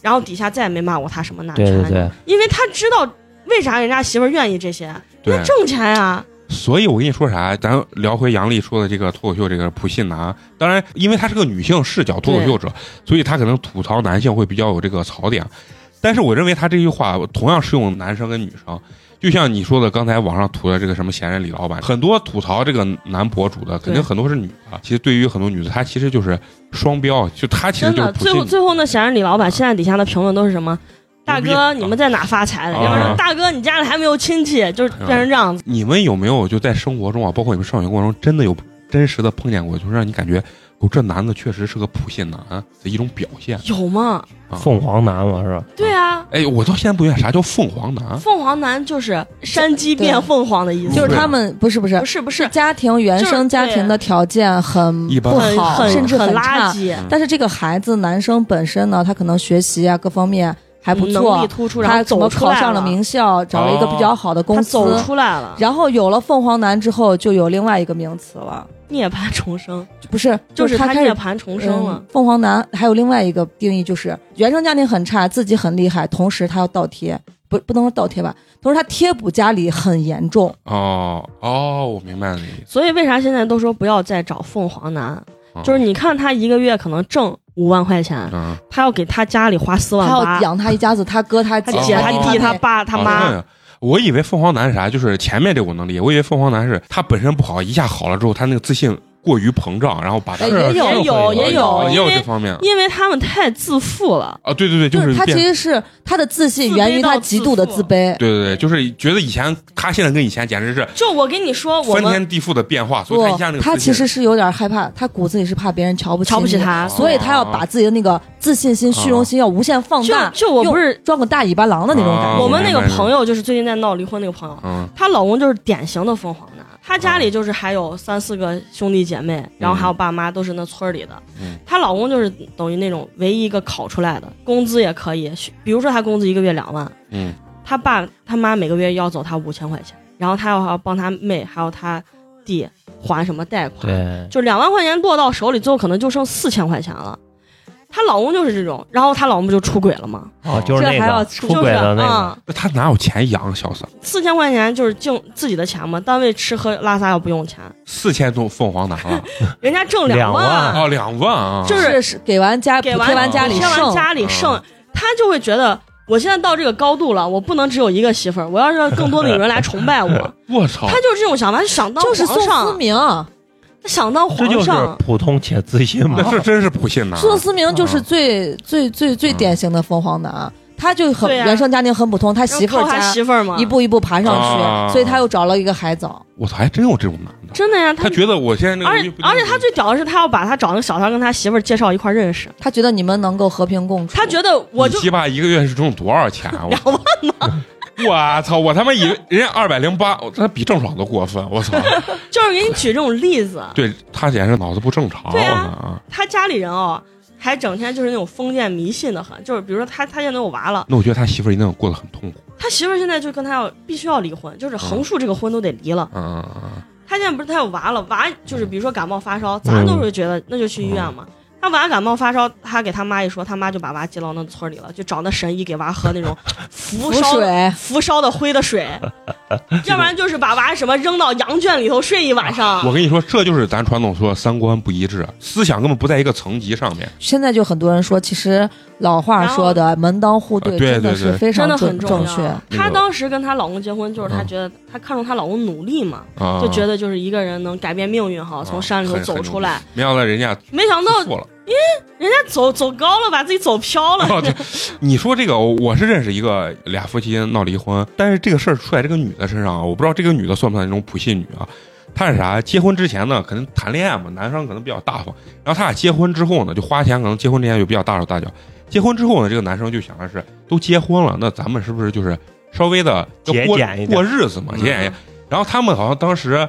Speaker 5: 然后底下再也没骂过他什么男
Speaker 6: 对对
Speaker 5: 权，
Speaker 6: 对，
Speaker 5: 因为他知道为啥人家媳妇儿愿意这些，
Speaker 3: 对，
Speaker 5: 挣钱啊呀。
Speaker 3: 所以我跟你说啥，咱聊回杨笠说的这个脱口秀这个普信男，当然，因为他是个女性视角脱口秀者，所以他可能吐槽男性会比较有这个槽点。但是我认为他这句话同样适用男生跟女生，就像你说的，刚才网上吐的这个什么闲人李老板，很多吐槽这个男博主的，肯定很多是女的。其实对于很多女的，她其实就是双标，就她其实
Speaker 5: 真
Speaker 3: 就是
Speaker 5: 的，
Speaker 3: 普
Speaker 5: 最后
Speaker 3: 信
Speaker 5: 最后那显然李老板现在底下的评论都是什么？大哥，你们在哪发财的？
Speaker 3: 啊
Speaker 5: 要不然大哥，你家里还没有亲戚，就是变成这样子。
Speaker 3: 你们有没有就在生活中啊，包括你们上学过程中，真的有真实的碰见过，就是让你感觉，哦，这男的确实是个普信男的一种表现。
Speaker 5: 有吗？
Speaker 3: 啊
Speaker 6: 凤凰男嘛是吧？
Speaker 5: 对啊，
Speaker 3: 哎，我到现在不明白啥叫凤凰男。
Speaker 5: 凤凰男就是山鸡变凤凰的意思，
Speaker 3: 啊
Speaker 4: 就是他们不是不是
Speaker 5: 嗯不是不是
Speaker 4: 家庭原生家庭的条件很
Speaker 3: 一般
Speaker 4: 不
Speaker 5: 很
Speaker 4: 好，
Speaker 5: 很
Speaker 4: 甚至
Speaker 5: 很垃
Speaker 4: 差。
Speaker 5: 圾，
Speaker 4: 但是这个孩子男生本身呢，他可能学习啊各方面还不
Speaker 5: 能力
Speaker 4: 错，
Speaker 5: 突出，然
Speaker 4: 他
Speaker 5: 后
Speaker 4: 怎么
Speaker 5: 走出
Speaker 4: 考
Speaker 5: 来
Speaker 4: 上
Speaker 5: 了哦
Speaker 4: 了，名校，找了一个比较好的公
Speaker 5: 他
Speaker 4: 司，
Speaker 5: 走出来了，
Speaker 4: 然后有了凤凰男之后，就有另外一个名词了，
Speaker 5: 涅槃重生，
Speaker 4: 不是，
Speaker 5: 就是是
Speaker 4: 他
Speaker 5: 他
Speaker 4: 开
Speaker 5: 涅
Speaker 4: 始
Speaker 5: 槃重生了
Speaker 4: 嗯。凤凰男还有另外一个定义就是原生家庭很差，自己很厉害，同时他要倒贴，不不能说倒贴吧，同时他贴补家里很严重。
Speaker 3: 哦哦，我明白了你的意思。
Speaker 5: 所以为啥现在都说不要再找凤凰男？
Speaker 3: 啊
Speaker 5: 就是你看他一个月可能挣五万块钱，
Speaker 3: 嗯，
Speaker 5: 他要给他家里花四万
Speaker 4: 他
Speaker 5: 八，
Speaker 4: 要养他一家子，他哥、他
Speaker 5: 他
Speaker 4: 姐、
Speaker 5: 姐、
Speaker 3: 哦
Speaker 5: 他弟、
Speaker 4: 弟、
Speaker 5: 他
Speaker 4: 妹。
Speaker 5: 爸、他
Speaker 3: 啊这
Speaker 5: 妈，
Speaker 3: 样我以为凤凰男是啥，就是前面这我能理解，我以为凤凰男是他本身不好，一下好了之后，他那个自信过于膨胀，然后把他
Speaker 4: 哎
Speaker 6: 是
Speaker 4: 也有
Speaker 6: 是
Speaker 5: 有
Speaker 6: 会
Speaker 5: 也
Speaker 3: 哦
Speaker 5: 有
Speaker 3: 也
Speaker 5: 因
Speaker 3: 有
Speaker 5: 为
Speaker 3: 这方面
Speaker 5: 因为他们太自负了。
Speaker 3: 啊，对对对，就
Speaker 4: 就是
Speaker 3: 是
Speaker 4: 他其
Speaker 3: 变。
Speaker 4: 实是他的自信
Speaker 5: 自卑
Speaker 4: 源于他
Speaker 5: 到
Speaker 4: 极
Speaker 5: 自
Speaker 4: 度的
Speaker 5: 负
Speaker 4: 自卑。
Speaker 3: 对对对，就是觉得以前他现在跟以前简直是
Speaker 5: 就我跟你说，我
Speaker 3: 翻
Speaker 5: 们
Speaker 3: 天地覆的变化，所以
Speaker 4: 不
Speaker 3: 他一下那，个
Speaker 4: 他
Speaker 3: 自信
Speaker 4: 其实是有点害怕，他骨子里是怕别人瞧不起
Speaker 5: 瞧不起
Speaker 4: 你，
Speaker 3: 哦
Speaker 5: 他。
Speaker 4: 所以他要把自己的那个自信心、虚荣心要无限放
Speaker 5: 就
Speaker 4: 大，
Speaker 5: 就我不是
Speaker 4: 装个大尾巴狼的那种感
Speaker 3: 啊
Speaker 4: 觉。
Speaker 5: 我们那个
Speaker 3: 明白明白
Speaker 5: 朋友，就是最近在闹离婚那个朋友，
Speaker 3: 嗯
Speaker 5: 她老公就是典型的凤凰男。她家里就是还有三四个兄弟姐妹，然后还有爸妈，都是那村儿里的
Speaker 3: 嗯。
Speaker 5: 她老公就是等于那种唯一一个考出来的，工资也可以，比如说她工资一个月两万，
Speaker 3: 嗯
Speaker 5: 他爸他妈每个月要走他五千块钱，然后他要还要帮他妹还有他弟还什么贷款，
Speaker 6: 对，
Speaker 5: 就两万块钱落到手里，最后可能就剩四千块钱了。她老公就是这种，然后她老公不就出轨了吗？
Speaker 6: 哦，就是
Speaker 5: 这
Speaker 6: 那
Speaker 5: 还要
Speaker 6: 个
Speaker 5: 出
Speaker 6: 出轨的那个，
Speaker 5: 嗯，
Speaker 3: 那他哪有钱养小三？
Speaker 5: 四千块钱就是净自己的钱嘛，单位吃喝拉撒又不用钱，
Speaker 3: 四千多凤凰男 了，
Speaker 5: 人家挣两
Speaker 6: 两万
Speaker 3: 哦，两万啊！
Speaker 5: 就是
Speaker 4: 是给完家补
Speaker 5: 给
Speaker 4: 贴
Speaker 5: 完
Speaker 4: 完家里
Speaker 5: 补贴完
Speaker 4: 剩，
Speaker 5: 家里剩
Speaker 6: 嗯
Speaker 3: 啊，
Speaker 5: 他就会觉得我现在到这个高度了，我不能只有一个媳妇儿，我要让更多的女人来崇 拜我，
Speaker 3: 我操
Speaker 5: 他！就是这种想法，他想当
Speaker 4: 就
Speaker 5: 皇
Speaker 4: 是宋思
Speaker 5: 上，啊
Speaker 4: 明，
Speaker 5: 他想当
Speaker 6: 这
Speaker 5: 皇
Speaker 6: 就是
Speaker 5: 上。
Speaker 6: 普通且自信嘛
Speaker 3: 那。这真是普信男。
Speaker 4: 宋思明就是
Speaker 3: 啊
Speaker 4: 最最最最
Speaker 3: 嗯
Speaker 4: 典型的凤凰男，他就很
Speaker 5: 对啊
Speaker 4: 原生家庭很普通，他媳妇
Speaker 5: 然
Speaker 4: 儿
Speaker 5: 后靠他
Speaker 4: 家
Speaker 5: 媳妇儿嘛，
Speaker 4: 一步一步爬上
Speaker 3: 啊
Speaker 4: 去，所以他又找了一个海藻。
Speaker 3: 我操，还真有这种男的。
Speaker 5: 真的呀，他
Speaker 3: 他觉得我现在那个，
Speaker 5: 而且而且他最屌的是，他要把他找那个小三跟他媳妇儿介绍一块儿认识。
Speaker 4: 他觉得你们能够和平共处，
Speaker 5: 他觉得我就
Speaker 3: 你鸡巴一个月是挣多少钱 啊？两万呢？我操！我他妈以为人家二百零八，我他比郑爽都过分！我 操！
Speaker 5: 就是给你举这种例子，
Speaker 3: 对他简直脑子不正常！
Speaker 5: 对啊
Speaker 3: 我操啊！
Speaker 5: 他家里人哦，还整天就是那种封建迷信的很，就是比如说他他现在有娃了，
Speaker 3: 那我觉得他媳妇儿一定过得很痛苦。
Speaker 5: 他媳妇儿现在就跟他要必须要离婚，就是横竖这个婚都得离了。
Speaker 3: 嗯嗯嗯嗯，
Speaker 5: 他现在不是他有娃了，娃就是比如说感冒发烧，咱都是觉得那就去医
Speaker 3: 嗯
Speaker 5: 院嘛。他娃感冒发烧，他给他妈一说，他妈就把娃接到那村里了，就找那神医给娃喝那种
Speaker 4: 浮
Speaker 5: 扶烧的
Speaker 4: 水。
Speaker 5: 扶烧的灰的水，要不然就是把娃什么扔到羊圈里头睡一晚上。
Speaker 3: 我跟你说，这就是咱传统说三观不一致，思想根本不在一个层级上面。
Speaker 4: 现在就很多人说，其实老话说的“门当户对”，
Speaker 3: 呃对
Speaker 4: 真的
Speaker 3: 对
Speaker 4: 是
Speaker 3: 对
Speaker 4: 非
Speaker 5: 真
Speaker 4: 常
Speaker 5: 的
Speaker 4: 准
Speaker 5: 很重
Speaker 4: 正
Speaker 5: 要啊
Speaker 4: 确。
Speaker 5: 她当时跟她老公结婚，就是她
Speaker 3: 嗯
Speaker 5: 觉得她看重她老公努力嘛，
Speaker 3: 啊，
Speaker 5: 就觉得就是一个人能改变命运哈，
Speaker 3: 啊
Speaker 5: 从山里头
Speaker 3: 很
Speaker 5: 走
Speaker 3: 很
Speaker 5: 出来。
Speaker 3: 没想到人家
Speaker 5: 没想到
Speaker 3: 错了。
Speaker 5: 人家走走高了，把自己走飘了。
Speaker 3: 哦，对，你说这个，我是认识一个俩夫妻闹离婚，但是这个事儿出在这个女的身上啊，我不知道这个女的算不算那种普信女啊。她是啥？结婚之前呢，可能谈恋爱嘛，男生可能比较大方。然后他俩结婚之后呢，就花钱，可能结婚之前就比较大手大脚。结婚之后呢，这个男生就想的是，都结婚了，那咱们是不是就是稍微的要
Speaker 6: 节
Speaker 3: 过
Speaker 6: 俭一点
Speaker 3: 过日子嘛，节俭一点。然后他们好像当时，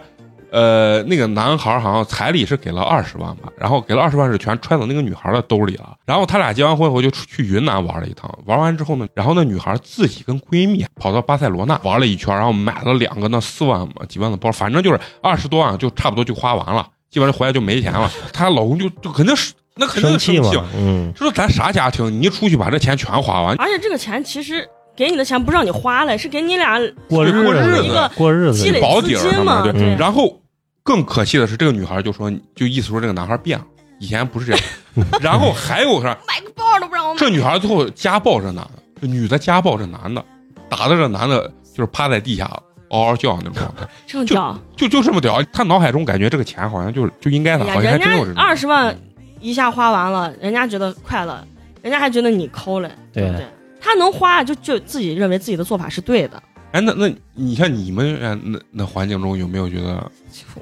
Speaker 3: 呃，那个男孩好像彩礼是给了二十万吧，然后给了二十万是全揣到那个女孩的兜里了。然后他俩结完婚后就出去云南玩了一趟，玩完之后呢，然后那女孩自己跟闺蜜跑到巴塞罗那玩了一圈，然后买了两个那四万嘛几万的包，反正就是二十多万就差不多就花完了，基本上回来就没钱了。她老公就就肯定是那肯定
Speaker 6: 生
Speaker 3: 是
Speaker 6: 气
Speaker 3: 生
Speaker 6: 嘛
Speaker 3: 气了，，
Speaker 6: 嗯，
Speaker 3: 就说咱啥家庭，你一出去把这钱全花完，
Speaker 5: 而且这个钱其实给你的钱不让你花了，是给你俩
Speaker 6: 过日
Speaker 3: 过日
Speaker 5: 一
Speaker 3: 子
Speaker 5: 个
Speaker 6: 子，过日
Speaker 5: 积
Speaker 6: 子
Speaker 5: 累，
Speaker 3: 保
Speaker 5: 资
Speaker 3: 底儿
Speaker 5: 金
Speaker 3: 什么
Speaker 5: 嘛。
Speaker 3: 的
Speaker 6: 对
Speaker 3: 然后更可气的是，这个女孩就说，就意思说这个男孩变了，以前不是这样。然后还有啥？
Speaker 5: 买个包都不让我买。
Speaker 3: 这女孩最后家暴这男的，这女的家暴这男的，打的这男的就是趴在地下嗷嗷叫那种，
Speaker 5: 这么屌，
Speaker 3: 就就这么屌。他脑海中感觉这个钱好像就就应该的，
Speaker 5: 哎呀，
Speaker 3: 好像还
Speaker 5: 人
Speaker 3: 真有这
Speaker 5: 家
Speaker 3: 种。
Speaker 5: 二十万一下花完了，人家觉得快乐，人家还觉得你抠嘞，
Speaker 6: 对
Speaker 5: 不对？他能花，就就自己认为自己的做法是对的。
Speaker 3: 哎，那那你像你们哎那那环境中有没有觉得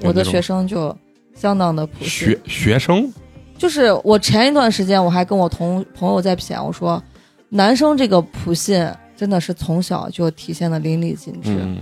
Speaker 4: 我的学生就相当的朴实
Speaker 3: 学，学生
Speaker 4: 就是我前一段时间我还跟我同朋友在谝，我说男生这个普信真的是从小就体现的淋漓尽致，
Speaker 3: 嗯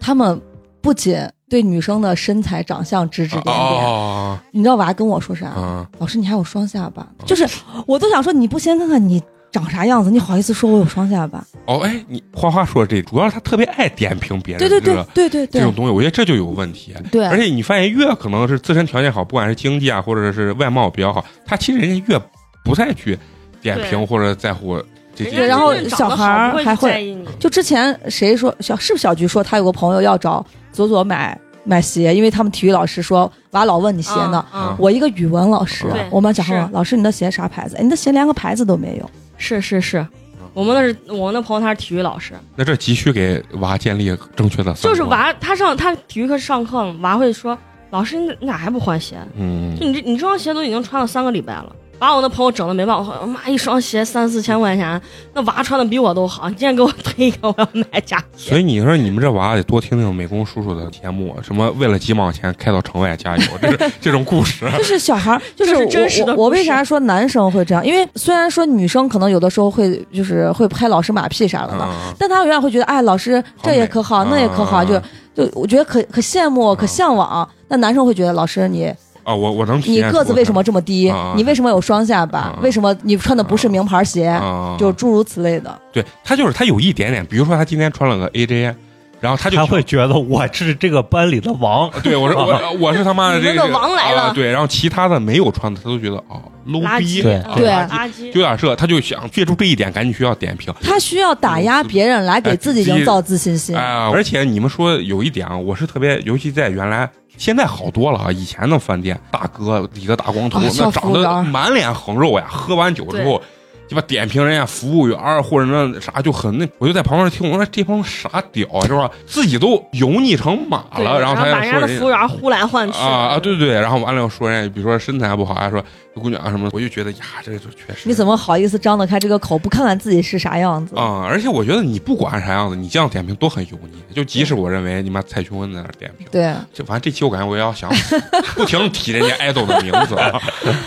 Speaker 4: 他们不仅对女生的身材长相指指
Speaker 3: 啊
Speaker 4: 点点，
Speaker 3: 啊
Speaker 4: 你知道娃跟我说啥？
Speaker 3: 啊啊！
Speaker 4: 老师你还有双下巴，
Speaker 3: 嗯
Speaker 8: 就是我都想说，你不先看看你长啥样子，你好意思说我有双下巴？
Speaker 3: 哦，哎，你花花说这，主要是他特别爱点评别人，
Speaker 4: 对对
Speaker 3: 这
Speaker 4: 对
Speaker 3: 个
Speaker 4: 对对
Speaker 3: 哎这种
Speaker 4: 对
Speaker 3: 东西，我觉得这就有问题。
Speaker 4: 对，
Speaker 3: 而且你发现越可能是自身条件好，不管是经济啊，或者是外貌比较好，他其实人家越不再去点评
Speaker 5: 对
Speaker 3: 或者在乎这
Speaker 5: 人
Speaker 3: 些。
Speaker 5: 家
Speaker 4: 然后
Speaker 5: 真正
Speaker 4: 小
Speaker 5: 长得
Speaker 4: 孩
Speaker 5: 好
Speaker 4: 儿
Speaker 5: 不会
Speaker 4: 还
Speaker 5: 去
Speaker 4: 会
Speaker 5: 在意你。
Speaker 4: 就之前谁说小是不是小菊说她有个朋友要找左左买买鞋，因为他们体育老师说娃老问你鞋呢。
Speaker 5: 嗯嗯
Speaker 4: 我一个语文老师
Speaker 5: 对，
Speaker 4: 我们讲话
Speaker 5: 是
Speaker 4: 老师你的鞋啥牌子？哎你的鞋连个牌子都没有。
Speaker 5: 是是是，
Speaker 3: 嗯
Speaker 5: 我们那是我那朋友，他是体育老师，
Speaker 3: 那这急需给娃建立正确的三观
Speaker 5: 就是，娃，他上他体育课上课，娃会说：“老师，你你咋还不换鞋？
Speaker 3: 嗯
Speaker 5: 就，你这你这双鞋都已经穿了三个礼拜了。”把我那朋友整的没办法，我妈一双鞋三四千块钱，那娃穿的比我都好。你今天给我推一个，我要买假
Speaker 3: 所以你说你们这娃得多听听美工叔叔的节目，什么为了几毛钱开到城外加油，这 是这种故事。
Speaker 4: 就是小孩儿，就是
Speaker 5: 这是
Speaker 4: 我
Speaker 5: 真实的
Speaker 4: 我我
Speaker 5: 故事
Speaker 4: 为啥说男生会这样？因为虽然说女生可能有的时候会就是会拍老师马屁啥的嘛，
Speaker 3: 嗯
Speaker 4: 但他永远会觉得，哎，老师
Speaker 3: 好
Speaker 4: 这也可好，
Speaker 3: 美
Speaker 4: 那也可好，
Speaker 3: 嗯
Speaker 4: 就就我觉得可可羡慕，可向往。那男生会觉得，老师 你
Speaker 3: 啊，我我能体
Speaker 4: 你
Speaker 3: 验出
Speaker 4: 个子为什么这么低
Speaker 3: 嗯？嗯
Speaker 4: 你为什么有双下巴
Speaker 3: 嗯？嗯嗯
Speaker 4: 为什么你穿的不是名牌鞋？
Speaker 3: 啊，
Speaker 4: 就诸如此类的。
Speaker 3: 对他就是他有一点点，比如说他今天穿了个 AJ，然后他就
Speaker 6: 他
Speaker 3: 挑
Speaker 6: 会觉得我是这个班里的 王，
Speaker 3: 对，我是我 我是他妈的这
Speaker 5: 你
Speaker 3: 个
Speaker 5: 们的王来了
Speaker 3: 啊对，然后其他的没有穿的，他都觉得哦，low
Speaker 5: 垃
Speaker 3: 逼，
Speaker 5: 圾，
Speaker 6: 对
Speaker 5: 嗯
Speaker 4: 对
Speaker 5: 垃圾
Speaker 3: 就有点这，他就想借助这一点赶紧去要点评。
Speaker 4: 他需要打压别人来给自己营造自信心
Speaker 3: 哎。呀，而且你们说有一点啊，我是特别，尤其在原来，现在好多了啊。以前的饭店大哥理个大光头，
Speaker 4: 啊
Speaker 3: 那
Speaker 4: 校
Speaker 3: 长
Speaker 4: 服
Speaker 3: 得
Speaker 4: 员
Speaker 3: 满脸横肉呀，喝完酒之后。鸡巴点评人家服务员儿或者那啥就很那，我就在旁边听，我说这帮傻屌啊，是吧？自己都油腻成马
Speaker 5: 对
Speaker 3: 了，
Speaker 5: 然
Speaker 3: 后他
Speaker 5: 把
Speaker 3: 还
Speaker 5: 人
Speaker 3: 说
Speaker 5: 家的
Speaker 3: 人
Speaker 5: 服务员呼来唤去
Speaker 3: 啊啊，对对对，然后完了又说人家，比如说身材不好啊，说这姑娘啊什么的，我就觉得呀，这就确实
Speaker 4: 你怎么好意思张得开这个口，不看看自己是啥样子？
Speaker 3: 啊、而且我觉得你不管啥样子，你这样点评都很油腻。就即使我认为你妈蔡徐坤在那儿点评，
Speaker 4: 对，
Speaker 3: 这反正这期我感觉我也要想 不停地提人家爱豆的名字了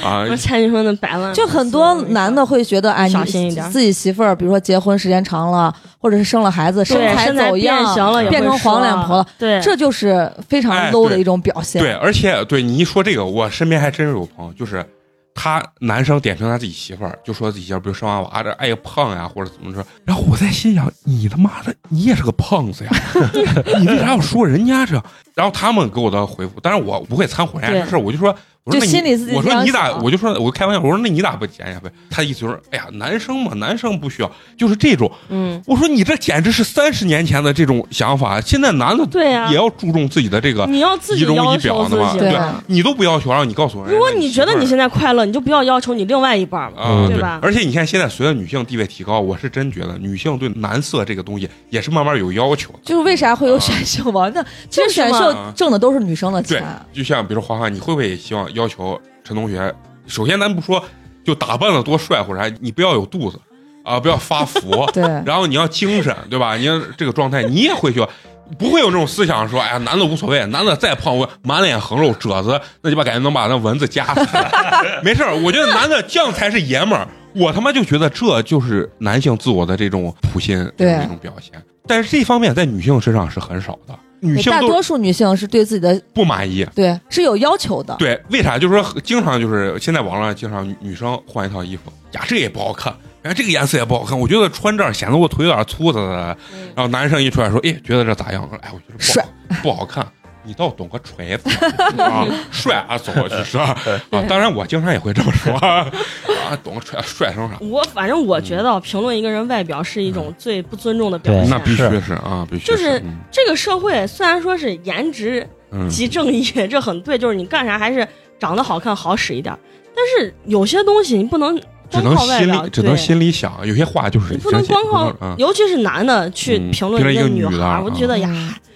Speaker 3: 啊
Speaker 5: 我说蔡徐坤的百万粉丝，
Speaker 4: 就很多男的会觉得，哎，
Speaker 5: 小心一
Speaker 4: 你
Speaker 5: 点
Speaker 4: 自己媳妇儿，比如说结婚时间长了，或者是生了孩子，
Speaker 5: 对
Speaker 4: 材
Speaker 5: 身材
Speaker 4: 走
Speaker 5: 变
Speaker 4: 样
Speaker 5: 形，了也会
Speaker 4: 变成黄脸婆了
Speaker 5: 说，对，
Speaker 4: 这就是非常
Speaker 3: 哎
Speaker 4: low
Speaker 3: 对
Speaker 4: 的一种表现。
Speaker 3: 对，而且对你一说这个，我身边还真是有朋友，就是他男生点评他自己媳妇儿，就说自己媳妇儿比如生完娃这爱胖呀，或者怎么着。然后我在心想，你他妈的，你也是个胖子呀，啊你为啥要说人家这？然后他们给我的回复，但是我不会掺和人家这事儿，我就说我说
Speaker 4: 就
Speaker 3: 那你
Speaker 4: 心里自己
Speaker 3: 我
Speaker 4: 这
Speaker 3: 说
Speaker 4: 样
Speaker 3: 你咋？
Speaker 4: 想
Speaker 3: 我就说我开玩笑，我说那你咋不减下呗？他意思就是，哎呀，男生嘛，男生不需要，就是这种。
Speaker 5: 嗯，
Speaker 3: 我说你这简直是三十年前的这种想法，现在男的
Speaker 5: 对呀
Speaker 3: 也要注重自己的这个，
Speaker 5: 你要自己
Speaker 3: 啊仪容仪
Speaker 5: 要
Speaker 3: 表的
Speaker 5: 求自
Speaker 3: 嘛
Speaker 5: 己
Speaker 3: 对
Speaker 4: 对
Speaker 5: 吧。
Speaker 4: 吧？
Speaker 3: 你都不要求，然后你告诉人家，哎
Speaker 5: 如果你觉得你
Speaker 3: 媳妇
Speaker 5: 现在快乐，你就不要要求你另外一半
Speaker 3: 儿
Speaker 5: 了。
Speaker 3: 啊、
Speaker 6: 嗯
Speaker 3: 对
Speaker 5: 对吧
Speaker 3: 而且你看，现在随着女性地位提高，我是真觉得女性对男色这个东西也是慢慢有要求的。
Speaker 4: 就是为啥会有选秀嘛？ 那其实选秀挣的都是女生的
Speaker 3: 对
Speaker 4: 钱，，，
Speaker 3: 就像比如说花花，你会不会也希望要求陈同学？首先，咱不说就打扮的多帅或者啥，你不要有肚子啊，不要发 福
Speaker 4: 对，
Speaker 3: 然后你要精神，对吧？你要这个状态，你也会去，不会有这种思想说，哎呀，男的无所谓，男的再胖，我满脸横肉褶子，那鸡巴感觉能把那蚊子夹死。 没事儿，我觉得男的这样才是爷们儿。我他妈就觉得这就是男性自我的这种普心
Speaker 4: 对
Speaker 3: 这种表现，但是这方面在女性身上是很少的，女性
Speaker 4: 大
Speaker 3: 都
Speaker 4: 多数女性是对自己的
Speaker 3: 不满意。
Speaker 4: 对是有要求的，
Speaker 3: 对，为啥？就是说，经常就是现在网上经常女女生换一套衣服，呀，这个也不好看，然后这个颜色也不好看，我觉得穿这儿显得我腿有点粗的。
Speaker 5: 嗯
Speaker 3: 然后男生一出来说，哎，觉得这咋样？哎，我觉得不
Speaker 4: 帅
Speaker 3: 好不好看。你倒懂个锤 子啊！帅啊，走过去是吧？啊，当然我经常也会这么 说啊，懂个锤，啊帅成啥？
Speaker 5: 我反正
Speaker 3: 嗯
Speaker 5: 我觉得评论一个人外表是一种最不尊重的表
Speaker 6: 对
Speaker 5: 现。
Speaker 3: 那必须
Speaker 6: 是
Speaker 3: 是啊，必须
Speaker 5: 就是
Speaker 3: 嗯
Speaker 5: 这个社会虽然说是颜值
Speaker 3: 嗯，
Speaker 5: 即正义，这很对，就是你干啥还是长得好看好使一点儿。但是有些东西你不能
Speaker 3: 只
Speaker 5: 光
Speaker 3: 能
Speaker 5: 靠外
Speaker 3: 心
Speaker 5: 表，
Speaker 3: 里只能
Speaker 5: 对
Speaker 3: 心里想，有些话就是
Speaker 5: 你不能
Speaker 3: 真心
Speaker 5: 光靠
Speaker 3: 不能，啊
Speaker 5: 尤其是男的去
Speaker 3: 嗯
Speaker 5: 评论
Speaker 3: 评论一个
Speaker 5: 女
Speaker 3: 女的
Speaker 5: 孩儿，我就觉得呀，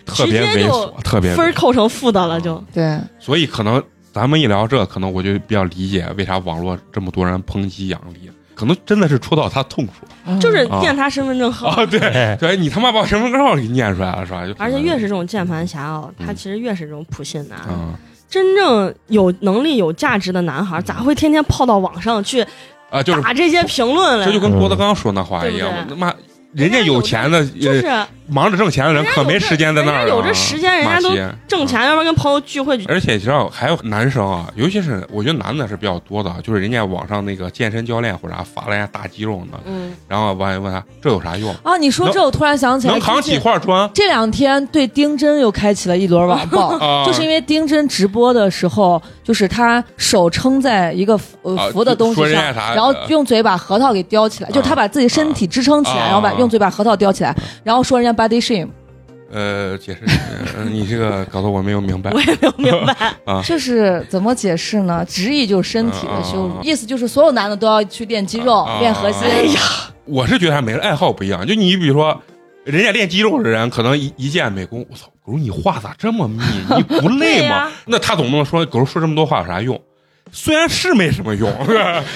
Speaker 3: 特
Speaker 5: 直
Speaker 3: 别
Speaker 5: 接
Speaker 3: 猥
Speaker 5: 就
Speaker 3: 琐，特别啊
Speaker 5: 分儿
Speaker 3: 猥琐
Speaker 5: 扣成负的了就。
Speaker 4: 对，
Speaker 3: 所以可能咱们一聊这，可能我就比较理解为啥网络这么多人抨击杨笠，可能真的是戳到他痛处
Speaker 4: 嗯
Speaker 5: 就是
Speaker 3: 啊
Speaker 5: 念他身份证号，
Speaker 3: 啊！对，
Speaker 6: 哎
Speaker 3: 对你他妈把我身份证号给念出来了是吧？就
Speaker 5: 而且越是这种键盘侠哦，
Speaker 3: 嗯
Speaker 5: 他其实越是这种普信男。
Speaker 3: 啊
Speaker 5: 真正有能力、有价值的男孩，咋会天天泡到网上去
Speaker 3: 啊，嗯就是
Speaker 5: 打这些评论来？
Speaker 3: 这就跟郭德纲说那话一样，
Speaker 5: 对
Speaker 3: 他
Speaker 5: 不对
Speaker 3: 妈人家有钱的，呃
Speaker 5: 就是
Speaker 3: 忙着挣钱的人
Speaker 5: 人家
Speaker 3: 可没
Speaker 5: 有这
Speaker 3: 时间在那儿啊，
Speaker 5: 人家有这时间人家
Speaker 3: 骂
Speaker 5: 都
Speaker 3: 街
Speaker 5: 挣钱，要不然跟朋友聚会去。
Speaker 3: 而且你知道，还有男生啊，尤其是我觉得男的是比较多的，就是人家网上那个健身教练或者啥发了人家大肌肉呢，
Speaker 5: 嗯，
Speaker 3: 然后完问他这有啥用？
Speaker 4: 啊，你说这，我突然想起来，
Speaker 3: 能扛
Speaker 4: 最
Speaker 3: 起
Speaker 4: 近
Speaker 3: 块砖
Speaker 4: 这两天对丁真又开启了一轮 网 暴，
Speaker 3: 啊？
Speaker 4: 就是因为丁真直播的时候，就是他手撑在一个扶
Speaker 3: 啊
Speaker 4: 呃扶的东
Speaker 3: 说
Speaker 4: 西
Speaker 3: 人
Speaker 4: 上
Speaker 3: 家，啥呃
Speaker 4: 然后用嘴把核桃给叼起来，
Speaker 3: 啊
Speaker 4: 就是他把自己身体支撑起
Speaker 3: 啊
Speaker 4: 来，然后把用嘴把核桃叼起来，然后说人家 body shame，
Speaker 3: 呃，解释一下，呃你这个搞得我没有明白
Speaker 5: 我。也没有明白。
Speaker 4: 就是怎么解释呢？直译就是身体的羞
Speaker 3: 啊啊啊
Speaker 4: 辱，意思就是所有男的都要去练肌肉
Speaker 3: 啊啊、
Speaker 4: 练核心。
Speaker 3: 哎我是觉得还每个人爱好不一样，就你比如说，人家练肌肉的人，可能一一见美工，我操，狗你话咋这么密？你不累
Speaker 5: 对
Speaker 3: 吗？
Speaker 5: 呀
Speaker 3: 那他总不能说狗说这么多话有啥用？虽然是没什么 用，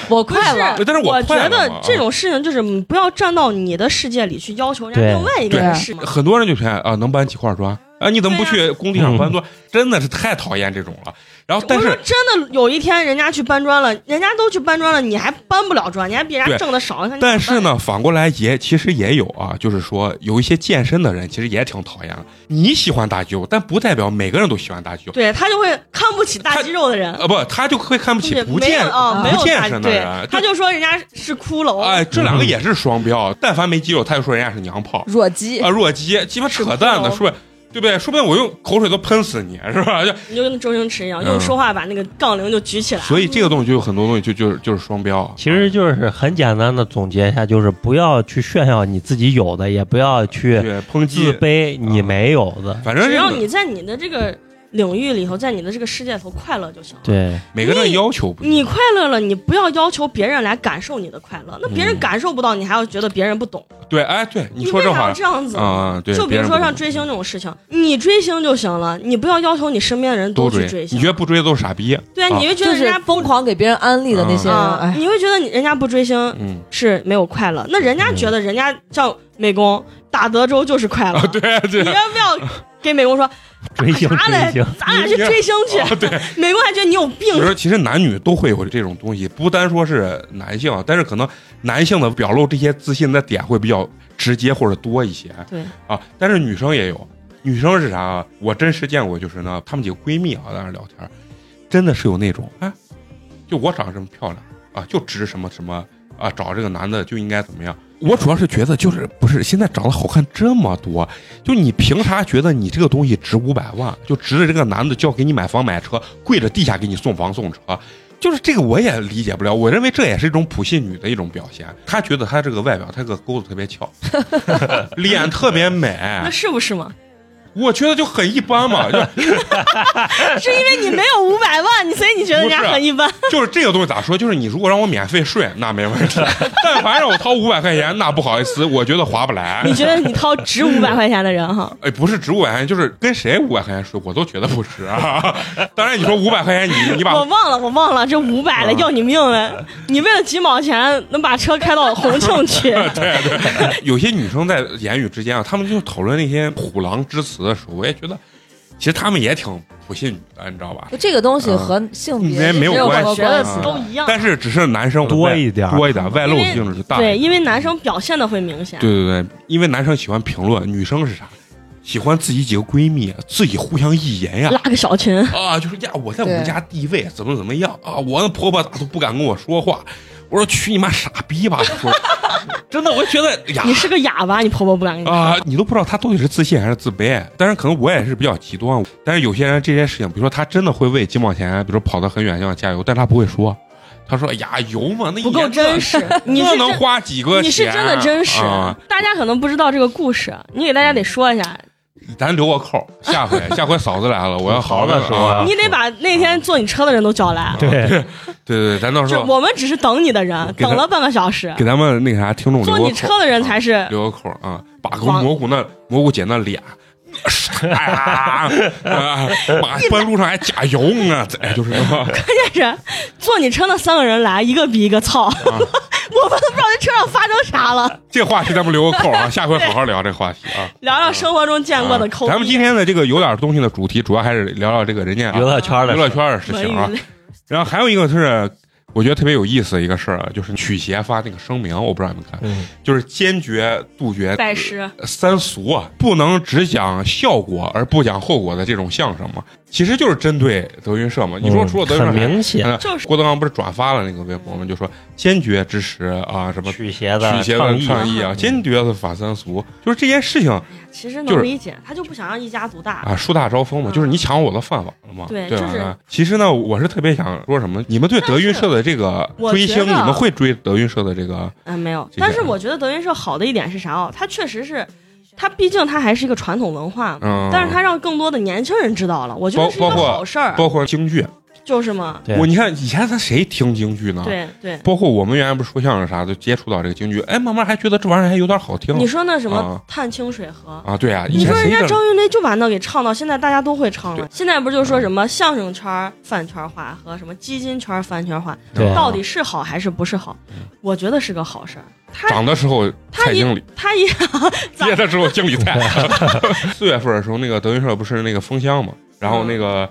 Speaker 4: 我快了，
Speaker 3: 但是
Speaker 5: 我
Speaker 3: 快
Speaker 5: 觉
Speaker 3: 乐
Speaker 5: 得
Speaker 3: 嘛啊
Speaker 5: 这种事情就是你不要站到你的世界里去要求人家
Speaker 6: 对
Speaker 5: 另外一个人是吗？
Speaker 3: 很多人就偏啊，能搬几块砖啊？你怎么不
Speaker 5: 对
Speaker 3: 去工地上搬砖？真的是太讨厌这种了。然 后，但
Speaker 5: 我说
Speaker 3: 是
Speaker 5: 真的，有一天人家去搬砖了，人家都去搬砖了，你还搬不了砖，你还比人
Speaker 3: 对
Speaker 5: 家挣的少。你
Speaker 3: 但是，呢，反过来也其实也有啊，就是说有一些健身的人其实也挺讨厌的。你喜欢大肌肉，但不代表每个人都喜欢大肌肉。
Speaker 5: 对他就会看不起大肌肉的人，
Speaker 3: 啊，不，他就会看不起
Speaker 5: 对
Speaker 3: 不
Speaker 5: 没有
Speaker 3: 健
Speaker 5: 啊，没
Speaker 3: 不
Speaker 5: 有大
Speaker 3: 健身的
Speaker 5: 对
Speaker 3: 人，，
Speaker 5: 他嗯
Speaker 3: 就
Speaker 5: 就说人家是骷髅，
Speaker 3: 哎，这两个也是双标。但凡没肌肉，他就说人家是娘炮
Speaker 4: 弱鸡
Speaker 3: 啊，弱鸡，鸡巴扯淡的，
Speaker 5: 嗯是
Speaker 3: 说对不对？说不定我用口水都喷死你，是吧？就
Speaker 5: 你就跟周星驰一样，
Speaker 3: 嗯
Speaker 5: 用说话把那个杠铃就举起来。
Speaker 3: 所以这个东西就有很多东西就就是就是双标。
Speaker 6: 其实就是很简单的总结一下，就是不要去炫耀你自己有的，也不要去
Speaker 3: 对抨
Speaker 6: 自
Speaker 3: 击，啊
Speaker 6: 卑你没有的。
Speaker 3: 反正
Speaker 5: 只
Speaker 3: 这
Speaker 5: 要
Speaker 3: 个
Speaker 5: 你在你的这个领域里头，在你的这个世界里头快乐就行了。
Speaker 6: 对，
Speaker 3: 每个人的要求不一
Speaker 5: 你
Speaker 3: 样。
Speaker 5: 快乐了，你不要要求别人来感受你的快乐，那别人
Speaker 3: 嗯
Speaker 5: 感受不到，你还要觉得别人不懂。
Speaker 3: 对，哎，对，你
Speaker 5: 你
Speaker 3: 说
Speaker 5: 为
Speaker 3: 这
Speaker 5: 啥
Speaker 3: 好
Speaker 5: 要这样子？
Speaker 3: 啊，对，
Speaker 5: 就比
Speaker 3: 别
Speaker 5: 如
Speaker 3: 人
Speaker 5: 说
Speaker 3: 不
Speaker 5: 像
Speaker 3: 懂
Speaker 5: 追星这种事情，你追星就行了，你不要要求你身边的人
Speaker 3: 都
Speaker 5: 去
Speaker 3: 追
Speaker 5: 追，星。
Speaker 3: 你觉得不追都是傻逼？
Speaker 5: 对啊，
Speaker 3: 啊
Speaker 5: 你会觉
Speaker 4: 就
Speaker 5: 得人
Speaker 4: 是
Speaker 5: 家
Speaker 4: 疯狂给别人安利的那些人，
Speaker 5: 啊，
Speaker 4: 哎，
Speaker 5: 你会觉得你人家不追星
Speaker 3: 嗯，
Speaker 5: 是没有快乐，那人家觉得人家像美工打德州就是快乐。对
Speaker 3: 哦对啊
Speaker 5: 你要不要给美工说
Speaker 6: 追星
Speaker 5: 打啥
Speaker 6: 追
Speaker 5: 嘞
Speaker 6: 星，？
Speaker 5: 咱俩去追星去。
Speaker 3: 哦
Speaker 5: 对，美工还觉得你有病
Speaker 3: 我。说，其实男女都会有这种东西，不单说是男性，啊但是可能男性的表露这些自信的点会比较直接或者多一些
Speaker 5: 对
Speaker 3: 啊，但是女生也有，女生是啥啊？我真实见过，就是呢，她们几个闺蜜啊，在那聊天，真的是有那种，哎，就我长这么漂亮啊，就值什么什么啊，找这个男的就应该怎么样。我主要是觉得就是不是现在长得好看这么多，就你凭啥觉得你这个东西值五百万？就值着这个男的就要给你买房买车，跪着地下给你送房送车，就是这个我也理解不了。我认为这也是一种普信女的一种表现。她觉得她这个外表，她这个钩子特别翘， 脸特别美，
Speaker 5: 那是不是嘛？
Speaker 3: 我觉得就很一般嘛。就
Speaker 5: 是因为你没 有五百万，你所以你觉得人家很一般。
Speaker 3: 就是这个东西咋说？就是你如果让我免费睡，那没问题；但凡让我掏五百块钱，那不好意思，我觉得划不来。
Speaker 5: 你觉得你掏值五百块钱的人哈？
Speaker 3: 哎，不是值五百块钱，就是跟谁五百块钱睡，我都觉得不值啊。 当然，你说五百块钱你，你把
Speaker 5: 我忘了，我忘了，这五百了
Speaker 3: 哦
Speaker 5: 要你命
Speaker 3: 嗯
Speaker 5: 了！你为了几毛钱能把车开到红庆去？
Speaker 3: 对对，有些女生在言语之间啊，她们就讨论那些虎狼之词的时候，我也觉得，其实她们也挺普信女的，你知道吧？
Speaker 4: 就这个东西和性
Speaker 3: 嗯
Speaker 4: 别
Speaker 3: 没
Speaker 4: 没
Speaker 3: 有
Speaker 4: 有
Speaker 3: 关
Speaker 4: 什么
Speaker 3: 系啊
Speaker 5: 觉得
Speaker 4: 关系
Speaker 5: 都一样。啊
Speaker 3: 但是只是男生
Speaker 6: 多
Speaker 3: 外
Speaker 6: 一点儿
Speaker 3: 多一点外露性质就大一点。
Speaker 5: 对，因为男生表现的会明显。
Speaker 3: 对对对，因为男生喜欢评论，女生是啥？喜欢自己几个闺蜜自己互相一言呀
Speaker 5: 拉个小群，
Speaker 3: 啊，就是呀，我在我
Speaker 4: 对
Speaker 3: 们家地位怎么怎么样啊，我那婆婆咋都不敢跟我说话。我说去你妈傻逼吧！我说 真的，我觉得呀
Speaker 5: 你是个哑巴，你婆婆不敢跟你说。
Speaker 3: 啊，你都不知道她到底是自信还是自卑。但是可能我也是比较极端，但是有些人这些事情，比如说他真的会为几毛钱，比如说跑得很远想加油，但他不会说。他说：“哎呀，油嘛，那一
Speaker 5: 不够
Speaker 3: 年
Speaker 5: 真实， 你
Speaker 3: 那
Speaker 5: 是
Speaker 3: 能
Speaker 5: 真，
Speaker 3: 花几个钱？
Speaker 5: 你是真的真实
Speaker 3: 啊、。嗯
Speaker 5: 大家可能不知道这个故事，你给大家得说一下，
Speaker 3: 啊咱留个扣儿，下回下回嫂子来了，我要好好地
Speaker 6: 吐槽的时候啊
Speaker 3: 啊
Speaker 5: 你得把那天坐你车的人都叫来。
Speaker 6: 对，
Speaker 3: 对对对，咱到时
Speaker 5: 就
Speaker 3: 候
Speaker 5: 我们只是等你的人，
Speaker 3: 给他
Speaker 5: 等了半个小时，
Speaker 3: 给咱们那个啥听众
Speaker 5: 坐
Speaker 3: 留
Speaker 5: 你
Speaker 3: 个扣
Speaker 5: 车
Speaker 3: 儿，
Speaker 5: 的人才是
Speaker 3: 留个扣儿啊，把个蘑菇那蘑菇姐那脸。 哎呀，啊妈！半路上还加油呢，这就是
Speaker 5: 关键是坐你车那三个人来，一个比一个
Speaker 3: 啊
Speaker 5: 操， 我们都不知道这车上发生啥了。
Speaker 3: 这话题，咱们留个扣儿啊，下回好好聊这话题 啊。
Speaker 5: 聊聊生活中见过的抠
Speaker 3: 啊
Speaker 5: 逼、
Speaker 3: 咱们今天的这个有点东西的主题，主要还是聊聊这个人家啊
Speaker 6: 娱乐圈的
Speaker 3: 娱乐圈的事
Speaker 5: 文
Speaker 3: 情
Speaker 5: 娱
Speaker 3: 啊。
Speaker 5: 类
Speaker 3: 然后还有一个是，我觉得特别有意思的一个事儿啊，就是曲协发那个声明，我不知道你们看，
Speaker 6: 嗯
Speaker 3: 就是坚决杜绝
Speaker 5: 拜师，
Speaker 3: 三俗啊，不能只讲效果而不讲后果的这种相声嘛，其实就是针对德云社嘛。你说除了德云社，
Speaker 6: 嗯很明显，
Speaker 3: 呃
Speaker 5: 就是
Speaker 3: 郭德纲不是转发了那个微博吗？就说坚决支持啊什么曲
Speaker 6: 曲协的
Speaker 3: 协
Speaker 6: 抗
Speaker 3: 的
Speaker 6: 议
Speaker 3: 倡议
Speaker 5: 嗯
Speaker 3: 啊，坚决的反三俗，就是这件事情
Speaker 5: 其实
Speaker 3: 就是
Speaker 5: 能理解，他就不想让一家独大。
Speaker 3: 啊，树大招风嘛，
Speaker 5: 嗯
Speaker 3: 就是你抢我的饭碗了嘛，
Speaker 5: 对
Speaker 3: 吧？
Speaker 5: 就是
Speaker 3: 其实呢，我是特别想说什么，你们对德云社的这个
Speaker 5: 我
Speaker 3: 追星，
Speaker 5: 觉
Speaker 3: 你
Speaker 5: 得
Speaker 3: 们会追德云社的这个
Speaker 5: 嗯，没有
Speaker 3: 这。
Speaker 5: 但
Speaker 3: 个
Speaker 5: 是我觉得德云社好的一点是啥哦？它确实是，它毕竟它还是一个传统文化，
Speaker 3: 嗯，
Speaker 5: 但是它让更多的年轻人知道了，我觉得
Speaker 3: 包
Speaker 5: 是一个
Speaker 3: 包括
Speaker 5: 好事儿，
Speaker 3: 包括京剧，
Speaker 5: 就是嘛。
Speaker 6: 对
Speaker 3: 我你看以前咱谁听京剧呢？
Speaker 5: 对对，
Speaker 3: 包括我们原来不是说相声啥，就接触到这个京剧，哎，慢慢还觉得这玩意儿还有点好听
Speaker 5: 你说那什么
Speaker 3: 啊
Speaker 5: 探清水河。
Speaker 3: 啊。对啊，以
Speaker 5: 你
Speaker 3: 前
Speaker 5: 说人
Speaker 3: 谁
Speaker 5: 家
Speaker 3: 知道
Speaker 5: 张云雷就把那给唱到现在，大家都会唱了
Speaker 3: 对。嗯
Speaker 5: 现在不就说什么相声圈儿饭圈化和什么基金圈儿饭圈化，
Speaker 6: 对
Speaker 3: 啊
Speaker 5: 到底是好还是不是好？我觉得是个好事儿。
Speaker 3: 嗯
Speaker 5: 他
Speaker 3: 长的时候
Speaker 5: 他
Speaker 3: 蔡
Speaker 5: 一
Speaker 3: 经理，
Speaker 5: 他一咋
Speaker 3: 接的时候经理蔡。 四月份的时候，那个德云社不是那个封箱嘛，然后那个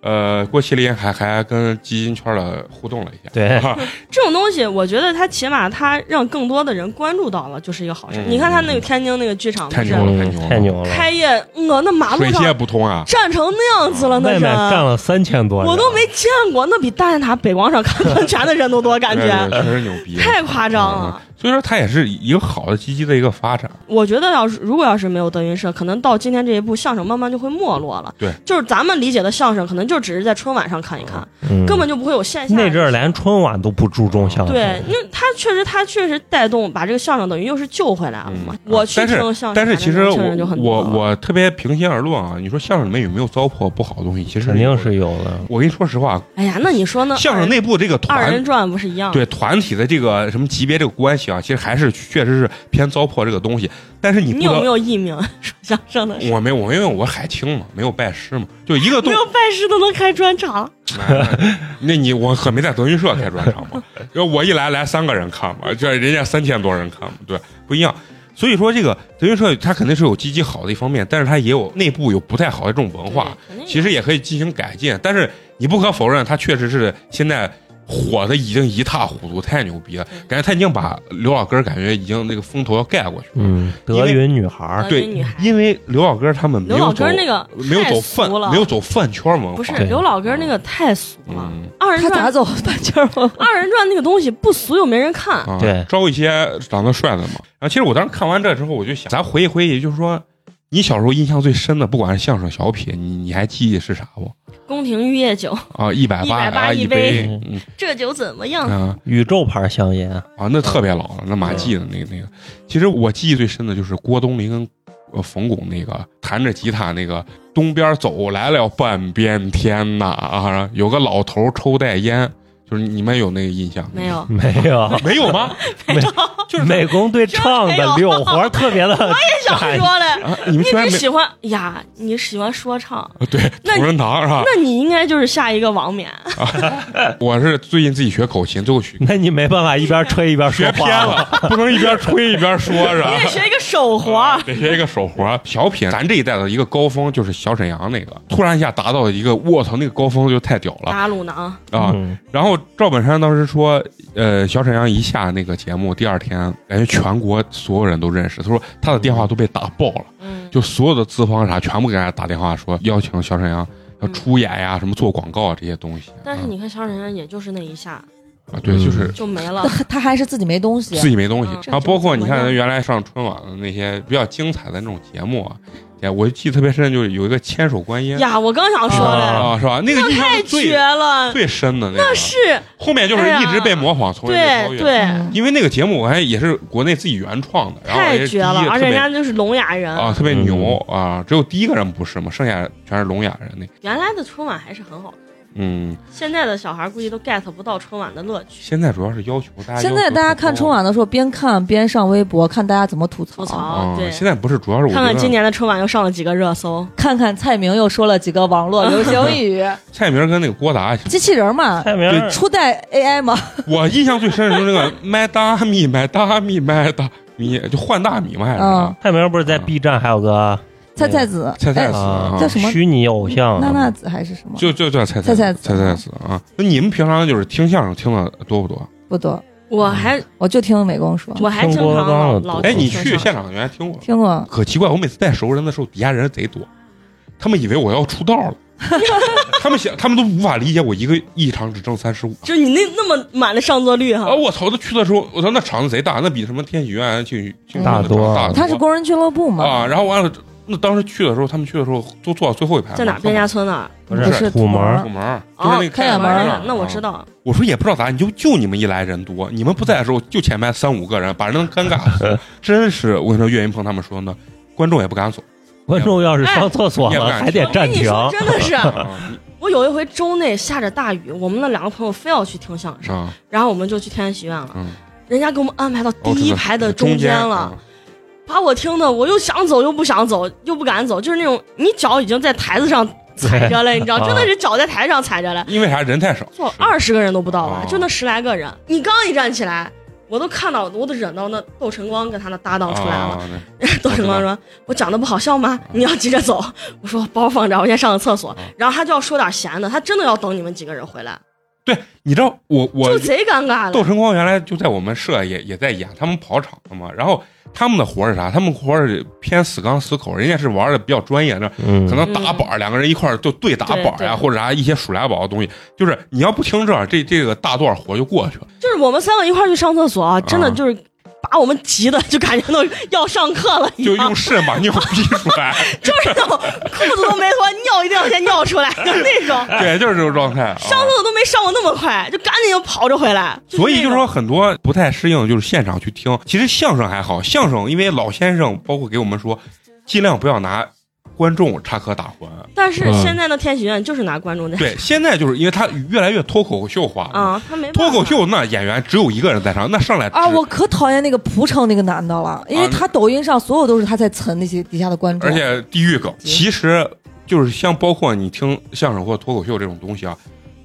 Speaker 3: 呃郭麒麟还还跟基金圈的互动了一下。
Speaker 6: 对
Speaker 3: 啊
Speaker 5: 这种东西，我觉得他起码他让更多的人关注到了，就是一个好事儿。
Speaker 3: 嗯
Speaker 5: 你看他那个天津那个剧场，
Speaker 3: 太
Speaker 5: 不是
Speaker 3: 牛了
Speaker 6: 嗯太牛了，
Speaker 5: 开业，我那马路
Speaker 3: 水泄
Speaker 5: 上
Speaker 3: 不通啊！
Speaker 5: 站成那样子了，那
Speaker 6: 外面站
Speaker 5: 人
Speaker 6: 了三千多人，
Speaker 5: 我都没见过，那比大雁塔北广场看喷泉的人都多，感
Speaker 3: 对对
Speaker 5: 觉
Speaker 3: 对确实牛逼，
Speaker 5: 太夸张了。
Speaker 3: 嗯。所以说，它也是一个好的、积极的一个发展。
Speaker 5: 我觉得要是如果要是没有德云社，可能到今天这一步，相声慢慢就会没落了。
Speaker 3: 对，
Speaker 5: 就是咱们理解的相声，可能就只是在春晚上看一看，
Speaker 6: 嗯
Speaker 5: 根本就不会有线下的
Speaker 6: 那阵儿连春晚都不注重相声，
Speaker 5: 对，因为他确实，他确实带动把这个相声等于又是救回来了嘛。
Speaker 3: 嗯
Speaker 5: 我去
Speaker 3: 但是
Speaker 5: 听相声，
Speaker 3: 但是其实
Speaker 5: 反正年轻人就
Speaker 3: 我
Speaker 5: 很
Speaker 3: 我
Speaker 5: 多了
Speaker 3: 我特别平心而论啊，你说相声里面有没有糟粕不好的东西？其实
Speaker 6: 肯定
Speaker 3: 有
Speaker 6: 是
Speaker 3: 的。
Speaker 6: 有的。
Speaker 3: 我跟你说实话，
Speaker 5: 哎呀，那你说呢？
Speaker 3: 相声内部这个
Speaker 5: 二人二
Speaker 3: 团
Speaker 5: 人转不是一样？，
Speaker 3: 对团体的这个什么级别这个关系啊，其实还是确实是偏糟粕这个东西。但是你不
Speaker 5: 你
Speaker 3: 能
Speaker 5: 有没有艺名说相声的？
Speaker 3: 我没有，我因为我海清嘛，没有拜师嘛，就一个
Speaker 5: 没
Speaker 3: 动。
Speaker 5: 有拜师都能开专场，
Speaker 3: 那那你我可没在德云社开专场 嘛，然后我一来来三个人看嘛，这人家三千多人看嘛，对，不一样。所以说这个德云社它肯定是有积极好的一方面，但是它也有内部有不太好的这种文化，
Speaker 5: 哎对肯定有
Speaker 3: 其实也可以进行改进。但是你不可否认，它确实是现在火的已经一塌糊涂，太牛逼了，
Speaker 5: 嗯
Speaker 3: 感觉他已经把刘老根儿感觉已经那个风头要盖过去了。
Speaker 6: 嗯，德云女孩
Speaker 5: 德
Speaker 6: 儿，
Speaker 5: 云
Speaker 3: 对
Speaker 5: 女孩，
Speaker 3: 因为刘老根儿他们没
Speaker 5: 刘
Speaker 3: 有
Speaker 5: 老
Speaker 3: 走
Speaker 5: 根儿那个
Speaker 3: 没有
Speaker 5: 太
Speaker 3: 走
Speaker 5: 俗
Speaker 3: 饭
Speaker 5: 了
Speaker 3: 没有走饭圈文化，
Speaker 5: 不是
Speaker 6: 对
Speaker 5: 刘老根儿那个太俗了，
Speaker 3: 嗯
Speaker 5: 二人
Speaker 4: 他咋
Speaker 5: 转
Speaker 4: 走半圈儿吗？
Speaker 5: 二人转那个东西不俗又没人看，
Speaker 3: 啊，
Speaker 6: 对
Speaker 3: 招一些长得帅的嘛。然后其实我当时看完这之后，我就想，咱回忆回忆，就是说你小时候印象最深的，不管是相声、小品，你你还记忆是啥不？
Speaker 5: 宫廷玉液酒，
Speaker 3: 啊，一百八
Speaker 5: 180
Speaker 3: 啊一
Speaker 5: 一杯
Speaker 3: 杯，嗯
Speaker 5: 这酒怎么样？
Speaker 3: 啊
Speaker 6: 宇宙牌香烟，
Speaker 3: 啊，那特别老
Speaker 5: 嗯
Speaker 3: 了，那马季的那个那个。其实我记忆最深的就是郭冬临跟呃冯巩那个弹着吉他那个。东边走来了半边天呐啊！有个老头抽袋烟，就是你们有那个印象
Speaker 5: 没？ 有，
Speaker 6: 没 有，
Speaker 3: 没有吗？
Speaker 6: 就是美工对唱的柳 活特别的，
Speaker 5: 想说嘞，
Speaker 3: 啊，你们
Speaker 5: 你
Speaker 3: 居然
Speaker 5: 只
Speaker 3: 没
Speaker 5: 喜欢呀，你喜欢说唱，
Speaker 3: 啊对
Speaker 5: 那
Speaker 3: 同仁堂是吧？
Speaker 5: 那你应该就是下一个 王冕。
Speaker 3: 我是最近自己学口琴，最后 学
Speaker 6: 那你没办法一边吹一边说
Speaker 3: 学偏
Speaker 6: 话，
Speaker 3: 了，不能一边吹一边说是吧
Speaker 5: 你？得学一个手活儿，
Speaker 3: 得学一个手活儿。小品，咱这一代的一个高峰就是小沈阳那个，突然一下达到一个，我操，那个高峰就太屌了
Speaker 5: 打鲁囊，
Speaker 3: 啊！
Speaker 6: 嗯
Speaker 3: 然后赵本山当时说，呃，小沈阳一下那个节目，第二天感觉全国所有人都认识，他说他的电话都被打爆了，
Speaker 5: 嗯，
Speaker 3: 就所有的资方啥全部给人家打电话说邀请小沈阳。要出演呀，什么做广告啊，这些东西。
Speaker 5: 但是你看小沈阳，也就是那一下
Speaker 3: 啊，
Speaker 5: 嗯
Speaker 3: 对，就是
Speaker 5: 就没 了。
Speaker 4: 他他还是自己没东西
Speaker 3: 自，己没东西。
Speaker 5: 嗯
Speaker 3: 然后包括你看咱原来上春晚的那些比较精彩的那种节目啊，哎，我记得特别深，就是有一个千手观音
Speaker 5: 呀，我刚想说嘞，
Speaker 3: 啊，是吧？那个印象
Speaker 5: 太
Speaker 3: 是最
Speaker 5: 绝了，
Speaker 3: 最深的那个，
Speaker 5: 那是啊
Speaker 3: 后面就是一直被模仿，从来没超
Speaker 5: 对
Speaker 3: 越。
Speaker 5: 对，
Speaker 4: 嗯
Speaker 3: 因为那个节目我还也是国内自己原创的，然后也
Speaker 5: 太
Speaker 3: 是第一
Speaker 5: 绝了，而
Speaker 3: 特
Speaker 5: 且人
Speaker 3: 别
Speaker 5: 家就是聋哑人。
Speaker 3: 啊特别牛啊，只有第一个人不是嘛，剩下全是聋哑人那。
Speaker 5: 原来的春晚还是很好看，
Speaker 3: 嗯，
Speaker 5: 现在的小孩估计都 get 不到春晚的乐趣。
Speaker 3: 现在主要是要求大家
Speaker 4: 现在大家看春
Speaker 3: 啊
Speaker 4: 晚的时候，边看边上微博，看大家怎么吐槽，
Speaker 5: 吐槽，对，
Speaker 3: 哦现在不是主要是我
Speaker 5: 看看
Speaker 3: 觉得
Speaker 5: 今年的春晚又上了几个热搜，
Speaker 4: 看看蔡明又说了几个网 络流 行语，
Speaker 3: 蔡明跟那个郭达
Speaker 4: 机器人嘛，
Speaker 6: 蔡明儿，
Speaker 3: 对
Speaker 4: 初代 AI
Speaker 3: 哎
Speaker 4: 嘛，
Speaker 3: 我印象最深的就是那个买大米，买大米，买大米，就换大米嘛，还是啥
Speaker 4: 嗯？
Speaker 6: 蔡明儿不是在 B 站还有个
Speaker 4: 菜菜子，
Speaker 3: 菜菜
Speaker 4: 哎
Speaker 3: 子
Speaker 6: 啊
Speaker 3: 啊
Speaker 4: 叫，什么
Speaker 6: 虚拟偶像
Speaker 4: 娜娜子还是什么？
Speaker 3: 就就叫菜菜
Speaker 4: 菜菜
Speaker 3: 子
Speaker 4: 子
Speaker 3: 菜菜子啊。那你们平常就是听相声听的多不多？
Speaker 4: 不多，
Speaker 5: 我还
Speaker 3: 嗯
Speaker 4: 我就听美工说，
Speaker 5: 我还
Speaker 6: 听
Speaker 5: 经常
Speaker 6: 郭刚
Speaker 5: 老
Speaker 6: 的
Speaker 5: 老
Speaker 6: 多
Speaker 3: 哎，
Speaker 5: 听
Speaker 3: 你
Speaker 5: 说
Speaker 3: 去
Speaker 5: 唱
Speaker 3: 现场原来听过？
Speaker 4: 听过
Speaker 3: 可奇怪，我每次带熟人的时候，底下人贼多，他们以为我要出道了， 他们想，他们都无法理解我一个一场只挣三十五。
Speaker 5: 就是你那那么满的上座率哈
Speaker 3: 啊！，我操！那去的时候，我操，那场子贼大，那比什么天喜啊院、庆庆
Speaker 6: 大
Speaker 3: 多
Speaker 6: 多
Speaker 3: 大
Speaker 4: 他是工人俱乐部嘛？
Speaker 3: 啊。然后完了，那当时去的时候，他们去的时候都坐到最后一排嘛，
Speaker 5: 在哪？
Speaker 3: 他们
Speaker 5: 边家村那儿。
Speaker 6: 不
Speaker 4: 不
Speaker 3: 是
Speaker 4: 是
Speaker 6: 土门儿
Speaker 3: 出门儿，就是
Speaker 5: 哦
Speaker 3: 那个，
Speaker 4: 开
Speaker 5: 眼
Speaker 4: 眼
Speaker 3: 门
Speaker 4: 门
Speaker 3: 儿
Speaker 4: 儿
Speaker 3: 那儿
Speaker 5: 那我知。
Speaker 3: 啊
Speaker 5: 道，
Speaker 3: 我说也不知道咋，你就就你们一来人多，你们不在的时候就前排三五个人，把人能尴尬死。真是我跟你说，岳云鹏他们说呢，观众也不敢走。
Speaker 6: 观众要是上厕所
Speaker 3: 哎
Speaker 6: 了还得
Speaker 5: 我
Speaker 6: 暂
Speaker 5: 跟你
Speaker 6: 停，
Speaker 5: 说，真 的是，
Speaker 3: 啊
Speaker 5: 我有一回周内下着大雨，我们那两个朋友非要去听相声，
Speaker 3: 啊，
Speaker 5: 然后我们就去天安学院了，
Speaker 3: 嗯，
Speaker 5: 人家给我们安排到第
Speaker 3: 哦
Speaker 5: 一排的
Speaker 3: 中
Speaker 5: 间
Speaker 3: 间啊
Speaker 5: 了，。把我听的我又想走又不想走，又不敢走，就是那种你脚已经在台子上踩 着了，你知道，
Speaker 6: 啊
Speaker 5: 真的是脚在台上踩着了。
Speaker 3: 因为啥？人太少。
Speaker 5: 坐二十个人都不到吧，
Speaker 3: 哦
Speaker 5: 就那十来个人，你刚一站起来。我都看到，我都忍到那窦晨光跟他那搭档出来了。
Speaker 3: 啊，
Speaker 5: 窦晨光说：“我讲的不好笑
Speaker 3: 哦
Speaker 5: 吗？你要急着走。”我说：“包放这儿，我先上个厕所。然后他就要说点闲的，他真的要等你们几个人回来，
Speaker 3: 对，你知道我我
Speaker 5: 就贼尴尬
Speaker 3: 窦
Speaker 5: 了。
Speaker 3: 晨光原来就在我们社也也在演，他们跑场的嘛。然后他们的活儿是啥？他们活儿是偏死刚死口，人家是玩的比较专业的，
Speaker 6: 嗯
Speaker 3: 可能打板儿，两个人一块儿就对打板儿
Speaker 5: 对
Speaker 3: 呀，
Speaker 5: 对
Speaker 3: 或者啥一些鼠来宝的东西。就是你要不听这儿，这这个大段活就过去了。
Speaker 5: 就是我们三个一块儿去上厕所啊，
Speaker 3: 哦
Speaker 5: 真的就是把我们急的，就感觉都要上课了一
Speaker 3: 就
Speaker 5: 样。
Speaker 3: 用 肾把尿逼出来，
Speaker 5: 就是那种裤子都没脱，尿一定要先尿出来， 就是那种
Speaker 3: 对，就是这种状态。啊
Speaker 5: 上厕所都没上过那么快，就赶紧就跑着回来。
Speaker 3: 所以
Speaker 5: 那
Speaker 3: 就是
Speaker 5: 种
Speaker 3: 说，很多不太适应，就是现场去听。其实相声还好，相声因为老先生包括给我们说，尽量不要拿观众插科打诨。
Speaker 5: 但是
Speaker 6: 嗯
Speaker 5: 现在的天喜院就是拿观众在
Speaker 3: 对，现在就是因为他越来越脱口秀化了。
Speaker 5: 啊，他没
Speaker 3: 脱
Speaker 5: 办法
Speaker 3: 口秀那演员只有一个人在上，那上来
Speaker 4: 啊，
Speaker 3: 只
Speaker 4: 我可讨厌那个蒲城那个男的了，因为他抖音上所有都是他在蹭那些底下的观众，
Speaker 3: 啊而且地狱梗，其实就是像包括你听相声或脱口秀这种东西啊，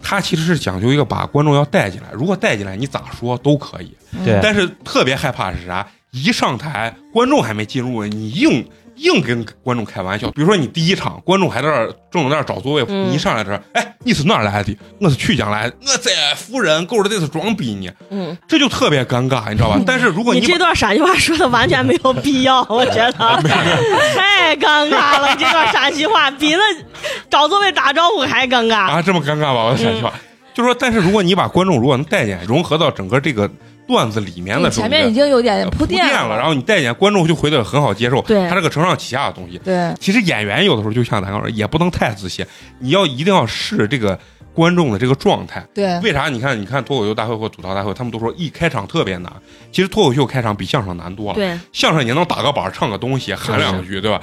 Speaker 3: 它其实是讲究一个把观众要带进来。如果带进来，你咋说都可以。
Speaker 6: 对
Speaker 3: 但是特别害怕是啥？一上台，观众还没进入，你硬硬跟观众开玩笑。比如说你第一场，观众还在那儿正在那儿找座位，
Speaker 5: 嗯
Speaker 3: 你一上来这儿，哎，你是哪儿来的？我是曲江来的，我在夫人，够着这是装逼呢，
Speaker 5: 嗯，
Speaker 3: 这就特别尴尬，你知道吧？
Speaker 4: 嗯
Speaker 3: 但是如果
Speaker 5: 你
Speaker 3: 把
Speaker 5: 这段陕西话说的完全没有必要，我觉得 太尴尬了。你这段陕西话比那找座位打招呼还尴尬。
Speaker 3: 啊，这么尴尬吧？我的陕西话，
Speaker 4: 嗯
Speaker 3: 就说，但是如果你把观众如果能带进来，融合到整个这个段子里面的
Speaker 4: 你
Speaker 3: 时候，
Speaker 4: 前面已经有点
Speaker 3: 呃
Speaker 4: 铺
Speaker 3: 垫
Speaker 4: 垫
Speaker 3: 了，然后你带进来，观众就会得很好接受，
Speaker 4: 对
Speaker 3: 他这个承上启下的东西。
Speaker 4: 对，
Speaker 3: 其实演员有的时候就像咱刚说，也不能太自信，你要一定要试这个观众的这个状态。
Speaker 4: 对，
Speaker 3: 为啥？你看，你看脱口秀大会或吐槽大会，他们都说一开场特别难，其实脱口秀开场比相声难多了。
Speaker 5: 对，
Speaker 3: 相声也能打个板儿，唱个东西，喊两句，对吧？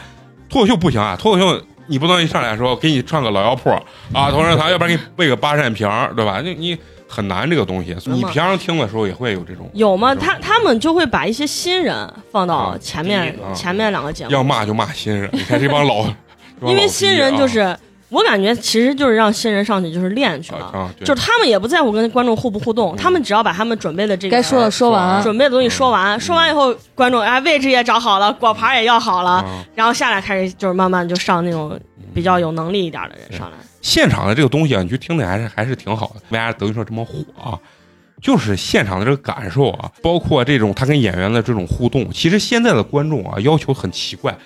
Speaker 3: 脱口秀不行啊，脱口秀你不能一上来说给你唱个老妖婆啊，同仁堂，要不然给你背个八扇屏儿，对吧？你你很难这个东西，你平常听的时候也会有这种
Speaker 5: 有吗？
Speaker 3: 这种
Speaker 5: 他他们就会把一些新人放到
Speaker 3: 啊
Speaker 5: 前面
Speaker 3: 第一啊
Speaker 5: 前面两个节目，
Speaker 3: 要骂就骂新人，你看这帮 老，这帮
Speaker 5: 因为
Speaker 3: 老
Speaker 5: 新
Speaker 3: 逼
Speaker 5: 人
Speaker 3: 啊
Speaker 5: 就是我感觉其实就是让新人上去就是练去
Speaker 3: 啊
Speaker 5: 了，
Speaker 3: 啊，对
Speaker 5: 就是他们也不在乎跟观众互不互动，
Speaker 3: 嗯
Speaker 5: 他们只要把他们准备的这个
Speaker 4: 该说的说
Speaker 3: 啊
Speaker 4: 完，
Speaker 5: 准备的东西说完，说完以后观众哎位置也找好了，果盘也要好了，
Speaker 3: 啊
Speaker 5: 然后下来开始就是慢慢就上那种比较有能力一点的人
Speaker 3: 是
Speaker 5: 上来。
Speaker 3: 现场的这个东西啊，你去听的还是还是挺好的。为啥德云社这么火啊？就是现场的这个感受啊，包括这种他跟演员的这种互动。其实现在的观众啊，要求很奇怪，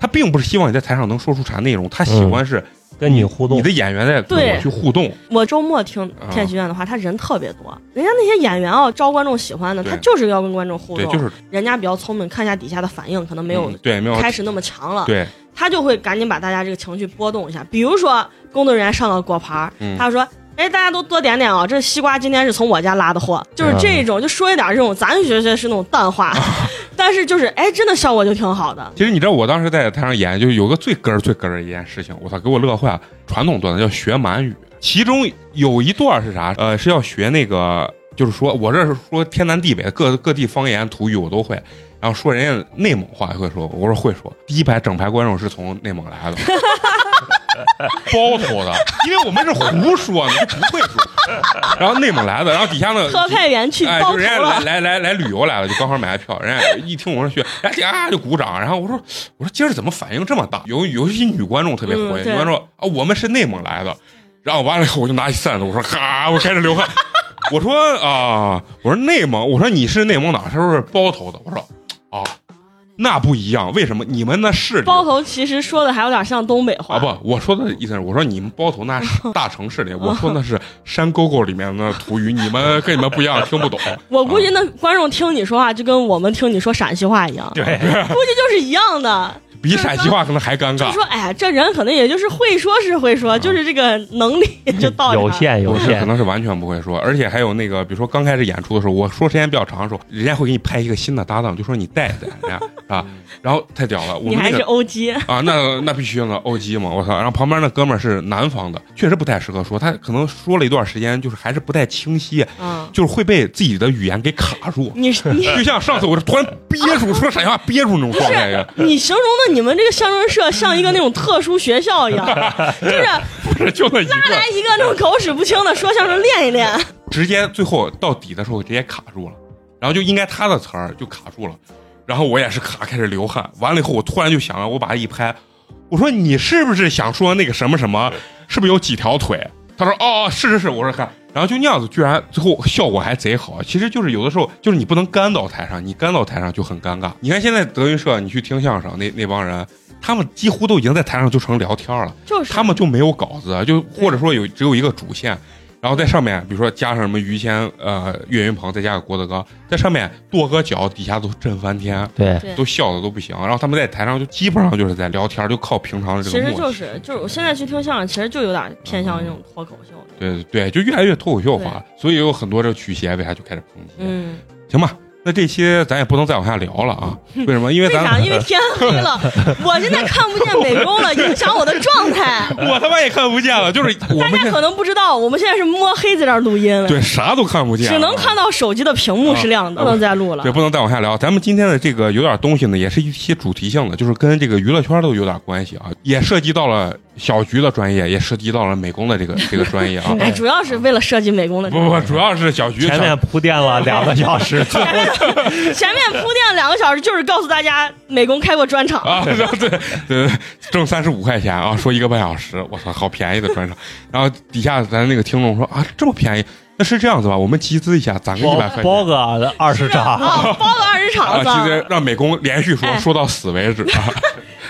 Speaker 3: 他并不是希望你在台上能说出啥内容，他喜欢是
Speaker 6: 跟你互动
Speaker 3: 你的演员在跟我
Speaker 5: 对
Speaker 3: 去互动。
Speaker 5: 我周末听
Speaker 3: 啊
Speaker 5: 天喜剧院的话，他人特别多，人家那些演员啊，招观众喜欢的，
Speaker 3: 对
Speaker 5: 他就是要跟观众互
Speaker 3: 对，
Speaker 5: 动，
Speaker 3: 就是
Speaker 5: 人家比较聪明，看一下底下的反应，可能没有
Speaker 3: 嗯对没有
Speaker 5: 开始那么强了，
Speaker 3: 对
Speaker 5: 他就会赶紧把大家这个情绪波动一下。比如说工作人员上了果盘儿，
Speaker 3: 嗯
Speaker 5: 他说。哎，大家都多点点啊！这西瓜今天是从我家拉的货，就是
Speaker 6: 嗯
Speaker 5: 这种，就说一点这种，咱学学是那种淡化，
Speaker 3: 啊
Speaker 5: 但是就是哎，真的效果就挺好的。
Speaker 3: 其实你知道，我当时在台上演，就是有个最根儿、最根儿的一件事情，我操，给我乐坏了。传统段子叫学满语，其中有一段是啥？呃，是要学那个，就是说我这是说天南地北各各地方言土语我都会，然后说人家内蒙话也会说，我说会说。第一排整排观众是从内蒙来的， 包头的，因为我们是胡说呢，就不会说。然后内蒙来的，然后底下呢，
Speaker 5: 特派员去
Speaker 3: 哎，
Speaker 5: 包
Speaker 3: 就
Speaker 5: 头
Speaker 3: 人家
Speaker 5: 了
Speaker 3: 来，来来来旅游来了，就刚好买的票，人家一听我说去，人家啊就鼓掌。然后我说我说今儿怎么反应这么大？有有一些女观众特别活跃，女
Speaker 5: 嗯对
Speaker 3: 观众啊我们是内蒙来的，然后完了以后我就拿起扇子，我说哈，我开始流汗，我说啊，我说内蒙，我说你是内蒙哪儿？他说是包头的，我说啊，那不一样，为什么？你们那市里
Speaker 5: 包头其实说的还有点像东北话，
Speaker 3: 啊不，我说的意思是，我说你们包头那是大城市里，我说那是山沟沟里面的土语，你们跟你们不一样，听不懂。
Speaker 5: 我估计
Speaker 3: 啊
Speaker 5: 那观众听你说话就跟我们听你说陕西话一样，
Speaker 6: 对，
Speaker 5: 估计就是一样的。
Speaker 3: 比陕西话可能还尴
Speaker 5: 就
Speaker 3: 尬
Speaker 5: 是。说，哎呀，这人可能也就是会说是会
Speaker 3: 嗯
Speaker 5: 说，就是这个能力就到这儿
Speaker 6: 有。限有
Speaker 3: 不是，可
Speaker 6: 限，
Speaker 3: 能是完全不会说，而且还有那个，比如说刚开始演出的时候，我说时间比较长的时候，人家会给你派一个新的搭档，就说你带带 人家啊，然后太屌了，我
Speaker 5: 你
Speaker 3: 们那
Speaker 5: 还是
Speaker 3: 个
Speaker 5: 欧基，
Speaker 3: 啊，那那必须的欧基嘛，我操！然后旁边那哥们儿是南方的，确实不太适合说，他可能说了一段时间，就是还是不太清晰，
Speaker 5: 嗯，
Speaker 3: 就是会被自己的语言给卡住，
Speaker 5: 你你
Speaker 3: 就像上次我是突然憋住说陕西话憋住那种状态 一样，
Speaker 5: 你形容的你们这个相声社像一个那种特殊学校一样，就是
Speaker 3: 不是 就那一
Speaker 5: 拉
Speaker 3: 个，
Speaker 5: 来一个那种口齿不清的说相声练一练，
Speaker 3: 直接最后到底的时候直接卡住了，然后就应该他的词儿就卡住了，然后我也是卡开始流汗，完了以后我突然就想了，我把他一拍，我说你是不是想说那个什么什么，是不是有几条腿？他说哦是是是，我说看，然后就那样子，居然最后效果还贼好。啊其实就是有的时候就是你不能干到台上，你干到台上就很尴尬。你看现在德云社，你去听相声那那帮人。他们几乎都已经在台上就成聊天了，
Speaker 5: 就是
Speaker 3: 他们就没有稿子，就或者说有只有一个主线，然后在上面，比如说加上什么于谦、呃岳云鹏，再加个郭德纲，在上面跺个脚，底下都震翻天，
Speaker 6: 对，
Speaker 5: 对
Speaker 3: 都笑的都不行。然后他们在台上就基本上就是在聊天，就靠平常的这
Speaker 5: 其
Speaker 3: 个默
Speaker 5: 实
Speaker 3: 契。
Speaker 5: 就是就是我现在去听相声，其实就有点偏向那种脱口秀的，
Speaker 3: 对对，就越来越脱口秀化，所以有很多这个曲协为啥就开始抨击。
Speaker 5: 嗯，
Speaker 3: 行吧，那这期咱也不能再往下聊了 啊？为什么？因为
Speaker 5: 为
Speaker 3: 咱
Speaker 5: 啥？
Speaker 3: 们
Speaker 5: 因为天 黑了，我现在看不见美工了，影响我的状态。
Speaker 3: 我他妈也看不见了，就是我
Speaker 5: 大
Speaker 3: 们
Speaker 5: 家
Speaker 3: 现
Speaker 5: 可能不知道，我们现在是摸黑在这儿录音了，
Speaker 3: 对啥都看不见，
Speaker 5: 只能看到手机的屏幕是亮的，
Speaker 3: 啊
Speaker 5: 不能再录了。
Speaker 3: 对，。不能再往下聊。咱们今天的这个有点东西呢，也是一些主题性的，就是跟这个娱乐圈都有点关系啊，也涉及到了小菊的专业也涉及到了美工的这个这个专业啊
Speaker 5: 哎，主要是为了设计美工的。
Speaker 3: 不不，主要是小菊
Speaker 6: 前面铺垫了两个 小时，最后
Speaker 5: 前面铺垫两个小时，就是告诉大家美工开过专场。
Speaker 3: 啊，对对对，挣三十五块钱啊，说一个半小时，我操，好便宜的 专场。然后底下咱那个听众说啊，这么便宜，那是这样子吧？我们集资一下，攒个一
Speaker 6: 包
Speaker 3: 百块
Speaker 6: 包
Speaker 3: 钱。
Speaker 6: 个二十张，
Speaker 5: 啊，包个二十
Speaker 3: 啊，
Speaker 5: 场
Speaker 3: 集
Speaker 5: 子
Speaker 3: 资，让美工连续说、
Speaker 5: 哎
Speaker 3: 说到死为止啊！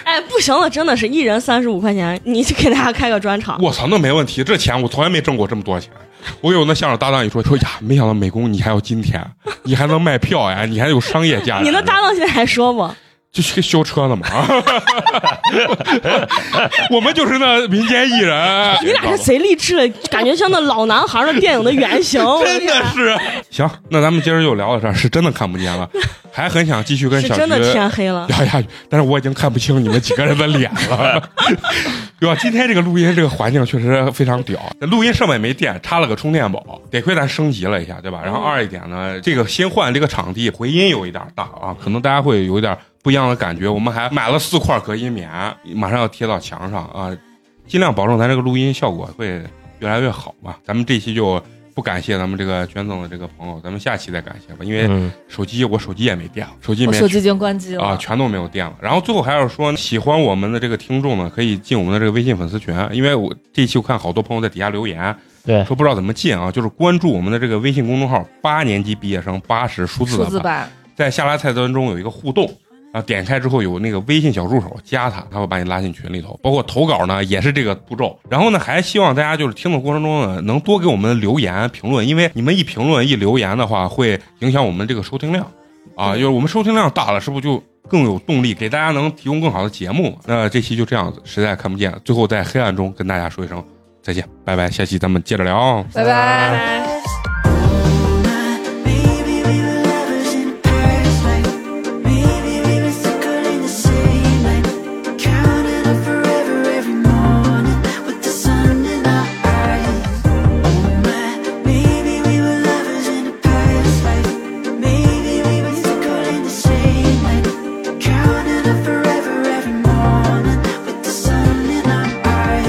Speaker 5: 哎，不行了，真的是一人三十五块钱，你就给大家开个专场。
Speaker 3: 我操，那没问题，这钱我从来没挣过这么多钱。我有那相声搭档一说说呀，没想到美工你还有今天，你还能卖票呀，你还有商业价值。
Speaker 5: 你那搭档现在还说不？
Speaker 3: 就去修车呢嘛， 啊我们就是那民间艺人。
Speaker 5: 你俩是贼励志，感觉像那老男孩的电影的原型。
Speaker 3: 真的是。行，那咱们今儿就聊到这儿，是真的看不见了，还很想继续跟
Speaker 5: 是
Speaker 3: 小
Speaker 5: 真的
Speaker 3: 菊
Speaker 5: 天黑了。
Speaker 3: 聊下去，但是我已经看不清你们几个人的脸了， 对吧？今天这个录音这个环境确实非常屌，那录音设备没电，插了个充电宝，得亏咱升级了一下，对吧？然后二一点呢，这个新换这个场地回音有一点大啊，可能大家会有一点不一样的感觉。我们还买了四块隔音棉，马上要贴到墙上啊，尽量保证咱这个录音效果会越来越好吧。咱们这期就不感谢咱们这个娟总的这个朋友，咱们下期再感谢吧，因为
Speaker 6: 嗯，
Speaker 3: 手机我手机也没电了，手机
Speaker 4: 我
Speaker 3: 没
Speaker 4: 手机已经关机了。
Speaker 3: 啊，全都没有电了。然后最后还要说，喜欢我们的这个听众呢，可以进我们的这个微信粉丝群，啊因为我这一期我看好多朋友在底下留言
Speaker 6: 对，
Speaker 3: 说不知道怎么进啊，就是关注我们的这个微信公众号“八年级毕业生八十数字
Speaker 4: 数
Speaker 3: 的
Speaker 4: 字版，
Speaker 3: 在下拉菜单中有一个互动。啊，点开之后有那个微信小助手加他，他会把你拉进群里头。包括投稿呢，也是这个步骤。然后呢，还希望大家就是听的过程中呢，能多给我们留言评论，因为你们一评论一留言的话，会影响我们这个收听量。啊，就是我们收听量大了，是不是就更有动力给大家能提供更好的节目嘛？那这期就这样子，实在看不见，最后在黑暗中跟大家说一声再见，拜拜，下期咱们接着聊啊。
Speaker 4: 拜拜。
Speaker 2: Maybe we were lovers in Paris, like maybe we were single in the city, like counting up forever every morning with the sun in our eyes. Oh my, maybe we were lovers in Paris, like maybe we were single in the city, like counting up forever every morning with the sun in our eyes.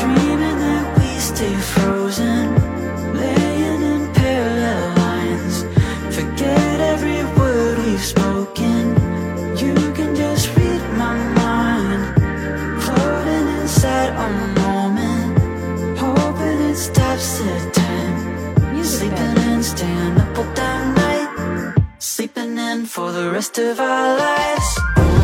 Speaker 2: Dreaming that we stay frozen, laying in parallel lines. Forget every word we've spoken. You can just read my mind. Floating inside on a moment, hoping it stops the time.
Speaker 1: Music
Speaker 2: Sleeping in, staying up all damn night. Sleeping in for the rest of our lives.